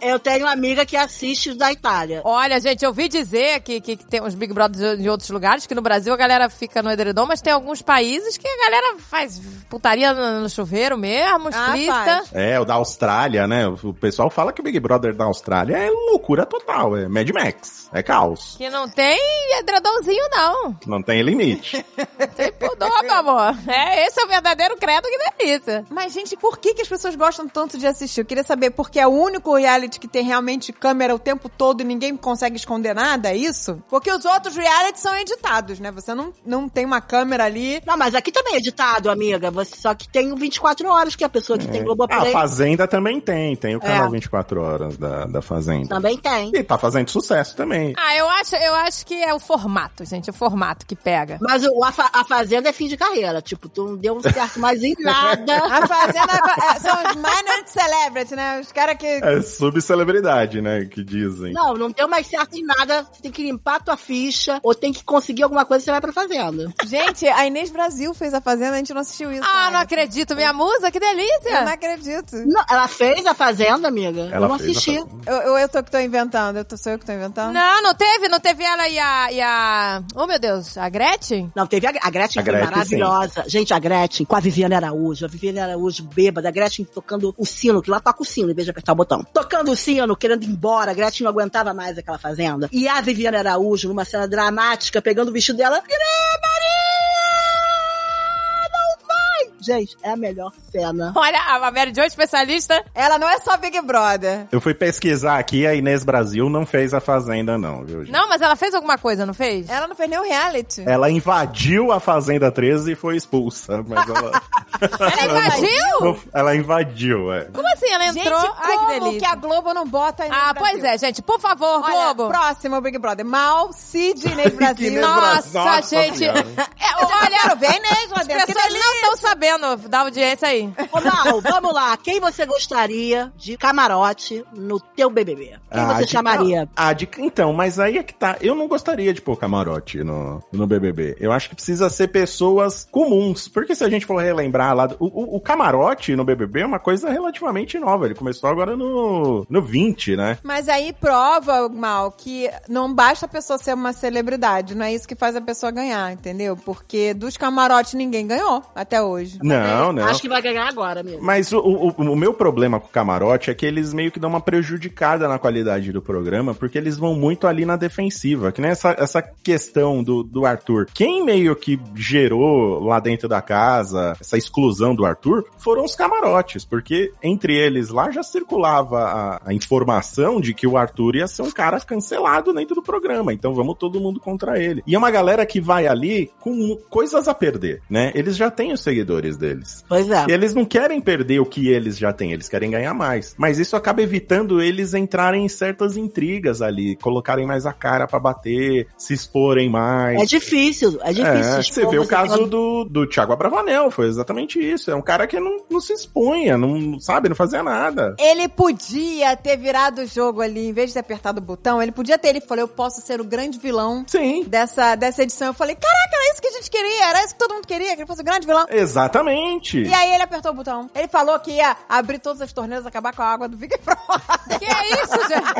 [SPEAKER 3] Eu tenho uma amiga que assiste os da Itália.
[SPEAKER 8] Olha, gente, eu ouvi dizer que, que, que tem uns Big Brothers de outros lugares, que no Brasil a galera fica no edredom, mas tem alguns países que a galera faz putaria no, no chuveiro mesmo,
[SPEAKER 4] Ah,
[SPEAKER 8] explícita.
[SPEAKER 4] faz.
[SPEAKER 5] É, o da Austrália, né? O pessoal fala que o Big Brother da Austrália é loucura total, é Mad Max, é caos.
[SPEAKER 8] que não tem edredomzinho, não.
[SPEAKER 5] Não tem limite.
[SPEAKER 8] Tem pudor, meu amor. É, esse é o verdadeiro credo que delícia.
[SPEAKER 4] Mas, gente, por que, que as pessoas gostam tanto de assistir? Eu queria saber, porque é o único reality que tem realmente câmera o tempo todo e ninguém consegue esconder nada, é isso? Porque os outros realities são editados, né? Você não, não tem uma câmera ali.
[SPEAKER 3] Não, mas aqui também é editado, amiga. Você, só que tem o 24 horas que a pessoa que tem Globo
[SPEAKER 5] A Fazenda também tem, tem o canal 24 horas da, da Fazenda.
[SPEAKER 3] É. também tem.
[SPEAKER 5] E tá fazendo sucesso também.
[SPEAKER 8] Ah, eu acho, eu acho que é o formato, gente, o formato que pega.
[SPEAKER 3] Mas o- a, fa- a Fazenda é fim de carreira. Tipo, tu não deu certo mais em nada.
[SPEAKER 4] A Fazenda é- são os minor celebrity, né? Os caras que...
[SPEAKER 5] É subcelebridade, né? Que dizem.
[SPEAKER 3] Não, não deu mais certo em nada. Você tem que limpar tua ficha ou tem que conseguir alguma coisa você vai pra Fazenda.
[SPEAKER 4] Gente, a Inês Brasil fez a Fazenda, a gente não assistiu isso.
[SPEAKER 8] Ah,
[SPEAKER 4] ainda.
[SPEAKER 8] não acredito, minha musa, que delícia.
[SPEAKER 4] Eu não acredito.
[SPEAKER 3] Não, ela fez a Fazenda, amiga. eu não
[SPEAKER 5] fez a
[SPEAKER 3] assisti.
[SPEAKER 5] Fazenda.
[SPEAKER 4] Eu, eu, eu tô que tô inventando, eu tô, sou eu que tô inventando?
[SPEAKER 8] Não, não teve, não teve ela e a, e a... Oh, meu Deus, a Gretchen?
[SPEAKER 3] Não, teve a, a Gretchen
[SPEAKER 5] A
[SPEAKER 3] foi
[SPEAKER 5] Gretchen,
[SPEAKER 3] maravilhosa. Gente, a Gretchen com a Viviane Araújo. A Viviane Araújo bêbada. A Gretchen tocando o sino, que lá toca o sino em vez de apertar o botão. Tocando o sino, querendo ir embora. A Gretchen não aguentava mais aquela fazenda. E a Viviane Araújo, numa cena dramática, pegando o vestido dela. "Grê, Maria! Não vai! Gente, é a melhor cena.
[SPEAKER 8] Olha, a Mary Jo, é especialista,
[SPEAKER 4] Ela não é só Big Brother.
[SPEAKER 5] Eu fui pesquisar aqui, a Inês Brasil não fez a Fazenda, não, viu, gente?
[SPEAKER 8] Não, mas ela fez alguma coisa, não fez?
[SPEAKER 4] Ela não fez nenhum reality.
[SPEAKER 8] É.
[SPEAKER 5] Ela invadiu a Fazenda 13 e foi expulsa, mas ela...
[SPEAKER 8] Ela invadiu?
[SPEAKER 5] Não, Ela invadiu, é.
[SPEAKER 8] Como assim? Ela
[SPEAKER 4] Gente,
[SPEAKER 8] entrou?
[SPEAKER 4] como
[SPEAKER 8] Ai, que delícia.
[SPEAKER 4] que a Globo não bota a Inês
[SPEAKER 8] Ah,
[SPEAKER 4] Brasil?
[SPEAKER 8] pois é, gente. Por favor,
[SPEAKER 4] Olha,
[SPEAKER 8] Globo.
[SPEAKER 4] próximo Big Brother. Mal, Cid, Inês Brasil.
[SPEAKER 5] Inês
[SPEAKER 4] Nossa,
[SPEAKER 5] Brasil.
[SPEAKER 8] Nossa,
[SPEAKER 5] Nossa
[SPEAKER 8] gente.
[SPEAKER 5] Senhora.
[SPEAKER 8] É, olha,
[SPEAKER 4] quero ver né, Inês lá
[SPEAKER 8] as
[SPEAKER 4] dentro.
[SPEAKER 8] pessoas não estão sabendo da audiência aí.
[SPEAKER 3] Ô, Mal, vamos lá. Quem você gostaria de camarote no teu BBB? Quem
[SPEAKER 5] Ah,
[SPEAKER 3] você
[SPEAKER 5] de-
[SPEAKER 3] chamaria?
[SPEAKER 5] não, ah, de- então, mas aí é que tá. Eu não gostaria de pôr camarote no, no BBB. Eu acho que precisa ser pessoas comuns. Porque se a gente for relembrar lá. do- O, o- o camarote no BBB é uma coisa relativamente nova. Ele começou agora no, no 20, né?
[SPEAKER 4] Mas aí prova, Mal, que não basta a pessoa ser uma celebridade. Não é isso que faz a pessoa ganhar, entendeu? Porque dos camarotes ninguém ganhou até hoje.
[SPEAKER 5] Não, não.
[SPEAKER 3] Acho que vai ganhar agora, amigo.
[SPEAKER 5] Mas o, o, o meu problema com o camarote é que eles meio que dão uma prejudicada na qualidade do programa, porque eles vão muito ali na defensiva. Que nem essa, essa questão do, do Arthur. Quem meio que gerou lá dentro da casa essa exclusão do Arthur foram os camarotes, porque entre eles lá já circulava a, a informação de que o Arthur ia ser um cara cancelado dentro do programa. Então vamos todo mundo contra ele. E é uma galera que vai ali com coisas a perder, né? Eles já têm os seguidores deles.
[SPEAKER 3] Pois é.
[SPEAKER 5] E Eles não querem perder o que eles já têm, eles querem ganhar mais. Mas isso acaba evitando eles entrarem em certas intrigas ali, colocarem mais a cara pra bater, se exporem mais.
[SPEAKER 3] É difícil, é difícil.
[SPEAKER 5] É,
[SPEAKER 3] expor
[SPEAKER 5] você vê o caso
[SPEAKER 3] falando-
[SPEAKER 5] do, do Thiago Abravanel, foi exatamente isso. É um cara que não, não se expunha, não sabe, não fazia nada.
[SPEAKER 4] Ele podia ter virado o jogo ali, em vez de ter apertado o botão, ele podia ter. Ele falou: Eu posso ser o grande vilão
[SPEAKER 5] Sim.
[SPEAKER 4] dessa, dessa edição. Eu falei: Caraca, era isso que a gente queria, era isso que todo mundo queria, que ele fosse o grande vilão.
[SPEAKER 5] Exatamente.
[SPEAKER 4] E aí ele apertou o botão. Ele falou que ia abrir todas as torneiras, acabar com a água do Big Brother.
[SPEAKER 8] Que é isso, gente?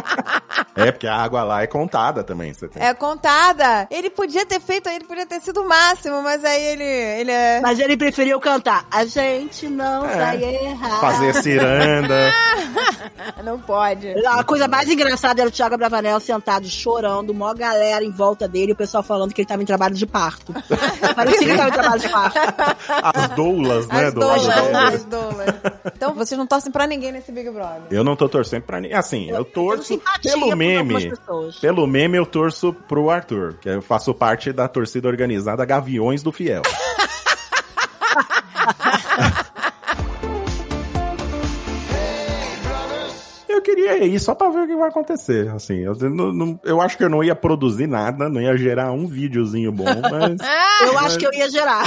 [SPEAKER 5] É, porque a água lá é contada também. Você tem.
[SPEAKER 4] É contada. Ele podia ter feito, ele podia ter sido o máximo, mas aí ele, ele é...
[SPEAKER 3] Mas ele preferiu cantar. A gente não
[SPEAKER 5] É.
[SPEAKER 3] vai errar.
[SPEAKER 5] Fazer ciranda.
[SPEAKER 4] não pode.
[SPEAKER 3] A coisa mais engraçada era o Thiago Bravanel sentado chorando, mó galera em volta dele, o pessoal falando que ele tava em trabalho de parto. Parecia que ele tava em trabalho de parto.
[SPEAKER 5] As doulas, né?
[SPEAKER 4] As doulas,
[SPEAKER 5] doulas.
[SPEAKER 4] as doulas. é Então vocês não torcem pra ninguém nesse Big Brother.
[SPEAKER 5] Eu não tô torcendo pra ninguém. Assim, eu, torço
[SPEAKER 3] tenho simpatia
[SPEAKER 5] pelo
[SPEAKER 3] por algumas
[SPEAKER 5] meme.
[SPEAKER 3] pessoas.
[SPEAKER 5] Pelo meme, eu torço pro Arthur, que eu faço parte da torcida organizada Gaviões do Fiel. Eu queria joguei aí só pra ver o que vai acontecer. Assim, eu, não- não- eu acho que eu não ia produzir nada, não ia gerar um videozinho bom, mas.
[SPEAKER 3] Eu acho que eu ia gerar.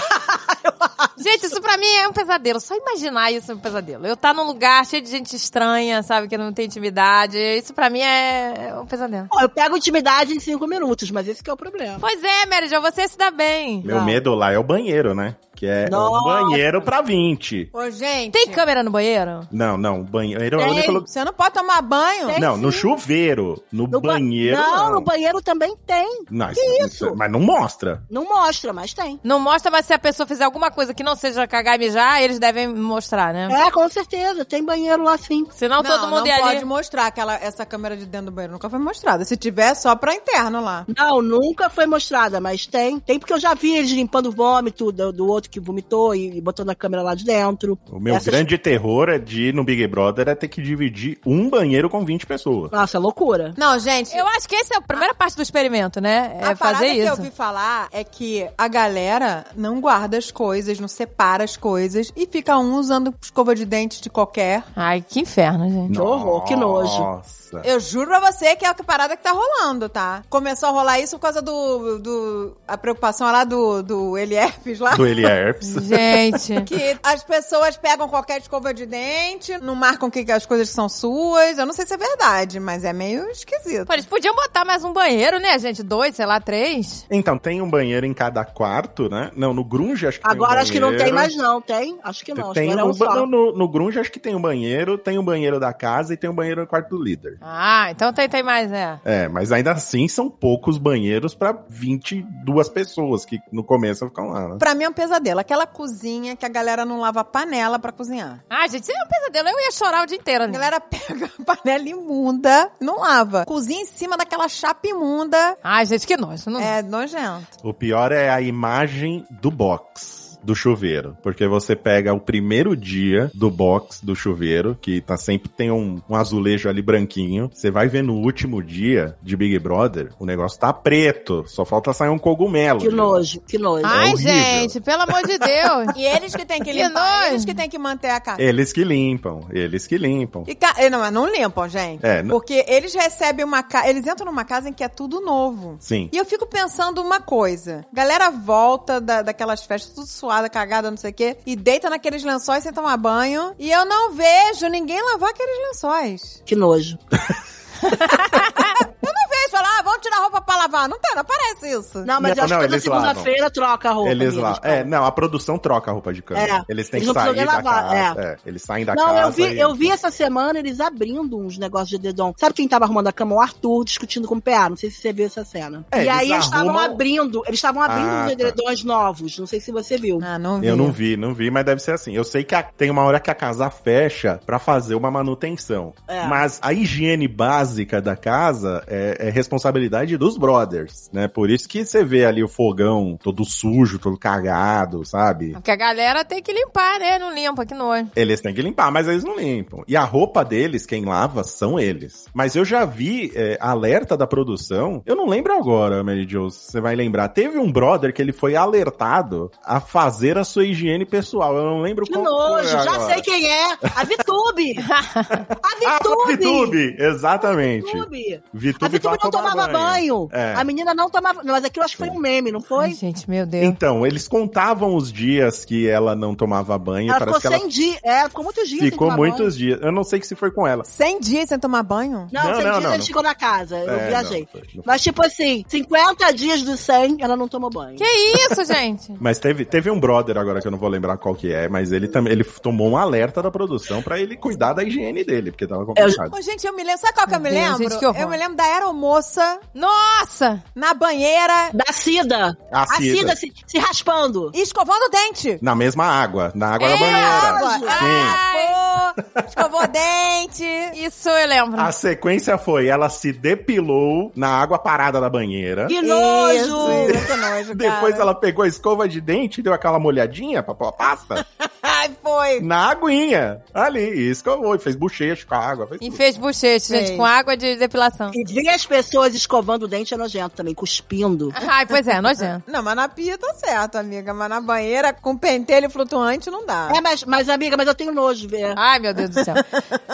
[SPEAKER 8] Gente, isso pra mim é um pesadelo. Só imaginar isso é um pesadelo. Eu tá num lugar cheio de gente estranha, sabe, que não tem intimidade. Isso pra mim é é um pesadelo.
[SPEAKER 3] Pô, eu pego intimidade em cinco minutos, mas esse que é o problema.
[SPEAKER 8] Pois é, Mary Jo, você se dá bem.
[SPEAKER 5] Meu medo lá é o banheiro, né? Que é um
[SPEAKER 3] Nossa.
[SPEAKER 5] banheiro pra 20.
[SPEAKER 4] Ô, gente.
[SPEAKER 8] Tem câmera no banheiro?
[SPEAKER 5] Não, não, banheiro é o
[SPEAKER 4] Tem.
[SPEAKER 5] único lugar.
[SPEAKER 4] Você não pode tomar banho?
[SPEAKER 5] Não, no chuveiro. No,
[SPEAKER 3] No ba-
[SPEAKER 5] banheiro.
[SPEAKER 3] Não,
[SPEAKER 5] Não,
[SPEAKER 3] no banheiro também tem.
[SPEAKER 5] Não, isso- isso- Mas não mostra.
[SPEAKER 3] Não mostra, mas tem.
[SPEAKER 8] Não mostra, mas se a pessoa fizer alguma coisa que não seja cagar e mijar, eles devem mostrar, né?
[SPEAKER 3] É, com certeza. Tem banheiro lá sim.
[SPEAKER 8] Senão todo mundo
[SPEAKER 4] não
[SPEAKER 8] ia
[SPEAKER 4] pode
[SPEAKER 8] ali.
[SPEAKER 4] mostrar aquela, essa câmera de dentro do banheiro. Nunca foi mostrada. Se tiver, é só pra interno lá.
[SPEAKER 3] Não, nunca foi mostrada, mas tem. Tem porque eu já vi eles limpando o vômito do, do outro que vomitou e, e botando a câmera lá de dentro.
[SPEAKER 5] O meu
[SPEAKER 3] Essas-
[SPEAKER 5] grande terror é de ir no Big Brother é ter que dividir um banheiro com 20 pessoas.
[SPEAKER 3] Nossa, é loucura.
[SPEAKER 4] Não, gente.
[SPEAKER 8] Eu acho que essa é a primeira parte do experimento, né? É
[SPEAKER 4] a parada
[SPEAKER 8] fazer
[SPEAKER 4] que eu
[SPEAKER 8] isso.
[SPEAKER 4] ouvi falar é que a galera não guarda as coisas, não separa as coisas e fica um usando escova de dente de qualquer.
[SPEAKER 8] Ai, que inferno, gente.
[SPEAKER 3] Que horror, que nojo.
[SPEAKER 5] Nossa.
[SPEAKER 4] Eu juro pra você que é a parada que tá rolando, tá? Começou a rolar isso por causa do. do a preocupação lá do, do Eliepes lá.
[SPEAKER 5] Do Eli Herpes.
[SPEAKER 8] Gente.
[SPEAKER 4] Que as pessoas pegam qualquer escova de dente, não marcam que que as coisas são suas. Eu não sei se é verdade, mas é meio esquisito.
[SPEAKER 8] Pô, eles podiam botar mais um banheiro, né, gente? Dois, sei lá, três.
[SPEAKER 5] Então, tem um banheiro em cada quarto, né? Não, no Grunge acho que tem
[SPEAKER 3] Agora
[SPEAKER 5] um
[SPEAKER 3] acho que não tem
[SPEAKER 5] banheiro.
[SPEAKER 3] mais, não. Tem? Acho que não. Acho que
[SPEAKER 5] Tem
[SPEAKER 3] agora é
[SPEAKER 5] um
[SPEAKER 3] um
[SPEAKER 5] ba-
[SPEAKER 3] só.
[SPEAKER 5] não, no, no Grunge acho que tem um banheiro, tem um banheiro da casa e tem um banheiro no quarto do líder.
[SPEAKER 8] Ah, então tem, tem mais, né?
[SPEAKER 5] É, mas ainda assim são poucos banheiros pra 22 pessoas que no começo ficam lá, né?
[SPEAKER 4] Pra mim é um pesadelo. Aquela cozinha que a galera não lava a panela pra cozinhar.
[SPEAKER 8] Ah, gente, isso é um pesadelo. Eu ia chorar o dia inteiro.
[SPEAKER 4] A
[SPEAKER 8] gente.
[SPEAKER 4] galera pega a panela imunda, não lava. Cozinha em cima daquela chapa imunda.
[SPEAKER 8] Ai, gente, que nojo. Não...
[SPEAKER 4] É nojento.
[SPEAKER 5] O pior é a imagem do box do chuveiro, porque você pega o primeiro dia do box do chuveiro, que tá sempre tem um, um azulejo ali branquinho, você vai ver no último dia de Big Brother, o negócio tá preto, só falta sair um cogumelo.
[SPEAKER 3] Que
[SPEAKER 5] de lá.
[SPEAKER 3] nojo, que nojo.
[SPEAKER 8] Ai,
[SPEAKER 5] horrível.
[SPEAKER 8] gente, pelo amor de Deus.
[SPEAKER 4] E é eles que têm que
[SPEAKER 8] Que nojo.
[SPEAKER 4] limpar, eles que têm que manter a casa.
[SPEAKER 5] Eles que limpam, eles que limpam.
[SPEAKER 4] E ca- eh, não, mas não limpam, gente.
[SPEAKER 5] É, não-
[SPEAKER 4] Porque eles recebem uma casa. Eles entram numa casa em que é tudo novo.
[SPEAKER 5] Sim.
[SPEAKER 4] E eu fico pensando uma coisa. Galera volta da, daquelas festas, tudo suada, cagada, não sei o quê, e deita naqueles lençóis sem tomar banho. E eu não vejo ninguém lavar aqueles lençóis.
[SPEAKER 3] Que nojo.
[SPEAKER 4] Eu não vejo falar, ah, vamos tirar roupa pra lavar. Não tem, não aparece isso.
[SPEAKER 3] Não, mas eu
[SPEAKER 5] Não,
[SPEAKER 3] acho
[SPEAKER 5] não,
[SPEAKER 3] que toda
[SPEAKER 5] eles lavam.
[SPEAKER 3] segunda-feira troca a roupa. tipo.
[SPEAKER 5] Eles
[SPEAKER 3] deles,
[SPEAKER 5] lá.
[SPEAKER 3] cara.
[SPEAKER 5] É, não, a produção troca a roupa de cama.
[SPEAKER 3] É.
[SPEAKER 5] Eles
[SPEAKER 3] Eles
[SPEAKER 5] têm que
[SPEAKER 3] não
[SPEAKER 5] sair
[SPEAKER 3] precisam
[SPEAKER 5] da
[SPEAKER 3] nem lavar,
[SPEAKER 5] casa. É, Eles saem da
[SPEAKER 3] Não,
[SPEAKER 5] casa. é
[SPEAKER 3] eu vi,
[SPEAKER 5] e-
[SPEAKER 3] eu vi essa semana eles abrindo uns negócios de dedão. Sabe quem tava arrumando a cama? O Arthur discutindo com o PA. Não sei se você viu essa cena.
[SPEAKER 5] É,
[SPEAKER 3] e aí
[SPEAKER 5] eles
[SPEAKER 3] eles estavam
[SPEAKER 5] arrumam-
[SPEAKER 3] abrindo, eles estavam abrindo
[SPEAKER 5] Ah,
[SPEAKER 3] uns
[SPEAKER 5] tá.
[SPEAKER 3] edredões novos. Não sei se você viu.
[SPEAKER 4] Ah, não vi.
[SPEAKER 5] Eu não vi, não vi, mas deve ser assim. Eu sei que a- tem uma hora que a casa fecha pra fazer uma manutenção.
[SPEAKER 3] É.
[SPEAKER 5] Mas a higiene básica da casa é, é responsabilidade dos brothers, né? Por isso que você vê ali o fogão todo sujo, todo cagado, sabe?
[SPEAKER 8] Porque a galera tem que limpar, né? Não limpa, que nojo.
[SPEAKER 5] Eles têm que limpar, mas eles não limpam. E a roupa deles, quem lava, são eles. Mas eu já vi é, alerta da produção. Eu não lembro agora, Mary Jo, se você vai lembrar. Teve um brother que ele foi alertado a fazer a sua higiene pessoal. Eu não lembro
[SPEAKER 3] Que
[SPEAKER 5] qual
[SPEAKER 3] nojo,
[SPEAKER 5] foi
[SPEAKER 3] já
[SPEAKER 5] agora.
[SPEAKER 3] sei quem é. A Vitube!
[SPEAKER 5] Ah,
[SPEAKER 3] A
[SPEAKER 5] foi
[SPEAKER 3] Vitube!
[SPEAKER 5] Vitube! Exatamente.
[SPEAKER 3] Vitube.
[SPEAKER 5] Vitube
[SPEAKER 3] A Vitube não tomava banho.
[SPEAKER 5] É.
[SPEAKER 3] A menina não tomava. Mas aquilo acho que foi um meme, não
[SPEAKER 8] Ai,
[SPEAKER 3] foi?
[SPEAKER 8] gente, meu Deus.
[SPEAKER 5] Então, eles contavam os dias que ela não tomava banho.
[SPEAKER 3] Ela
[SPEAKER 5] parece
[SPEAKER 3] ficou
[SPEAKER 5] que ela
[SPEAKER 3] sem dia. É, ficou muitos dias. sem
[SPEAKER 5] ficou
[SPEAKER 3] tomar banho.
[SPEAKER 5] muitos dias. Eu não sei que se foi com ela.
[SPEAKER 4] 100 dias sem tomar banho?
[SPEAKER 3] Não,
[SPEAKER 5] Não,
[SPEAKER 3] 100
[SPEAKER 5] não,
[SPEAKER 3] dias
[SPEAKER 5] não,
[SPEAKER 3] a
[SPEAKER 5] não.
[SPEAKER 3] gente ficou na casa.
[SPEAKER 5] É,
[SPEAKER 3] eu viajei.
[SPEAKER 5] não, foi- não foi.
[SPEAKER 3] Mas, tipo assim, 50 dias dos 100, ela não tomou banho.
[SPEAKER 8] Que isso, gente?
[SPEAKER 5] Mas teve, teve um brother agora que eu não vou lembrar qual que é, mas ele também ele tomou um alerta da produção pra ele cuidar da higiene dele, porque tava complicado.
[SPEAKER 4] Ô, gente, eu me lembro. Sabe qual que eu me
[SPEAKER 8] Meu Deus,
[SPEAKER 4] lembro?
[SPEAKER 8] gente, que horror.
[SPEAKER 4] eu me lembro da aeromoça
[SPEAKER 8] Nossa!
[SPEAKER 4] na banheira,
[SPEAKER 3] Da Cida.
[SPEAKER 5] A
[SPEAKER 3] A Cida
[SPEAKER 5] Cida.
[SPEAKER 3] se, se raspando.
[SPEAKER 4] escovando o dente.
[SPEAKER 5] Na mesma água, na água da
[SPEAKER 8] É,
[SPEAKER 5] banheira.
[SPEAKER 4] Água.
[SPEAKER 3] Sim.
[SPEAKER 4] Ah, pô, escovou o dente.
[SPEAKER 8] Isso é eu lembro.
[SPEAKER 5] A sequência foi, ela se depilou na água parada da banheira.
[SPEAKER 3] Que
[SPEAKER 4] Isso,
[SPEAKER 3] nojo!
[SPEAKER 4] muito nojo, cara.
[SPEAKER 5] Depois ela pegou a escova de dente, deu aquela molhadinha pra pôr a pasta.
[SPEAKER 4] Ai, foi.
[SPEAKER 5] Na aguinha. Ali, isso que eu vou. Fez bochecha com a água. Fez
[SPEAKER 8] E
[SPEAKER 5] tudo.
[SPEAKER 8] fez bochecha, gente,
[SPEAKER 3] Fez.
[SPEAKER 8] com água de depilação.
[SPEAKER 3] E ver as pessoas escovando o dente é nojento também, cuspindo.
[SPEAKER 8] Ai, pois é, nojento.
[SPEAKER 4] Não, mas na pia tá certo, amiga. Mas na banheira, com pentelho flutuante, não dá.
[SPEAKER 3] É, mas, mas amiga, mas eu tenho nojo de ver.
[SPEAKER 8] Ai, meu Deus do céu.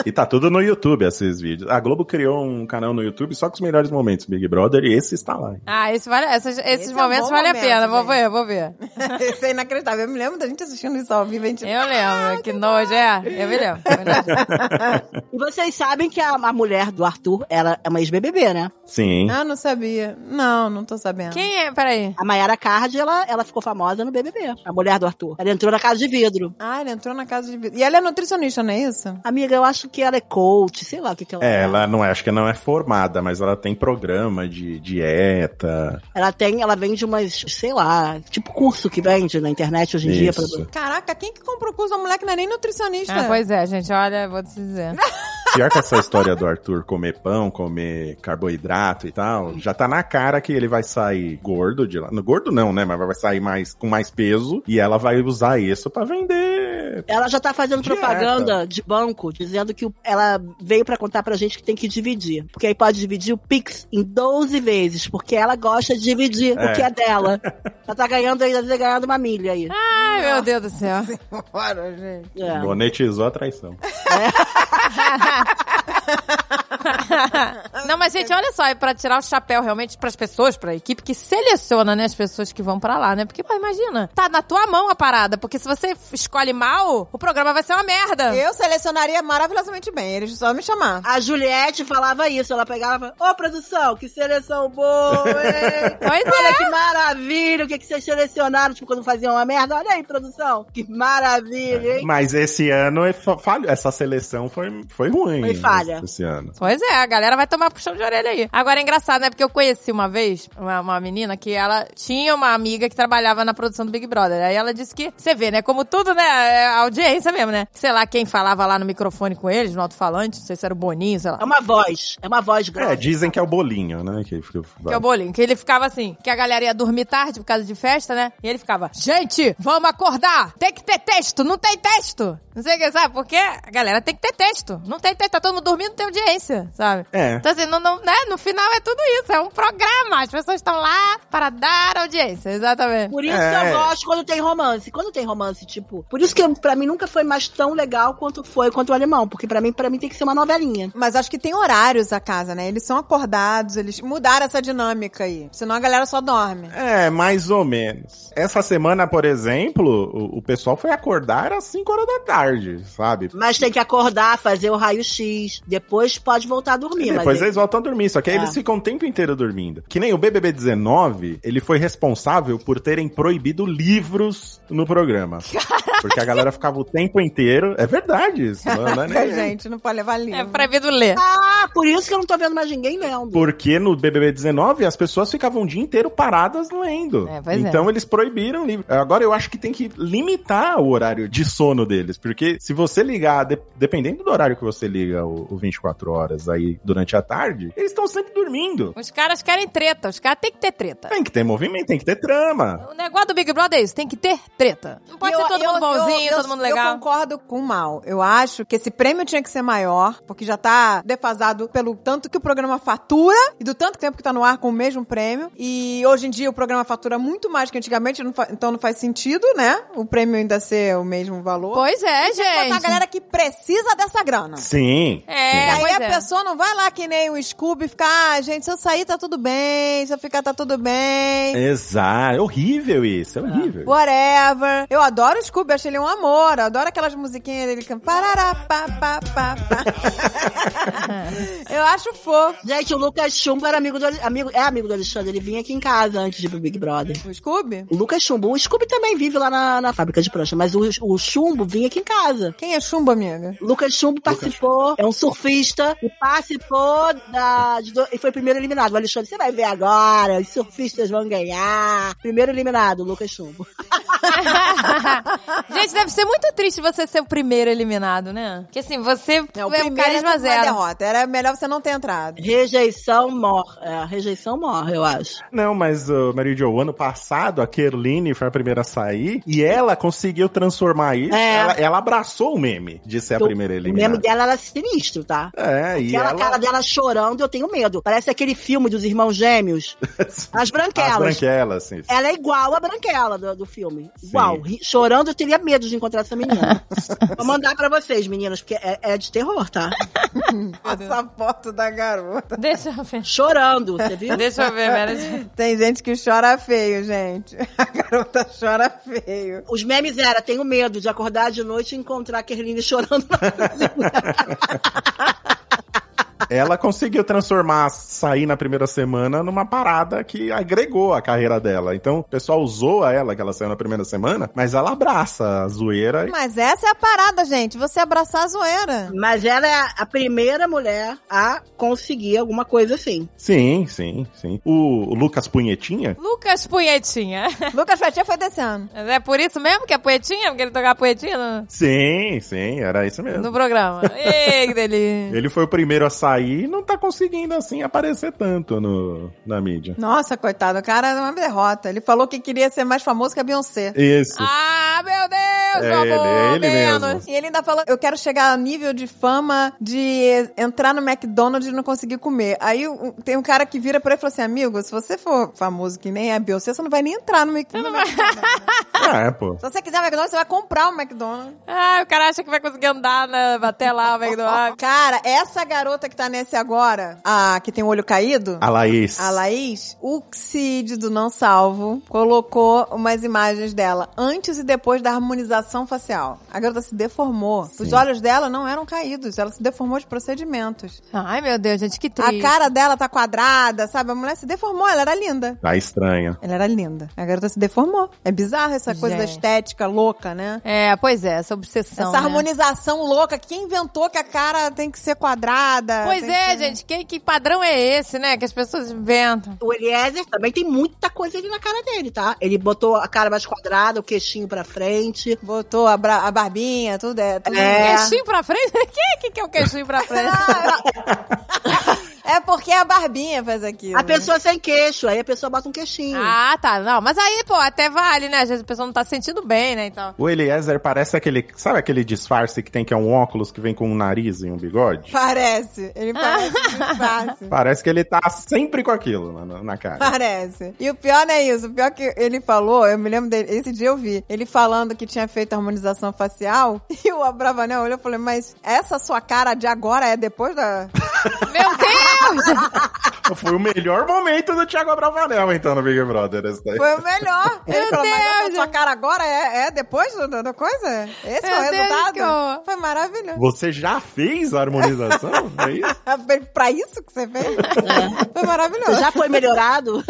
[SPEAKER 5] E tá tudo no YouTube, esses vídeos. A Globo criou um canal no YouTube só com os melhores momentos, Big Brother, e esse está lá.
[SPEAKER 8] Ah, esse vale, essas- esses
[SPEAKER 4] Esse é um
[SPEAKER 8] momentos
[SPEAKER 4] bom
[SPEAKER 8] vale a
[SPEAKER 4] momento,
[SPEAKER 8] pena. Vou
[SPEAKER 4] gente.
[SPEAKER 8] ver, vou ver.
[SPEAKER 4] Isso é inacreditável. Eu me lembro da gente assistindo isso ao vivo. A gente...
[SPEAKER 8] Eu
[SPEAKER 4] Ah,
[SPEAKER 8] lembro, que nojo, é. Eu me lembro. foi nojento.
[SPEAKER 3] E vocês sabem que a, a mulher do Arthur, ela é uma ex-BBB, né?
[SPEAKER 5] Sim.
[SPEAKER 4] Ah, não sabia. Não, não tô sabendo.
[SPEAKER 8] Quem é? Peraí.
[SPEAKER 3] A Mayara Card, ela, ela ficou famosa no BBB, a mulher do Arthur. Ela entrou na casa de vidro.
[SPEAKER 4] Ah, ele entrou na casa de vidro. E ela é nutricionista, não é isso?
[SPEAKER 3] Amiga, eu acho que ela é coach, sei lá o que, que ela
[SPEAKER 5] É, ela não é, acho que não é formada, mas ela tem programa de dieta.
[SPEAKER 3] Ela tem, ela vende umas, sei lá, tipo curso que vende na internet hoje em dia. pra-
[SPEAKER 5] Isso.
[SPEAKER 4] Caraca, quem que comprou curso da mulher que não é nem nutricionista?
[SPEAKER 8] Ah, pois é, gente, olha, vou te dizer.
[SPEAKER 5] Pior que essa história do Arthur comer pão, comer carboidrato e tal, já tá na cara que ele vai sair gordo de lá. No gordo não, né? Mas vai sair mais com mais peso e ela vai usar isso pra vender.
[SPEAKER 3] Ela já tá fazendo
[SPEAKER 5] Dieta.
[SPEAKER 3] propaganda de banco, dizendo que o- ela veio pra contar pra gente que tem que dividir. Porque aí pode dividir o Pix em 12 vezes, porque ela gosta de dividir
[SPEAKER 5] É.
[SPEAKER 3] o que é dela. Ela tá ganhando aí, deve ter ganhado uma milha aí.
[SPEAKER 5] Ah.
[SPEAKER 8] Ai, meu Deus do céu.
[SPEAKER 4] Bora, gente.
[SPEAKER 3] É.
[SPEAKER 5] Monetizou a traição.
[SPEAKER 4] Ah,
[SPEAKER 8] Não, mas gente, olha só, é pra tirar o chapéu realmente pras pessoas, pra equipe que seleciona, né, as pessoas que vão pra lá, né? Porque, pô, imagina, tá na tua mão a parada, porque se você escolhe mal, o programa vai ser uma merda.
[SPEAKER 4] Eu selecionaria maravilhosamente bem. Eles só me chamar.
[SPEAKER 3] A Juliette falava isso, ela pegava, ô produção, que seleção boa, hein?
[SPEAKER 8] Pois
[SPEAKER 3] Olha
[SPEAKER 8] é.
[SPEAKER 3] que maravilha, o que, que vocês selecionaram, tipo, quando faziam uma merda, olha aí, produção, que maravilha, hein?
[SPEAKER 5] Mas esse ano é fa- falho. Essa seleção foi, foi ruim.
[SPEAKER 3] Foi falha.
[SPEAKER 5] Esse ano.
[SPEAKER 8] Pois é, a galera vai tomar puxão de orelha aí. Agora é engraçado, né? Porque eu conheci uma vez uma, uma menina que ela tinha uma amiga que trabalhava na produção do Big Brother. Aí ela disse que, você vê, né? Como tudo, né? É audiência mesmo, né? Sei lá quem falava lá no microfone com eles, no alto-falante, não sei se era o Boninho, sei lá.
[SPEAKER 3] É uma voz, é uma voz
[SPEAKER 5] É,
[SPEAKER 3] grande.
[SPEAKER 5] dizem que é o bolinho, né? Que, que,
[SPEAKER 8] Que é o bolinho. Que ele ficava assim, que a galera ia dormir tarde por causa de festa, né? E ele ficava, gente, vamos acordar! Tem que ter texto, não tem texto! Não sei o que, sabe? Porque a galera tem que ter texto. Não tem texto, tá todo mundo dormindo, não tem audiência, sabe?
[SPEAKER 5] É.
[SPEAKER 8] Então assim, não, não, né? no final é tudo isso, é um programa. As pessoas estão lá para dar audiência, exatamente.
[SPEAKER 3] Por isso
[SPEAKER 5] É.
[SPEAKER 3] que eu gosto quando tem romance. Quando tem romance, tipo. Por isso que eu- pra mim nunca foi mais tão legal quanto foi quanto o alemão. Porque pra mim, pra mim tem que ser uma novelinha.
[SPEAKER 4] Mas acho que tem horários a casa, né? Eles são acordados, eles mudaram essa dinâmica aí. Senão a galera só dorme.
[SPEAKER 5] É, mais ou menos. Essa semana, por exemplo, o, o pessoal foi acordar às 5 horas da tarde, sabe?
[SPEAKER 3] Mas tem que acordar, fazer o raio-x. Depois pode voltar a dormir. mas
[SPEAKER 5] Depois
[SPEAKER 3] aí-
[SPEAKER 5] eles voltam a dormir, só que aí
[SPEAKER 3] É.
[SPEAKER 5] eles ficam o tempo inteiro dormindo. Que nem o BBB 19, ele foi responsável por terem proibido livros no programa. Porque a galera ficava o tempo inteiro. É verdade isso, não, não é
[SPEAKER 4] Fica,
[SPEAKER 5] nem-
[SPEAKER 4] gente, não pode levar livro.
[SPEAKER 8] É proibido ler.
[SPEAKER 3] Ah, por isso que eu não tô vendo mais ninguém lendo.
[SPEAKER 5] Porque no BBB 19 as pessoas ficavam o dia inteiro paradas lendo.
[SPEAKER 8] É, pois é.
[SPEAKER 5] então eles proibiram o livro. Agora eu acho que tem que limitar o horário de sono deles, porque se você ligar, de- dependendo do horário que você liga o, o 24 horas aí durante a tarde, eles estão sempre dormindo.
[SPEAKER 8] Os caras querem treta, os caras têm que ter treta.
[SPEAKER 5] Tem que ter movimento, tem que ter trama.
[SPEAKER 8] O negócio do Big Brother é isso, tem que ter treta. Não pode
[SPEAKER 4] E
[SPEAKER 8] ser
[SPEAKER 4] eu-
[SPEAKER 8] todo
[SPEAKER 4] eu-
[SPEAKER 8] mundo bonzinho,
[SPEAKER 4] eu- eu-
[SPEAKER 8] todo mundo legal.
[SPEAKER 4] Eu concordo com o Mal. Eu acho que esse prêmio tinha que ser maior, porque já tá defasado pelo tanto que o programa fatura e do tanto tempo que tá no ar com o mesmo prêmio. E hoje em dia o programa fatura muito mais que antigamente, não fa- então não faz sentido, né? O prêmio ainda ser o mesmo valor.
[SPEAKER 8] Pois
[SPEAKER 4] Tem
[SPEAKER 8] é,
[SPEAKER 4] que botar
[SPEAKER 8] gente.
[SPEAKER 4] a galera que precisa dessa grana.
[SPEAKER 5] Sim.
[SPEAKER 8] É,
[SPEAKER 5] sim.
[SPEAKER 4] Aí
[SPEAKER 8] pois
[SPEAKER 4] a
[SPEAKER 8] é.
[SPEAKER 4] pessoa não vai lá que nem o Scooby e ficar, ah, gente, se eu sair tá tudo bem, se eu ficar tá tudo bem.
[SPEAKER 5] Exato. É horrível isso, é
[SPEAKER 8] Ah.
[SPEAKER 5] horrível.
[SPEAKER 4] Whatever. Eu adoro o Scooby, acho ele um amor. Eu adoro aquelas musiquinhas dele cantando. Parará, pá, pá, pá, pá. Eu acho fofo.
[SPEAKER 3] Gente, o Lucas Chumbo era amigo do Ale- amigo, é amigo do Alexandre, ele vinha aqui em casa antes de ir pro Big Brother.
[SPEAKER 4] O Scooby?
[SPEAKER 3] O Lucas Chumbo, o Scooby também vive lá na, na fábrica de prancha, mas o, o Chumbo vinha aqui em casa.
[SPEAKER 4] Quem é chumbo, amiga?
[SPEAKER 3] Lucas Chumbo participou, é um surfista e participou da. de do- e foi primeiro eliminado. O Alexandre, você vai ver agora, os surfistas vão ganhar. Primeiro eliminado, o Lucas Chumbo.
[SPEAKER 8] Gente, deve ser muito triste você ser o primeiro eliminado, né? Porque assim, você
[SPEAKER 4] É, o
[SPEAKER 8] é um
[SPEAKER 4] primeiro é
[SPEAKER 8] carisma
[SPEAKER 4] sempre uma
[SPEAKER 8] zero.
[SPEAKER 4] derrota. Era melhor você não ter entrado.
[SPEAKER 3] Rejeição morre. É, rejeição morre, eu acho.
[SPEAKER 5] Não, mas, uh, Mary Jo, ano passado a Kerline foi a primeira a sair e ela conseguiu transformar isso.
[SPEAKER 3] É.
[SPEAKER 5] Ela, ela abraçou o meme de ser É a primeira
[SPEAKER 3] O meme
[SPEAKER 5] eliminada.
[SPEAKER 3] dela era sinistro, tá?
[SPEAKER 5] É, e
[SPEAKER 3] Aquela
[SPEAKER 5] ela...
[SPEAKER 3] cara dela chorando, eu tenho medo. Parece aquele filme dos irmãos gêmeos. As branquelas.
[SPEAKER 5] As branquelas, sim.
[SPEAKER 3] Ela é igual a branquela do, do filme.
[SPEAKER 5] Sim.
[SPEAKER 3] Igual. Ri- Chorando, eu teria medo de encontrar essa menina. Vou mandar pra vocês, meninas, porque é, é de terror, tá?
[SPEAKER 4] Essa foto da garota.
[SPEAKER 8] Deixa eu ver.
[SPEAKER 3] Chorando, você viu?
[SPEAKER 8] Deixa eu ver, Meredith.
[SPEAKER 4] Tem gente que chora feio, gente. A garota chora feio.
[SPEAKER 3] Os memes era, tenho medo de acordar de noite e encontrar a Kerline chorando na
[SPEAKER 5] Ela conseguiu transformar sair na primeira semana numa parada que agregou a carreira dela. Então, o pessoal zoa ela que ela saiu na primeira semana, mas ela abraça a zoeira.
[SPEAKER 4] Mas essa é a parada, gente. Você abraçar a zoeira.
[SPEAKER 3] Mas ela é a primeira mulher a conseguir alguma coisa assim.
[SPEAKER 5] Sim, sim, sim. O, o Lucas Punhetinha,
[SPEAKER 8] Lucas Punhetinha.
[SPEAKER 4] Lucas Fatia foi descendo.
[SPEAKER 8] Mas é por isso mesmo que é punhetinha? Porque ele tocava punhetinha no,
[SPEAKER 5] Sim, sim, era isso mesmo.
[SPEAKER 8] no programa. Ei, que delícia.
[SPEAKER 5] Ele foi o primeiro a sair e não tá conseguindo, assim, aparecer tanto no, na mídia.
[SPEAKER 4] Nossa, coitado, o cara é uma derrota. Ele falou que queria ser mais famoso que a Beyoncé.
[SPEAKER 5] Isso.
[SPEAKER 8] Ah, meu Deus,
[SPEAKER 5] É
[SPEAKER 8] meu
[SPEAKER 5] ele,
[SPEAKER 8] amor,
[SPEAKER 5] é ele
[SPEAKER 8] menos.
[SPEAKER 5] mesmo.
[SPEAKER 4] E ele ainda falou: eu quero chegar ao nível de fama de entrar no McDonald's e não conseguir comer. Aí um- tem um cara que vira pra ele e fala assim: amigo, se você for famoso que nem a Beyoncé, você não vai nem entrar no Mc- no McDonald's.
[SPEAKER 5] Ah, é, pô.
[SPEAKER 4] Se você quiser um McDonald's, você vai comprar um McDonald's.
[SPEAKER 8] Ah, o cara acha que vai conseguir andar né, até lá, o
[SPEAKER 5] Ah.
[SPEAKER 8] McDonald's.
[SPEAKER 4] Cara, essa garota que tá nesse agora, a que tem o olho caído.
[SPEAKER 5] A Laís.
[SPEAKER 4] A Laís, o Cid do Não Salvo colocou umas imagens dela antes e depois da harmonização facial. A garota se deformou. Os olhos dela não eram caídos, ela se deformou de procedimentos.
[SPEAKER 8] Ai, meu Deus, gente, que
[SPEAKER 4] A
[SPEAKER 8] triste.
[SPEAKER 4] cara dela tá quadrada, sabe? A mulher se deformou, ela era linda.
[SPEAKER 5] Tá estranha.
[SPEAKER 4] Ela era linda. A garota se deformou. É bizarro essa coisa da
[SPEAKER 8] Gente.
[SPEAKER 4] estética louca, né?
[SPEAKER 8] É, pois é, essa obsessão.
[SPEAKER 4] essa
[SPEAKER 8] né?
[SPEAKER 4] harmonização louca. Quem inventou que a cara tem que ser quadrada?
[SPEAKER 8] Pois
[SPEAKER 4] tem
[SPEAKER 8] é,
[SPEAKER 4] que ser- né?
[SPEAKER 8] gente, que, que padrão é esse, né? Que as pessoas inventam.
[SPEAKER 3] O Eliezer também tem muita coisa ali na cara dele, tá? Ele botou a cara mais quadrada, o queixinho pra frente.
[SPEAKER 4] Botou a, bra- a barbinha, tudo é. Tudo
[SPEAKER 3] É.
[SPEAKER 8] Queixinho pra frente? Quem é que quer o queixinho pra frente?
[SPEAKER 4] É porque a barbinha faz aquilo.
[SPEAKER 3] A pessoa sem queixo, aí a pessoa bota um queixinho.
[SPEAKER 8] ah, tá, não. Mas aí, pô, até vale, né? Às vezes a pessoa não tá se sentindo bem, né? Então.
[SPEAKER 5] O Eliezer parece aquele. Sabe aquele disfarce que tem que é um óculos que vem com um nariz e um bigode?
[SPEAKER 4] Parece. Ele
[SPEAKER 8] Ah.
[SPEAKER 4] parece disfarce.
[SPEAKER 5] Parece que ele tá sempre com aquilo na- na, na cara.
[SPEAKER 4] Parece. E o pior não é isso. O pior que ele falou, eu me lembro dele, esse dia eu vi, ele falando que tinha feito a harmonização facial e o Abravanel olhou e falou, mas essa sua cara de agora é depois da...
[SPEAKER 8] Meu Deus!
[SPEAKER 5] Foi o melhor momento do Thiago Abravanel, então, no Big Brother. esse daí.
[SPEAKER 4] Foi o melhor. Ele
[SPEAKER 8] Meu
[SPEAKER 4] falou, mas essa
[SPEAKER 8] Deus.
[SPEAKER 4] sua cara agora é, é depois do- do- da coisa? Esse
[SPEAKER 8] Meu
[SPEAKER 4] foi o
[SPEAKER 8] Deus, que horror.
[SPEAKER 4] resultado? Foi maravilhoso. Ah,
[SPEAKER 5] Você já fez a harmonização? É isso?
[SPEAKER 4] Pra isso que você fez? Foi maravilhoso.
[SPEAKER 3] Já foi melhorado?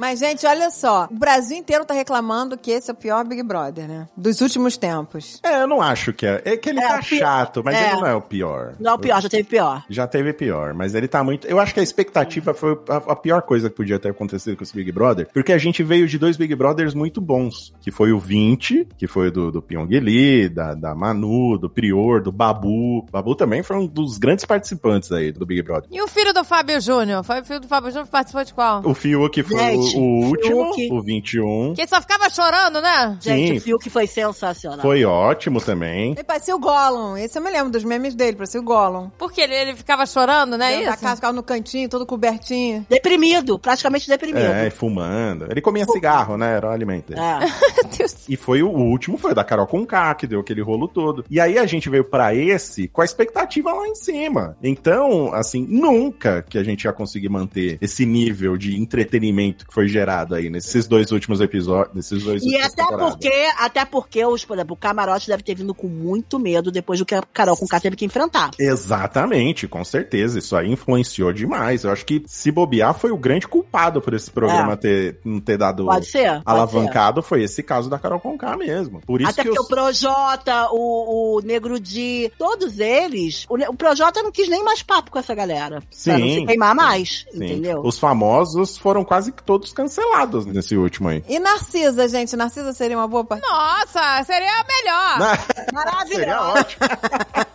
[SPEAKER 4] Mas, gente, olha só. O Brasil inteiro tá reclamando que esse é o pior Big Brother, né? Dos últimos tempos.
[SPEAKER 5] É, eu não acho que é. É que ele
[SPEAKER 3] É, o
[SPEAKER 5] tá
[SPEAKER 3] pi-
[SPEAKER 5] chato, mas
[SPEAKER 3] é.
[SPEAKER 5] ele não é o pior.
[SPEAKER 3] Não, pior, já teve pior.
[SPEAKER 5] Já teve pior, mas ele tá muito. Eu acho que a expectativa foi a, a pior coisa que podia ter acontecido com esse Big Brother, porque a gente veio de dois Big Brothers muito bons, que foi o 20, que foi o do, do Pyong Lee, da, da Manu, do Prior, do Babu. Babu também foi um dos grandes participantes aí do Big Brother.
[SPEAKER 8] E o filho do Fábio Júnior? Foi o filho do Fábio Júnior que participou de qual?
[SPEAKER 5] O Fiuk
[SPEAKER 3] Gente,
[SPEAKER 5] foi o, o último,
[SPEAKER 3] Fiuk.
[SPEAKER 5] o 21.
[SPEAKER 8] Que só ficava chorando, né?
[SPEAKER 3] Gente,
[SPEAKER 5] Sim.
[SPEAKER 3] o Fiuk foi sensacional.
[SPEAKER 5] Foi ótimo também.
[SPEAKER 4] Ele parecia o Gollum. Esse eu me lembro dos memes dele, parecia o Gollum.
[SPEAKER 8] Porque ele, ele ficava chorando, né?
[SPEAKER 4] Dentro da
[SPEAKER 8] Isso?
[SPEAKER 4] casa, ficava no cantinho, todo cobertinho.
[SPEAKER 3] Deprimido, praticamente deprimido.
[SPEAKER 5] É,
[SPEAKER 3] É.
[SPEAKER 5] e fumando. Ele comia cigarro, né? Era o alimento. dele.
[SPEAKER 8] Meu Deus.
[SPEAKER 5] E foi o, o último, foi o da Carol Conká, que deu aquele rolo todo. E aí a gente veio pra esse com a expectativa lá em cima. Então, assim, nunca que a gente ia conseguir manter esse nível de entretenimento que foi gerado aí nesses dois últimos episódios, nesses dois
[SPEAKER 3] E
[SPEAKER 5] últimos
[SPEAKER 3] até porque, até porque os, por exemplo, o camarote deve ter vindo com muito medo depois do que a Carol com teve que enfrentar.
[SPEAKER 5] Exatamente, com certeza. Isso aí influenciou demais. Eu acho que se bobear foi o grande culpado por esse programa
[SPEAKER 3] É.
[SPEAKER 5] ter, não ter dado
[SPEAKER 3] Pode ser? Pode
[SPEAKER 5] alavancado, foi esse caso da Carol Conká mesmo. Por isso
[SPEAKER 3] Até
[SPEAKER 5] que eu...
[SPEAKER 3] porque o Projota, o, o Negro Di, todos eles. O, Ne- o Projota não quis nem mais papo com essa galera. Pra não
[SPEAKER 5] Sim.
[SPEAKER 3] se queimar mais,
[SPEAKER 5] Sim.
[SPEAKER 3] entendeu?
[SPEAKER 5] Os famosos foram quase que todos cancelados nesse último aí.
[SPEAKER 4] E Narcisa, gente? Narcisa seria uma boa partida?
[SPEAKER 8] Nossa, seria a É melhor.
[SPEAKER 5] Seria ótimo.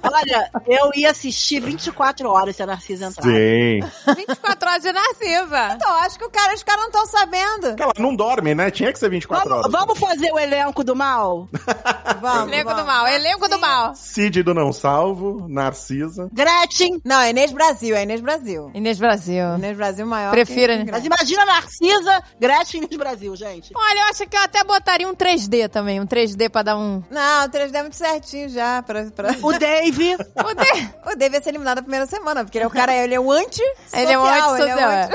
[SPEAKER 3] Olha, eu ia assistir 24 horas se a Narcisa entrar.
[SPEAKER 5] Sim.
[SPEAKER 8] 24 horas de Narcisa.
[SPEAKER 4] Então, acho que o cara, os caras não estão sabendo.
[SPEAKER 5] Ela não dorme, né? Tinha que ser 24
[SPEAKER 3] Vamos,
[SPEAKER 5] horas.
[SPEAKER 3] vamos fazer o elenco do mal?
[SPEAKER 4] Vamos.
[SPEAKER 8] Elenco do
[SPEAKER 4] vamos.
[SPEAKER 8] mal, elenco do mal.
[SPEAKER 5] Cid do Não Salvo, Narcisa.
[SPEAKER 3] Gretchen!
[SPEAKER 4] Não, é Inês Brasil, é Inês Brasil.
[SPEAKER 8] Inês Brasil.
[SPEAKER 4] Inês Brasil maior.
[SPEAKER 8] Prefiro,
[SPEAKER 4] que-
[SPEAKER 8] né?
[SPEAKER 4] que
[SPEAKER 3] Mas
[SPEAKER 4] grande.
[SPEAKER 3] imagina a Narcisa, Gretchen no Brasil, gente.
[SPEAKER 8] Olha, eu acho que eu até botaria um 3D também, um 3D pra dar um...
[SPEAKER 4] Não, o 3D é muito certinho já. Pra, pra...
[SPEAKER 3] O Dave,
[SPEAKER 8] O D.
[SPEAKER 4] O Dave ia ser eliminado na primeira semana, porque ele é o cara, ele é o anti
[SPEAKER 8] Ele é um antissocial, é.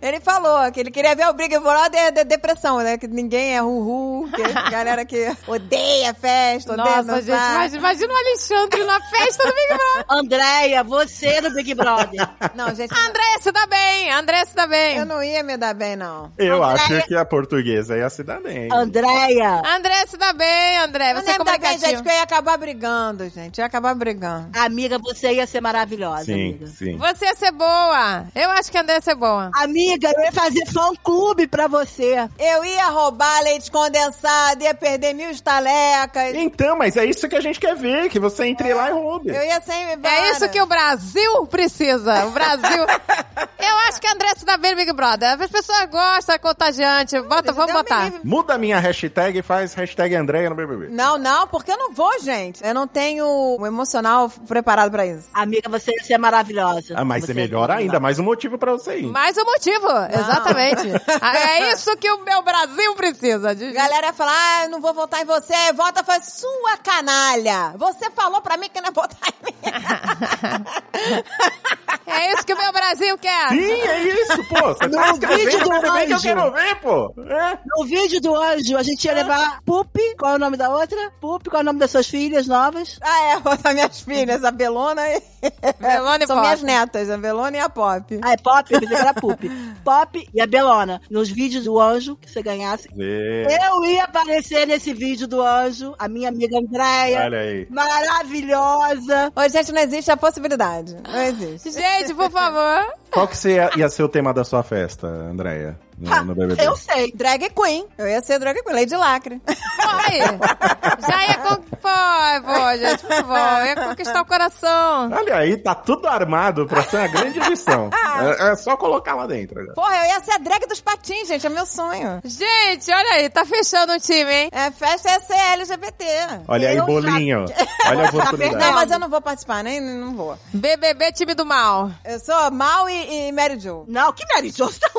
[SPEAKER 4] Ele falou que ele queria ver o Big Brother de depressão, né? Que ninguém é uhul, que a galera que odeia festa, odeia
[SPEAKER 8] Nossa, gente,
[SPEAKER 4] dançar.
[SPEAKER 8] imagina, imagina o Alexandre na festa do Big Brother.
[SPEAKER 3] Andréia, você no Big Brother.
[SPEAKER 4] Não, gente,
[SPEAKER 8] André se dá tá bem, André se dá bem.
[SPEAKER 4] eu não ia me dar bem, não.
[SPEAKER 5] Eu
[SPEAKER 3] Andréia-
[SPEAKER 5] acho que a portuguesa ia se dar bem.
[SPEAKER 3] Andréia,
[SPEAKER 8] André se dá bem, André.
[SPEAKER 4] Eu
[SPEAKER 8] Você é
[SPEAKER 4] lembro da gente,
[SPEAKER 8] comunicativo.
[SPEAKER 4] porque eu ia acabar brigando, gente. Ia acabar brigando.
[SPEAKER 3] amiga, você ia ser maravilhosa,
[SPEAKER 5] Sim,
[SPEAKER 3] amiga.
[SPEAKER 5] sim.
[SPEAKER 8] Você ia ser boa. Eu acho que a André ia ser boa.
[SPEAKER 3] Amiga, eu ia fazer fã-clube pra você.
[SPEAKER 4] Eu ia roubar leite condensado, ia perder mil estalecas.
[SPEAKER 5] Então, mas é isso que a gente quer ver, que você entre lá e roube.
[SPEAKER 4] Eu ia sem.
[SPEAKER 8] É isso que o Brasil precisa. O Brasil. Eu acho que a André se dá bem no Big Brother. As pessoas gostam, é contagiante. Bota, vamos
[SPEAKER 4] Deus me
[SPEAKER 8] botar.
[SPEAKER 4] livre.
[SPEAKER 5] Muda a minha hashtag e faz hashtag Andréia no BBB.
[SPEAKER 4] Não, não, porque eu não vou, gente. Eu não tenho o emocional preparado pra isso.
[SPEAKER 3] Amiga, você ia ser maravilhosa.
[SPEAKER 5] Ah, mas
[SPEAKER 3] você
[SPEAKER 5] é melhor ainda, mais um motivo pra você ir.
[SPEAKER 8] Mais um motivo, exatamente. É isso que o meu Brasil precisa.
[SPEAKER 4] A
[SPEAKER 8] de-
[SPEAKER 4] galera ia falar, ah, eu não vou votar em você. Vota, foi sua canalha. Você falou pra mim que não ia votar em mim.
[SPEAKER 8] É isso que o meu Brasil quer.
[SPEAKER 5] Sim, é isso, pô. Você tá
[SPEAKER 3] No vídeo
[SPEAKER 5] escrevendo
[SPEAKER 3] do
[SPEAKER 5] o BBB que eu
[SPEAKER 3] anjo.
[SPEAKER 5] quero ver, pô. É.
[SPEAKER 3] No vídeo do anjo, a gente ia levar Pupi, qual é o nome da outra? Pupi, qual é o nome das suas filhas novas?
[SPEAKER 4] ah, é, votar minhas filhas, a Belona e...
[SPEAKER 8] Belona e
[SPEAKER 4] São
[SPEAKER 8] Pop.
[SPEAKER 4] minhas netas, a Belona e a Pop.
[SPEAKER 3] Ah, é Pop? Eu pensei que era Pupi. Pop e a Belona. Nos vídeos do anjo que você ganhasse.
[SPEAKER 5] É.
[SPEAKER 3] Eu ia aparecer nesse vídeo do anjo, a minha amiga Andréia.
[SPEAKER 5] Olha aí.
[SPEAKER 3] Maravilhosa.
[SPEAKER 4] Ô, gente, não existe a possibilidade. Não existe.
[SPEAKER 8] Gente, por favor.
[SPEAKER 5] Qual que você ia, ia ser o tema da sua festa, Andréia, no, no BBB?
[SPEAKER 3] Eu sei.
[SPEAKER 4] Drag Queen. Eu ia ser drag queen, Lady Lacre.
[SPEAKER 8] Foi. Já ia con... Foi, pô, gente, por favor. Ia conquistar o coração.
[SPEAKER 5] Olha aí, tá tudo armado pra ser uma grande edição. É, é só colocar lá dentro. né?
[SPEAKER 4] Porra, eu ia ser a drag dos patins, gente. É meu sonho.
[SPEAKER 8] Gente, olha aí, tá fechando o time, hein?
[SPEAKER 4] É, festa ia ser LGBT.
[SPEAKER 5] Olha aí,
[SPEAKER 3] Eu já-
[SPEAKER 5] bolinho. Olha a
[SPEAKER 4] Não,
[SPEAKER 5] oportunidade.
[SPEAKER 4] mas eu não vou participar, nem não vou.
[SPEAKER 8] BBB time do mal.
[SPEAKER 4] Eu sou Mal e, e Mary Jo.
[SPEAKER 3] Não, que Mary Jo, você tá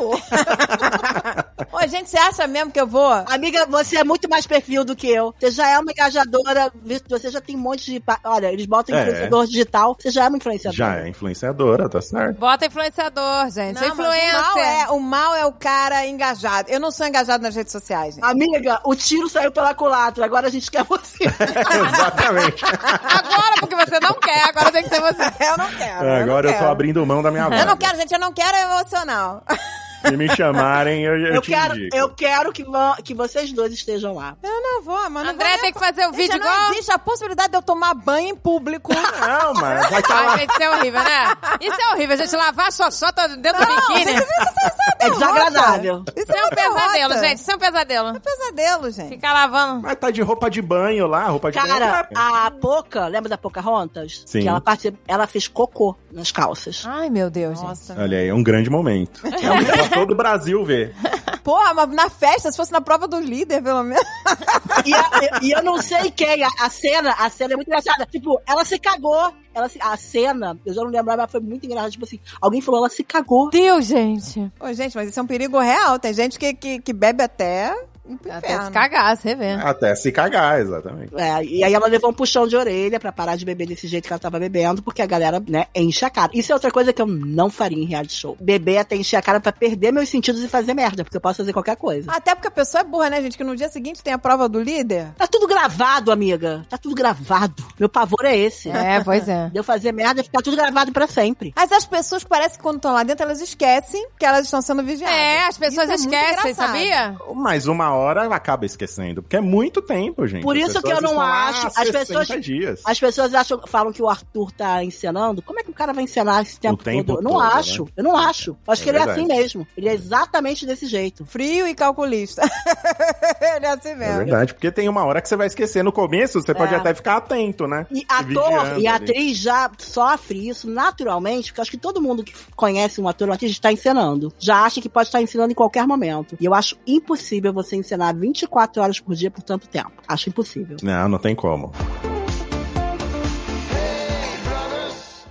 [SPEAKER 3] louca.
[SPEAKER 4] Ô, gente, você acha mesmo que eu vou?
[SPEAKER 3] Amiga, você é muito mais perfil do que eu. Você já é uma engajadora, você já tem um monte de. pa- Olha, eles botam
[SPEAKER 5] É.
[SPEAKER 3] influenciador digital, você já é uma influenciadora.
[SPEAKER 5] Já é influenciadora, tá certo.
[SPEAKER 8] Bota influenciador, gente.
[SPEAKER 4] Não, mas
[SPEAKER 8] Influencer.
[SPEAKER 4] O mal, é, o mal é o cara engajado. Eu não sou engajado nas redes sociais, gente.
[SPEAKER 3] Amiga, o tiro saiu pela culatra, agora a gente quer você.
[SPEAKER 5] Exatamente.
[SPEAKER 8] Agora, porque você não quer, agora tem que ser você.
[SPEAKER 4] Ah, Eu não quero.
[SPEAKER 5] É, Agora eu,
[SPEAKER 4] não
[SPEAKER 5] tô
[SPEAKER 4] quero.
[SPEAKER 5] abrindo mão da minha vaga.
[SPEAKER 4] Eu não quero, gente, eu não quero emocional.
[SPEAKER 5] Se me chamarem, eu, eu,
[SPEAKER 3] Eu
[SPEAKER 5] te
[SPEAKER 3] quero,
[SPEAKER 5] indico.
[SPEAKER 3] eu quero que, vão- que vocês dois estejam lá.
[SPEAKER 4] Eu não vou, mano.
[SPEAKER 8] André tem que fazer o vídeo
[SPEAKER 4] Gente, não
[SPEAKER 8] igual.
[SPEAKER 4] existe a possibilidade de eu tomar banho em público.
[SPEAKER 5] Não, mas vai estar lá.
[SPEAKER 8] Ai, gente, isso é horrível, né? Isso é horrível, gente. Lavar a xoxota dentro do biquíni.
[SPEAKER 3] É desagradável.
[SPEAKER 5] Tá
[SPEAKER 4] Isso
[SPEAKER 8] Isso é um
[SPEAKER 4] uma derrota.
[SPEAKER 8] pesadelo, gente. Isso é um pesadelo.
[SPEAKER 4] Pesadelo, gente.
[SPEAKER 8] Ficar lavando.
[SPEAKER 5] Mas tá de roupa de banho lá, roupa de
[SPEAKER 3] Cara,
[SPEAKER 5] banho.
[SPEAKER 3] a Poca, lembra da Pocahontas?
[SPEAKER 5] Sim.
[SPEAKER 3] Que ela, participa- ela fez cocô nas calças.
[SPEAKER 8] Ai, meu Deus, gente.
[SPEAKER 4] Nossa.
[SPEAKER 5] Olha aí, é um grande momento. É um pra todo o Brasil ver.
[SPEAKER 4] Porra, mas na festa, se fosse na prova do líder, pelo menos.
[SPEAKER 3] E, a- e eu não sei quem, a, a cena, a cena é muito engraçada. Tipo, ela se cagou. Ela se- a cena, eu já não lembro, mas foi muito engraçada. Tipo assim, alguém falou, ela se cagou.
[SPEAKER 8] Deus, gente.
[SPEAKER 4] Ô, gente, mas isso é um perigo real. Tem gente que, que, que bebe até ir pro
[SPEAKER 8] Até se
[SPEAKER 4] inferno.
[SPEAKER 8] cagar, você vê.
[SPEAKER 5] Até se cagar, exatamente.
[SPEAKER 3] É, e aí ela levou um puxão de orelha pra parar de beber desse jeito que ela tava bebendo, porque a galera, né, enche a cara. Isso é outra coisa que eu não faria em reality show. Beber até encher a cara pra perder meus sentidos e fazer merda, porque eu posso fazer qualquer coisa.
[SPEAKER 4] Até porque a pessoa é burra, né, gente? Que no dia seguinte tem a prova do líder.
[SPEAKER 3] Tá tudo gravado, amiga. Tá tudo gravado. Meu pavor é esse.
[SPEAKER 8] É, pois é.
[SPEAKER 3] De eu fazer merda e ficar tudo gravado pra sempre.
[SPEAKER 4] Mas as pessoas parecem que quando estão lá dentro, elas esquecem que elas estão sendo vigiadas.
[SPEAKER 8] É, as pessoas
[SPEAKER 4] Isso é muito
[SPEAKER 8] esquecem,
[SPEAKER 4] engraçado.
[SPEAKER 8] sabia?
[SPEAKER 5] Mas uma hora ela acaba esquecendo, porque é muito tempo, gente.
[SPEAKER 3] Por
[SPEAKER 5] As
[SPEAKER 3] isso que
[SPEAKER 5] pessoas
[SPEAKER 3] eu não
[SPEAKER 5] estão lá
[SPEAKER 3] acho-
[SPEAKER 5] há
[SPEAKER 3] as
[SPEAKER 5] 60
[SPEAKER 3] pessoas-
[SPEAKER 5] dias.
[SPEAKER 3] As pessoas acham, falam que o Arthur tá encenando. Como é que o cara vai encenar esse tempo,
[SPEAKER 5] tempo
[SPEAKER 3] todo? Eu não
[SPEAKER 5] todo, né?
[SPEAKER 3] acho. Eu não acho. Eu acho
[SPEAKER 5] É
[SPEAKER 3] que ele
[SPEAKER 5] verdade.
[SPEAKER 3] é assim mesmo. Ele é exatamente desse jeito.
[SPEAKER 4] Frio e calculista. Ele é assim
[SPEAKER 5] É
[SPEAKER 4] mesmo.
[SPEAKER 5] verdade, porque tem uma hora que você vai esquecer. No começo, você
[SPEAKER 3] É.
[SPEAKER 5] pode até ficar atento, né?
[SPEAKER 3] E
[SPEAKER 5] Vigiando
[SPEAKER 3] ator e
[SPEAKER 5] ali.
[SPEAKER 3] atriz já sofre isso naturalmente, porque eu acho que todo mundo que conhece um ator ou atriz está encenando. Já acha que pode estar encenando em qualquer momento. E eu acho impossível você encenar 24 horas por dia por tanto tempo. Acho impossível.
[SPEAKER 5] Não, não tem como.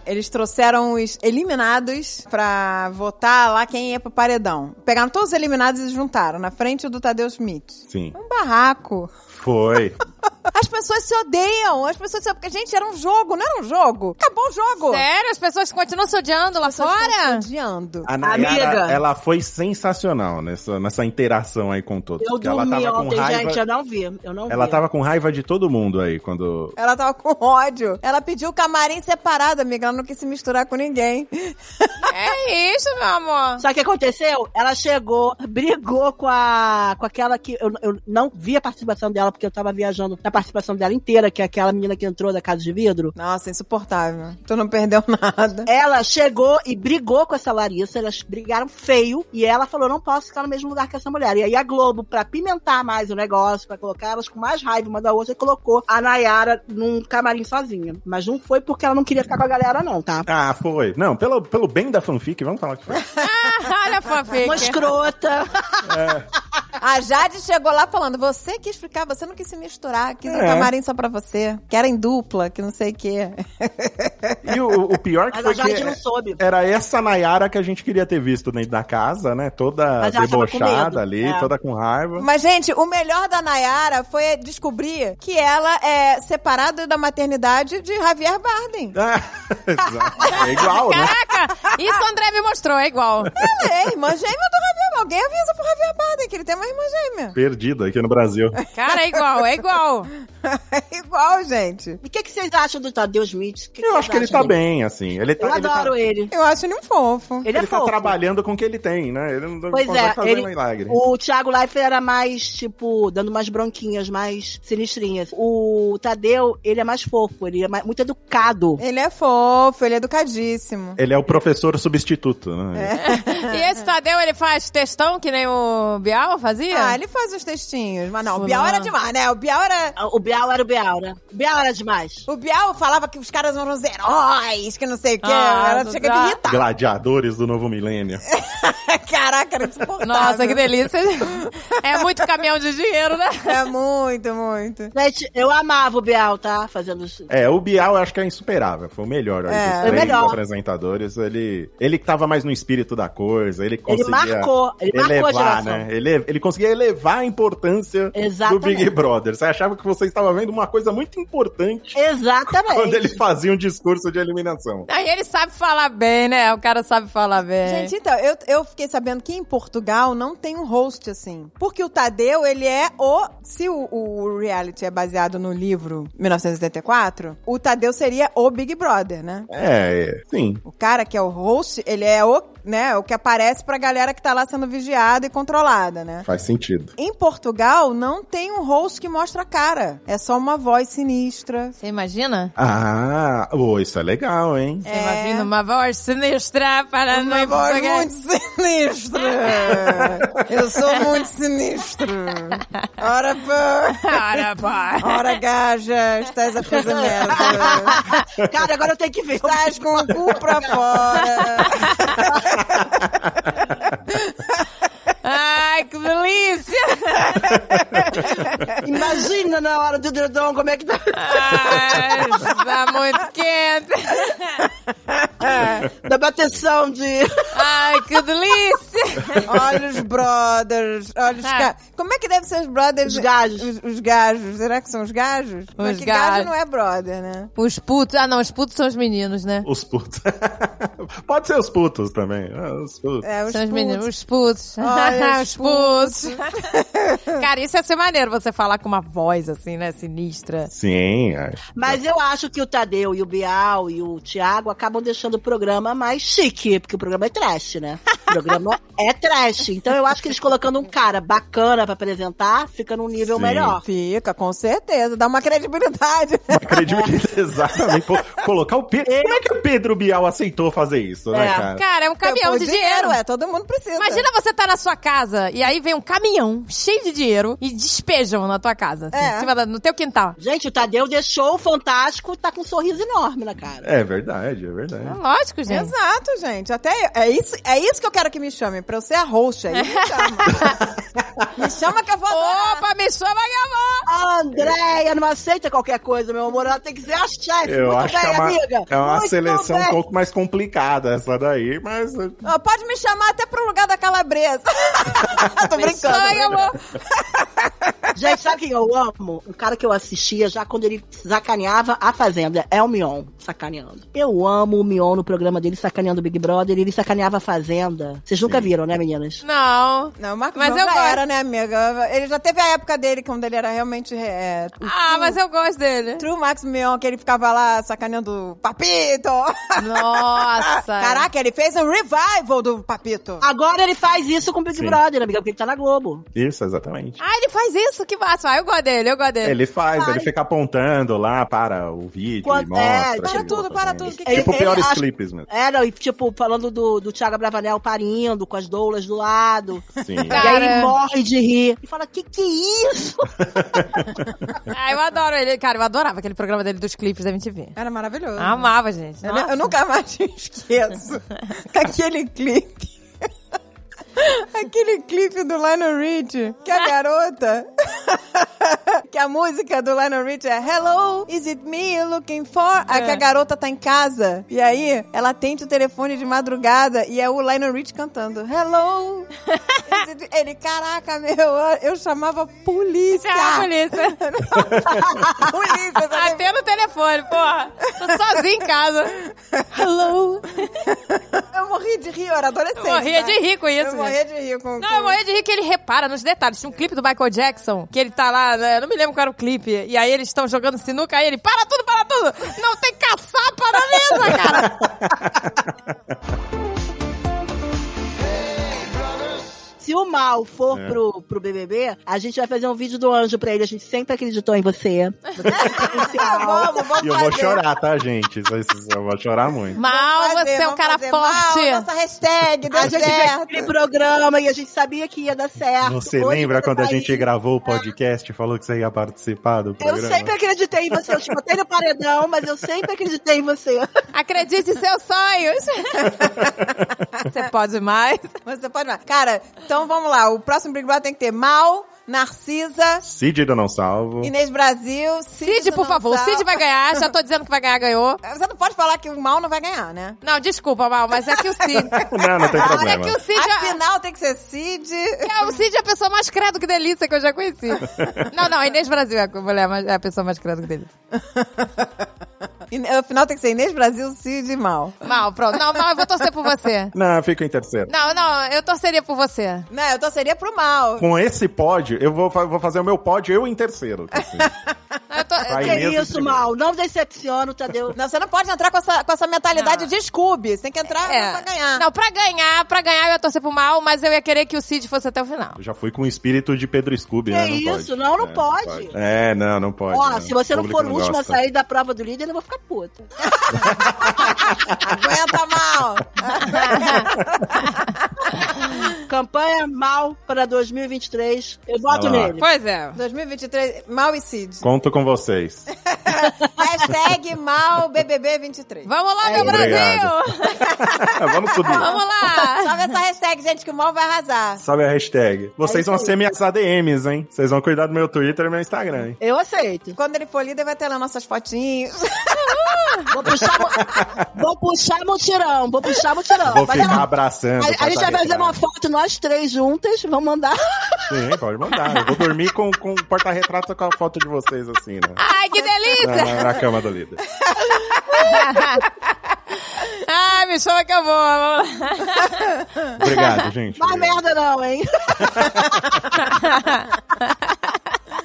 [SPEAKER 4] Eles trouxeram os eliminados pra votar lá quem ia pro paredão. Pegaram todos os eliminados e juntaram na frente do Tadeu Schmidt.
[SPEAKER 5] Sim.
[SPEAKER 4] Um barraco.
[SPEAKER 5] Foi.
[SPEAKER 4] As pessoas se odeiam. As pessoas se... Porque, gente, era um jogo, não era um jogo. Acabou o jogo.
[SPEAKER 8] Sério, as pessoas continuam se odiando lá
[SPEAKER 4] As pessoas
[SPEAKER 8] fora?
[SPEAKER 4] estão se odiando.
[SPEAKER 5] A Nayara,
[SPEAKER 3] Amiga.
[SPEAKER 5] ela foi sensacional nessa, nessa interação aí com todos.
[SPEAKER 3] Eu
[SPEAKER 5] porque ela
[SPEAKER 3] dormi
[SPEAKER 5] tava com
[SPEAKER 3] ontem,
[SPEAKER 5] raiva.
[SPEAKER 3] gente. Eu não vi. Eu não
[SPEAKER 5] Ela
[SPEAKER 3] vi.
[SPEAKER 5] tava com raiva de todo mundo aí quando.
[SPEAKER 4] Ela tava com ódio. Ela pediu o camarim separado, amiga. Ela não quis se misturar com ninguém.
[SPEAKER 8] É isso, meu amor.
[SPEAKER 3] Sabe o que aconteceu? Ela chegou, brigou com a com aquela que eu, eu não vi a participação dela porque eu tava viajando na participação dela inteira, que é aquela menina que entrou da casa de vidro.
[SPEAKER 4] Nossa, insuportável. Tu não perdeu nada.
[SPEAKER 3] Ela chegou e brigou com essa Larissa, elas brigaram feio, e ela falou: não posso ficar no mesmo lugar que essa mulher. E aí a Globo, pra pimentar mais o negócio, pra colocar elas com mais raiva uma da outra, colocou a Nayara num camarim sozinha. Mas não foi porque ela não queria ficar com a galera, não, tá?
[SPEAKER 5] Ah, foi. Não, pelo, pelo bem da fanfic, vamos falar que foi.
[SPEAKER 8] Ah, olha a
[SPEAKER 3] Uma
[SPEAKER 8] fanfic.
[SPEAKER 3] escrota.
[SPEAKER 4] A Jade chegou lá falando: você quis ficar, você não quis se misturar, quis um
[SPEAKER 5] É.
[SPEAKER 4] camarim só pra você. Que era em dupla, que não sei o quê.
[SPEAKER 5] E o, o pior
[SPEAKER 3] Mas
[SPEAKER 5] que foi
[SPEAKER 3] a
[SPEAKER 5] que
[SPEAKER 3] Jade não soube.
[SPEAKER 5] era essa Nayara que a gente queria ter visto dentro da casa, né? Toda
[SPEAKER 3] Mas ela tava com medo.
[SPEAKER 5] debochada ali,
[SPEAKER 3] É.
[SPEAKER 5] toda com raiva.
[SPEAKER 4] Mas, gente, o melhor da Nayara foi descobrir que ela é separada da maternidade de Javier Bardem.
[SPEAKER 5] É, exato. É igual, né?
[SPEAKER 8] Caraca, isso o André me mostrou, é igual.
[SPEAKER 4] Ela é irmã gêmea do Javier. Alguém avisa pro Javier Bardem que ele tem uma irmã gêmea.
[SPEAKER 5] Perdido aqui no Brasil.
[SPEAKER 8] Cara, é igual, é igual.
[SPEAKER 4] É Igual, gente.
[SPEAKER 3] E o que, que vocês acham do Tadeu Smith? O que
[SPEAKER 5] Eu
[SPEAKER 3] vocês
[SPEAKER 5] acho que ele
[SPEAKER 3] acham
[SPEAKER 5] tá
[SPEAKER 3] dele?
[SPEAKER 5] bem, assim. Ele tá,
[SPEAKER 3] Eu
[SPEAKER 5] ele tá-
[SPEAKER 3] adoro ele.
[SPEAKER 4] Eu acho ele um fofo.
[SPEAKER 3] Ele,
[SPEAKER 5] ele
[SPEAKER 3] é
[SPEAKER 5] tá
[SPEAKER 3] fofo.
[SPEAKER 5] trabalhando com o que ele tem, né? Ele não
[SPEAKER 3] Pois
[SPEAKER 5] consegue
[SPEAKER 3] é,
[SPEAKER 5] fazer
[SPEAKER 3] ele,
[SPEAKER 5] milagre.
[SPEAKER 3] o Thiago Leifert era mais, tipo, dando umas bronquinhas, mais sinistrinhas. O Tadeu, ele é mais fofo, ele é mais- muito educado.
[SPEAKER 4] Ele é fofo, ele é educadíssimo.
[SPEAKER 5] Ele é o professor substituto, né?
[SPEAKER 8] E esse Tadeu, ele faz textão que nem o Bial fazia?
[SPEAKER 4] Ah, ele faz os textinhos. Mas não, o
[SPEAKER 8] Fulano.
[SPEAKER 4] Bial era demais, né? O Bial era.
[SPEAKER 3] O Bial era o Bial, né? O Bial era demais.
[SPEAKER 4] O Bial falava que os caras eram os heróis, que não sei o quê.
[SPEAKER 8] Ah,
[SPEAKER 4] era,
[SPEAKER 8] Dudu.
[SPEAKER 4] chega de
[SPEAKER 3] É.
[SPEAKER 4] irritar.
[SPEAKER 5] Gladiadores do novo milênio.
[SPEAKER 4] Caraca, era insuportável.
[SPEAKER 8] Nossa, que delícia. É muito caminhão de dinheiro, né?
[SPEAKER 4] É muito, muito.
[SPEAKER 3] Gente, eu amava o Bial, tá? Fazendo isso.
[SPEAKER 5] É, o Bial eu acho que é insuperável. Foi o melhor aí dos
[SPEAKER 4] É,
[SPEAKER 3] foi o
[SPEAKER 5] três
[SPEAKER 3] melhor.
[SPEAKER 5] apresentadores. Ele, ele que tava mais no espírito da coisa, ele
[SPEAKER 3] Ele
[SPEAKER 5] conseguia
[SPEAKER 3] marcou, ele marcou a
[SPEAKER 5] elevar,
[SPEAKER 3] geração.
[SPEAKER 5] né? Ele, ele conseguia elevar a importância do
[SPEAKER 3] Exatamente.
[SPEAKER 5] Big Brother. Você achava que você estava vendo uma coisa muito importante quando
[SPEAKER 3] Exatamente.
[SPEAKER 5] ele fazia um discurso de eliminação.
[SPEAKER 8] Aí ele sabe falar bem, né? O cara sabe falar bem.
[SPEAKER 4] Gente, então, eu, eu fiquei sabendo que em Portugal não tem um host assim. Porque o Tadeu, ele é o. Se o, o reality é baseado no livro 1984, o Tadeu seria o Big Brother, né?
[SPEAKER 5] É, é, sim.
[SPEAKER 4] O cara que é o host, ele é o, né, o que aparece pra galera que tá lá sendo vigiada e controlada, né?
[SPEAKER 5] Faz sentido.
[SPEAKER 4] Em Portugal, não tem um host que mostra a cara. É só uma voz sinistra.
[SPEAKER 8] Você imagina?
[SPEAKER 5] Ah, ô, isso é legal, hein?
[SPEAKER 8] Você
[SPEAKER 3] É.
[SPEAKER 8] imagina uma voz sinistra para
[SPEAKER 4] Uma
[SPEAKER 8] não
[SPEAKER 4] voz muito sinistra. Eu sou muito sinistro. Ora, pô.
[SPEAKER 8] Cara, pá.
[SPEAKER 4] Ora, gaja. Estás a fazer merda.
[SPEAKER 3] Cara, agora eu tenho que ver. tá?
[SPEAKER 4] Estás com o cu pra fora.
[SPEAKER 8] Ai, que delícia!
[SPEAKER 3] Imagina na hora do dedão como é que tá.
[SPEAKER 8] Ai, tá muito quente.
[SPEAKER 3] da bateção de.
[SPEAKER 8] Ai, que delícia!
[SPEAKER 4] Olha os brothers. Olha os
[SPEAKER 8] Ah.
[SPEAKER 4] ga- Como é que deve ser os brothers?
[SPEAKER 3] Os gajos.
[SPEAKER 4] Os, os gajos. Será que são os gajos? Mas que gajo.
[SPEAKER 8] gajos.
[SPEAKER 4] não é brother, né?
[SPEAKER 8] Os putos. Ah, não, os putos são os meninos, né?
[SPEAKER 5] Os putos. Pode ser os putos também. ah, Os putos.
[SPEAKER 4] É, os,
[SPEAKER 8] São os
[SPEAKER 4] putos.
[SPEAKER 8] meninos, os putos. é
[SPEAKER 4] Olha, os
[SPEAKER 8] os putos. Cara, isso ia ser maneiro, você falar com uma voz assim, né, sinistra.
[SPEAKER 5] Sim, é.
[SPEAKER 3] Mas eu acho que o Tadeu e o Bial e o Thiago acabam deixando o programa mais chique, porque o programa é trash, né? O programa é trash. Então eu acho que eles colocando um cara bacana pra apresentar, fica num nível
[SPEAKER 5] Sim.
[SPEAKER 3] melhor.
[SPEAKER 4] Fica, com certeza. Dá uma credibilidade.
[SPEAKER 8] Um
[SPEAKER 5] Acredito que exatamente. Pô, Colocar o Pedro. Como é que o Pedro Bial aceitou fazer isso, né,
[SPEAKER 3] É.
[SPEAKER 5] cara?
[SPEAKER 8] Cara, é um caminhão
[SPEAKER 4] Pô,
[SPEAKER 8] de dinheiro.
[SPEAKER 4] é. Todo mundo precisa.
[SPEAKER 8] Imagina você tá na sua casa e aí vem um caminhão cheio de dinheiro e despejam na tua casa. assim,
[SPEAKER 4] É.
[SPEAKER 8] em cima da- no teu quintal.
[SPEAKER 3] Gente, o Tadeu deixou o Fantástico tá com um sorriso enorme na cara.
[SPEAKER 5] É verdade, é verdade.
[SPEAKER 8] Lógico, gente.
[SPEAKER 4] Exato, gente. Até eu- é isso, é isso que eu quero que me chamem, pra eu ser a roxa. Aí me chama. me chama que eu vou adorar.
[SPEAKER 8] Opa, me chama, Gabão!
[SPEAKER 3] A Andréia não aceita qualquer coisa, meu amor. Ela tem que ser a chefe.
[SPEAKER 5] Eu
[SPEAKER 3] Muito
[SPEAKER 5] acho
[SPEAKER 3] bem,
[SPEAKER 5] que é uma,
[SPEAKER 3] amiga.
[SPEAKER 5] é uma
[SPEAKER 3] Muito
[SPEAKER 5] seleção um
[SPEAKER 3] bem.
[SPEAKER 5] pouco mais complicada essa daí, mas.
[SPEAKER 4] Ó, Pode me chamar até pro lugar da calabresa. Tô
[SPEAKER 8] Ai,
[SPEAKER 4] brincando. né?
[SPEAKER 8] Gabão!
[SPEAKER 3] Gente, sabe quem eu amo? Um cara que eu assistia já quando ele sacaneava a Fazenda. É o Mion, sacaneando. Eu amo o Mion no programa dele, sacaneando o Big Brother. Ele sacaneava a Fazenda. Vocês nunca viram, né, meninas?
[SPEAKER 8] Não.
[SPEAKER 4] Não, o Marcos
[SPEAKER 8] Mas
[SPEAKER 4] Mas
[SPEAKER 8] eu gosto.
[SPEAKER 4] já era, né, amiga? Ele já teve a época dele, quando ele era realmente... É, o
[SPEAKER 8] Ah, mas eu gosto dele.
[SPEAKER 4] True Max Mion, que ele ficava lá sacaneando o Papito.
[SPEAKER 8] Nossa.
[SPEAKER 4] Caraca, ele fez um revival do Papito.
[SPEAKER 3] Agora ele faz isso com o Big
[SPEAKER 5] Sim.
[SPEAKER 3] Brother, amiga, porque ele tá na Globo.
[SPEAKER 5] Isso, exatamente.
[SPEAKER 8] Ah, ele faz isso? Que massa. Ah, eu gosto dele, eu gosto dele.
[SPEAKER 5] Ele faz,
[SPEAKER 3] Faz.
[SPEAKER 5] ele fica apontando lá para o vídeo
[SPEAKER 3] Quando-
[SPEAKER 5] e mostra.
[SPEAKER 3] é,
[SPEAKER 5] que
[SPEAKER 3] para
[SPEAKER 5] ele
[SPEAKER 4] tudo,
[SPEAKER 5] tá
[SPEAKER 4] para
[SPEAKER 5] fazendo
[SPEAKER 4] tudo,
[SPEAKER 5] isso.
[SPEAKER 4] que-
[SPEAKER 5] Tipo,
[SPEAKER 3] ele-
[SPEAKER 5] piores
[SPEAKER 3] ele acha-
[SPEAKER 5] clipes mesmo.
[SPEAKER 3] Era, e tipo, falando do, do Thiago Bravanel parindo, com as doulas do lado.
[SPEAKER 5] Sim.
[SPEAKER 3] E aí
[SPEAKER 8] Cara.
[SPEAKER 3] ele morre de rir. E fala, que que é isso?
[SPEAKER 8] Ah, eu adoro ele. Cara, eu adorava aquele programa dele dos clipes da MTV.
[SPEAKER 4] Era maravilhoso.
[SPEAKER 8] Amava, gente.
[SPEAKER 4] Eu,
[SPEAKER 8] Nossa.
[SPEAKER 4] eu nunca mais te esqueço daquele clipe. Aquele clipe do Lionel Rich, que a garota. que a música do Lionel Rich é Hello, is it me you're looking for? Aí
[SPEAKER 8] É.
[SPEAKER 4] que a garota tá em casa. E aí ela atende o telefone de madrugada e é o Lionel Rich cantando Hello. is it me?" Ele, caraca, meu, eu chamava polícia.
[SPEAKER 8] Ah, polícia.
[SPEAKER 4] polícia, sabe?
[SPEAKER 8] Até no telefone, porra. Tô sozinha em casa. Hello.
[SPEAKER 4] Eu morri de rir, eu era adolescente.
[SPEAKER 8] Eu morria
[SPEAKER 4] né?
[SPEAKER 8] de rir com isso,
[SPEAKER 4] Eu morria de rir com.
[SPEAKER 8] Não,
[SPEAKER 4] com-
[SPEAKER 8] Ah, eu morri de rir que ele repara nos detalhes. Tinha um clipe do Michael Jackson, que ele tá lá, né? eu não me lembro qual era o clipe. E aí eles estão jogando sinuca, aí ele, para tudo, para tudo! Não tem caçapa na mesa, cara!
[SPEAKER 3] Se o mal for
[SPEAKER 5] É.
[SPEAKER 3] pro, pro BBB, a gente vai fazer um vídeo do anjo pra ele. A gente sempre acreditou em você. Você é
[SPEAKER 8] Tá
[SPEAKER 4] Tá
[SPEAKER 3] potencial.
[SPEAKER 4] Vamos, vamos
[SPEAKER 5] E eu vou chorar, tá, gente? Isso- Eu vou chorar muito.
[SPEAKER 8] Mal, você é um cara forte!
[SPEAKER 4] Mal, nossa hashtag,
[SPEAKER 3] A
[SPEAKER 4] deu
[SPEAKER 3] gente fez
[SPEAKER 4] Tá certo.
[SPEAKER 3] aquele programa e a gente sabia que ia dar certo.
[SPEAKER 5] Você
[SPEAKER 3] Hoje
[SPEAKER 5] lembra
[SPEAKER 3] você
[SPEAKER 5] quando
[SPEAKER 3] tá
[SPEAKER 5] a gente
[SPEAKER 3] aí.
[SPEAKER 5] gravou o podcast e falou que você ia participar do
[SPEAKER 3] Eu
[SPEAKER 5] programa?
[SPEAKER 3] sempre acreditei em você. Eu te botei no paredão, mas eu sempre acreditei em você.
[SPEAKER 8] Acredite em seus sonhos! você pode mais.
[SPEAKER 4] Você pode mais. Cara, então vamos lá. O próximo Big Brother tem que ter Mal, Narcisa,
[SPEAKER 5] Cid do Não Salvo.
[SPEAKER 4] Inês Brasil, Cid.
[SPEAKER 8] Cid, por favor,
[SPEAKER 4] Donaldsal.
[SPEAKER 8] Cid vai ganhar, já tô dizendo que vai ganhar, ganhou.
[SPEAKER 4] Você não pode falar que o Mal não vai ganhar, né?
[SPEAKER 8] Não, desculpa, Mal, mas é que o Cid.
[SPEAKER 5] Não, não tem
[SPEAKER 8] Olha
[SPEAKER 5] problema.
[SPEAKER 8] que o Cid.
[SPEAKER 4] A final tem que ser Cid.
[SPEAKER 8] É, o Cid é a pessoa mais credo que delícia que eu já conheci. Não, não, a Inês Brasil é a, mulher mais- é a pessoa mais credo que delícia.
[SPEAKER 4] E A final tem que ser Inês Brasil, Cid e Mal.
[SPEAKER 8] Mal, pronto. Não, mal, eu vou torcer por você.
[SPEAKER 5] Não, fica em terceiro.
[SPEAKER 8] Não, não, eu torceria por você.
[SPEAKER 4] Não, eu torceria pro Mal.
[SPEAKER 5] Com esse pódio, eu vou, fa- vou fazer o meu pódio, eu em terceiro. assim.
[SPEAKER 8] Eu tô-
[SPEAKER 5] Vai.
[SPEAKER 3] Que
[SPEAKER 5] Aí mesmo,
[SPEAKER 3] isso,
[SPEAKER 5] sim.
[SPEAKER 3] mal. Não decepciona o Tadeu.
[SPEAKER 4] Não, você não pode entrar com essa, com essa mentalidade
[SPEAKER 8] Não.
[SPEAKER 4] de Scooby. Você tem que entrar
[SPEAKER 8] é.
[SPEAKER 4] pra ganhar.
[SPEAKER 8] Não, pra ganhar, pra ganhar eu ia torcer pro mal, mas eu ia querer que o Cid fosse até o final.
[SPEAKER 5] Eu já fui com o espírito de Pedro Scooby,
[SPEAKER 3] Que
[SPEAKER 5] né? Não
[SPEAKER 3] isso?
[SPEAKER 5] pode.
[SPEAKER 3] Não, não
[SPEAKER 5] É,
[SPEAKER 3] pode.
[SPEAKER 5] É, não, não pode.
[SPEAKER 3] Ó,
[SPEAKER 5] não.
[SPEAKER 3] se você não
[SPEAKER 5] público
[SPEAKER 3] for o último a
[SPEAKER 5] gosta.
[SPEAKER 3] sair da prova do líder, eu vou ficar puta.
[SPEAKER 4] Aguenta mal!
[SPEAKER 3] Campanha mal para 2023. Eu voto
[SPEAKER 5] Olha lá.
[SPEAKER 3] nele.
[SPEAKER 8] Pois é.
[SPEAKER 4] 2023, mal e Cid.
[SPEAKER 5] Conto com vocês.
[SPEAKER 4] Hashtag mal BBB23.
[SPEAKER 8] Vamos lá, meu
[SPEAKER 5] É Obrigado.
[SPEAKER 8] Brasil!
[SPEAKER 5] Ah, Vamos subir.
[SPEAKER 8] Vamos lá!
[SPEAKER 4] Sobe essa hashtag, gente, que o mal vai arrasar.
[SPEAKER 5] Sabe a
[SPEAKER 3] É
[SPEAKER 5] hashtag? Vocês vão ser minhas ADMs, hein? Vocês vão cuidar do meu Twitter e meu Instagram, hein?
[SPEAKER 3] Eu aceito.
[SPEAKER 4] Quando ele for líder, vai ter lá nossas fotinhas.
[SPEAKER 3] Vou puxar, mu- vou puxar mutirão, vou puxar mutirão.
[SPEAKER 5] Vou
[SPEAKER 3] Mas
[SPEAKER 5] filmar
[SPEAKER 3] ela-
[SPEAKER 5] abraçando.
[SPEAKER 3] a, a gente vai fazer
[SPEAKER 5] porta-retrato.
[SPEAKER 3] uma foto nós três juntas, vamos mandar.
[SPEAKER 5] Sim, pode mandar. Eu vou dormir com, com o porta-retrato com a foto de vocês, assim, né?
[SPEAKER 8] Ai, que delícia!
[SPEAKER 5] Na, na- na cama do líder.
[SPEAKER 8] Ai, me chama que eu vou. Vamos lá.
[SPEAKER 5] Obrigado, gente.
[SPEAKER 3] Mais
[SPEAKER 5] Obrigado.
[SPEAKER 3] merda não, hein?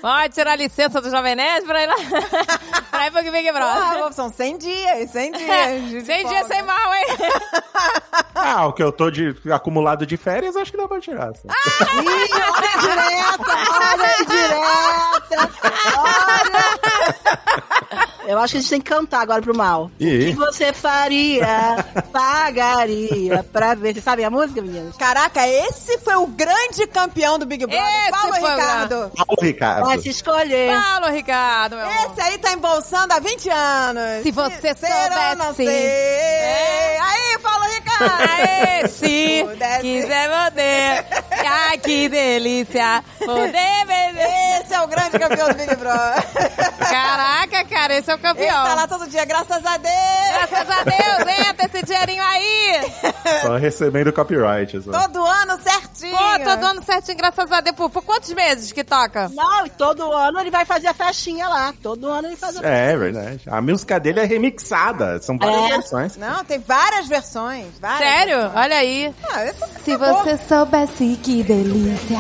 [SPEAKER 8] Pode tirar a licença do Jovem Nerd pra ir lá. pra ir pro Big
[SPEAKER 4] Ah,
[SPEAKER 8] Brother.
[SPEAKER 4] vou- são 100 dias, 100 dias. de
[SPEAKER 8] é Sem dia,
[SPEAKER 4] folga.
[SPEAKER 8] sem mal, hein?
[SPEAKER 5] Ah, o que eu tô de acumulado de férias, acho que dá pra tirar. assim.
[SPEAKER 3] Ah! Ih, olha direta, olha direta. Olha. Eu acho que a gente tem que cantar agora pro mal. O que
[SPEAKER 5] E
[SPEAKER 3] você faria, pagaria pra ver. Vocês sabem a música, meninas?
[SPEAKER 4] Caraca, esse foi o grande campeão do Big Brother.
[SPEAKER 8] Esse
[SPEAKER 4] Paulo
[SPEAKER 8] foi o
[SPEAKER 4] Ricardo.
[SPEAKER 5] Paulo Ricardo.
[SPEAKER 3] Vai se escolher.
[SPEAKER 8] Paulo Ricardo, meu amor.
[SPEAKER 4] Esse aí tá embolsando há 20 anos.
[SPEAKER 8] Se você
[SPEAKER 4] Será, não sei.
[SPEAKER 8] soubesse. É.
[SPEAKER 4] Aí, Paulo Ricardo.
[SPEAKER 8] Aê, se
[SPEAKER 4] Pudesse.
[SPEAKER 8] quiser poder. Ai, que delícia. Poder beber.
[SPEAKER 4] Esse é o grande campeão do Big Brother.
[SPEAKER 8] Caraca, cara, esse é o
[SPEAKER 4] Ele tá lá
[SPEAKER 8] campeão.
[SPEAKER 4] todo dia, graças a Deus.
[SPEAKER 8] Graças a Deus, entra esse dinheirinho aí.
[SPEAKER 5] Só recebendo copyright. só.
[SPEAKER 4] Todo ano certinho.
[SPEAKER 8] Pô, tô dando certinho, graças a Deus. Por, por quantos meses que toca?
[SPEAKER 3] Não, e todo ano ele vai fazer a festinha lá. Todo ano ele faz a
[SPEAKER 5] É, é verdade. A música dele é remixada. São várias
[SPEAKER 3] É.
[SPEAKER 5] versões.
[SPEAKER 4] Não, tem várias versões. Várias.
[SPEAKER 8] Sério? Olha aí.
[SPEAKER 4] Ah, essa
[SPEAKER 8] Se você soubesse, que delícia.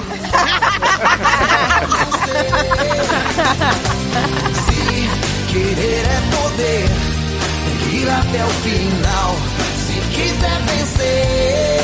[SPEAKER 1] Se querer é poder, tem que ir até o final. Se quiser vencer.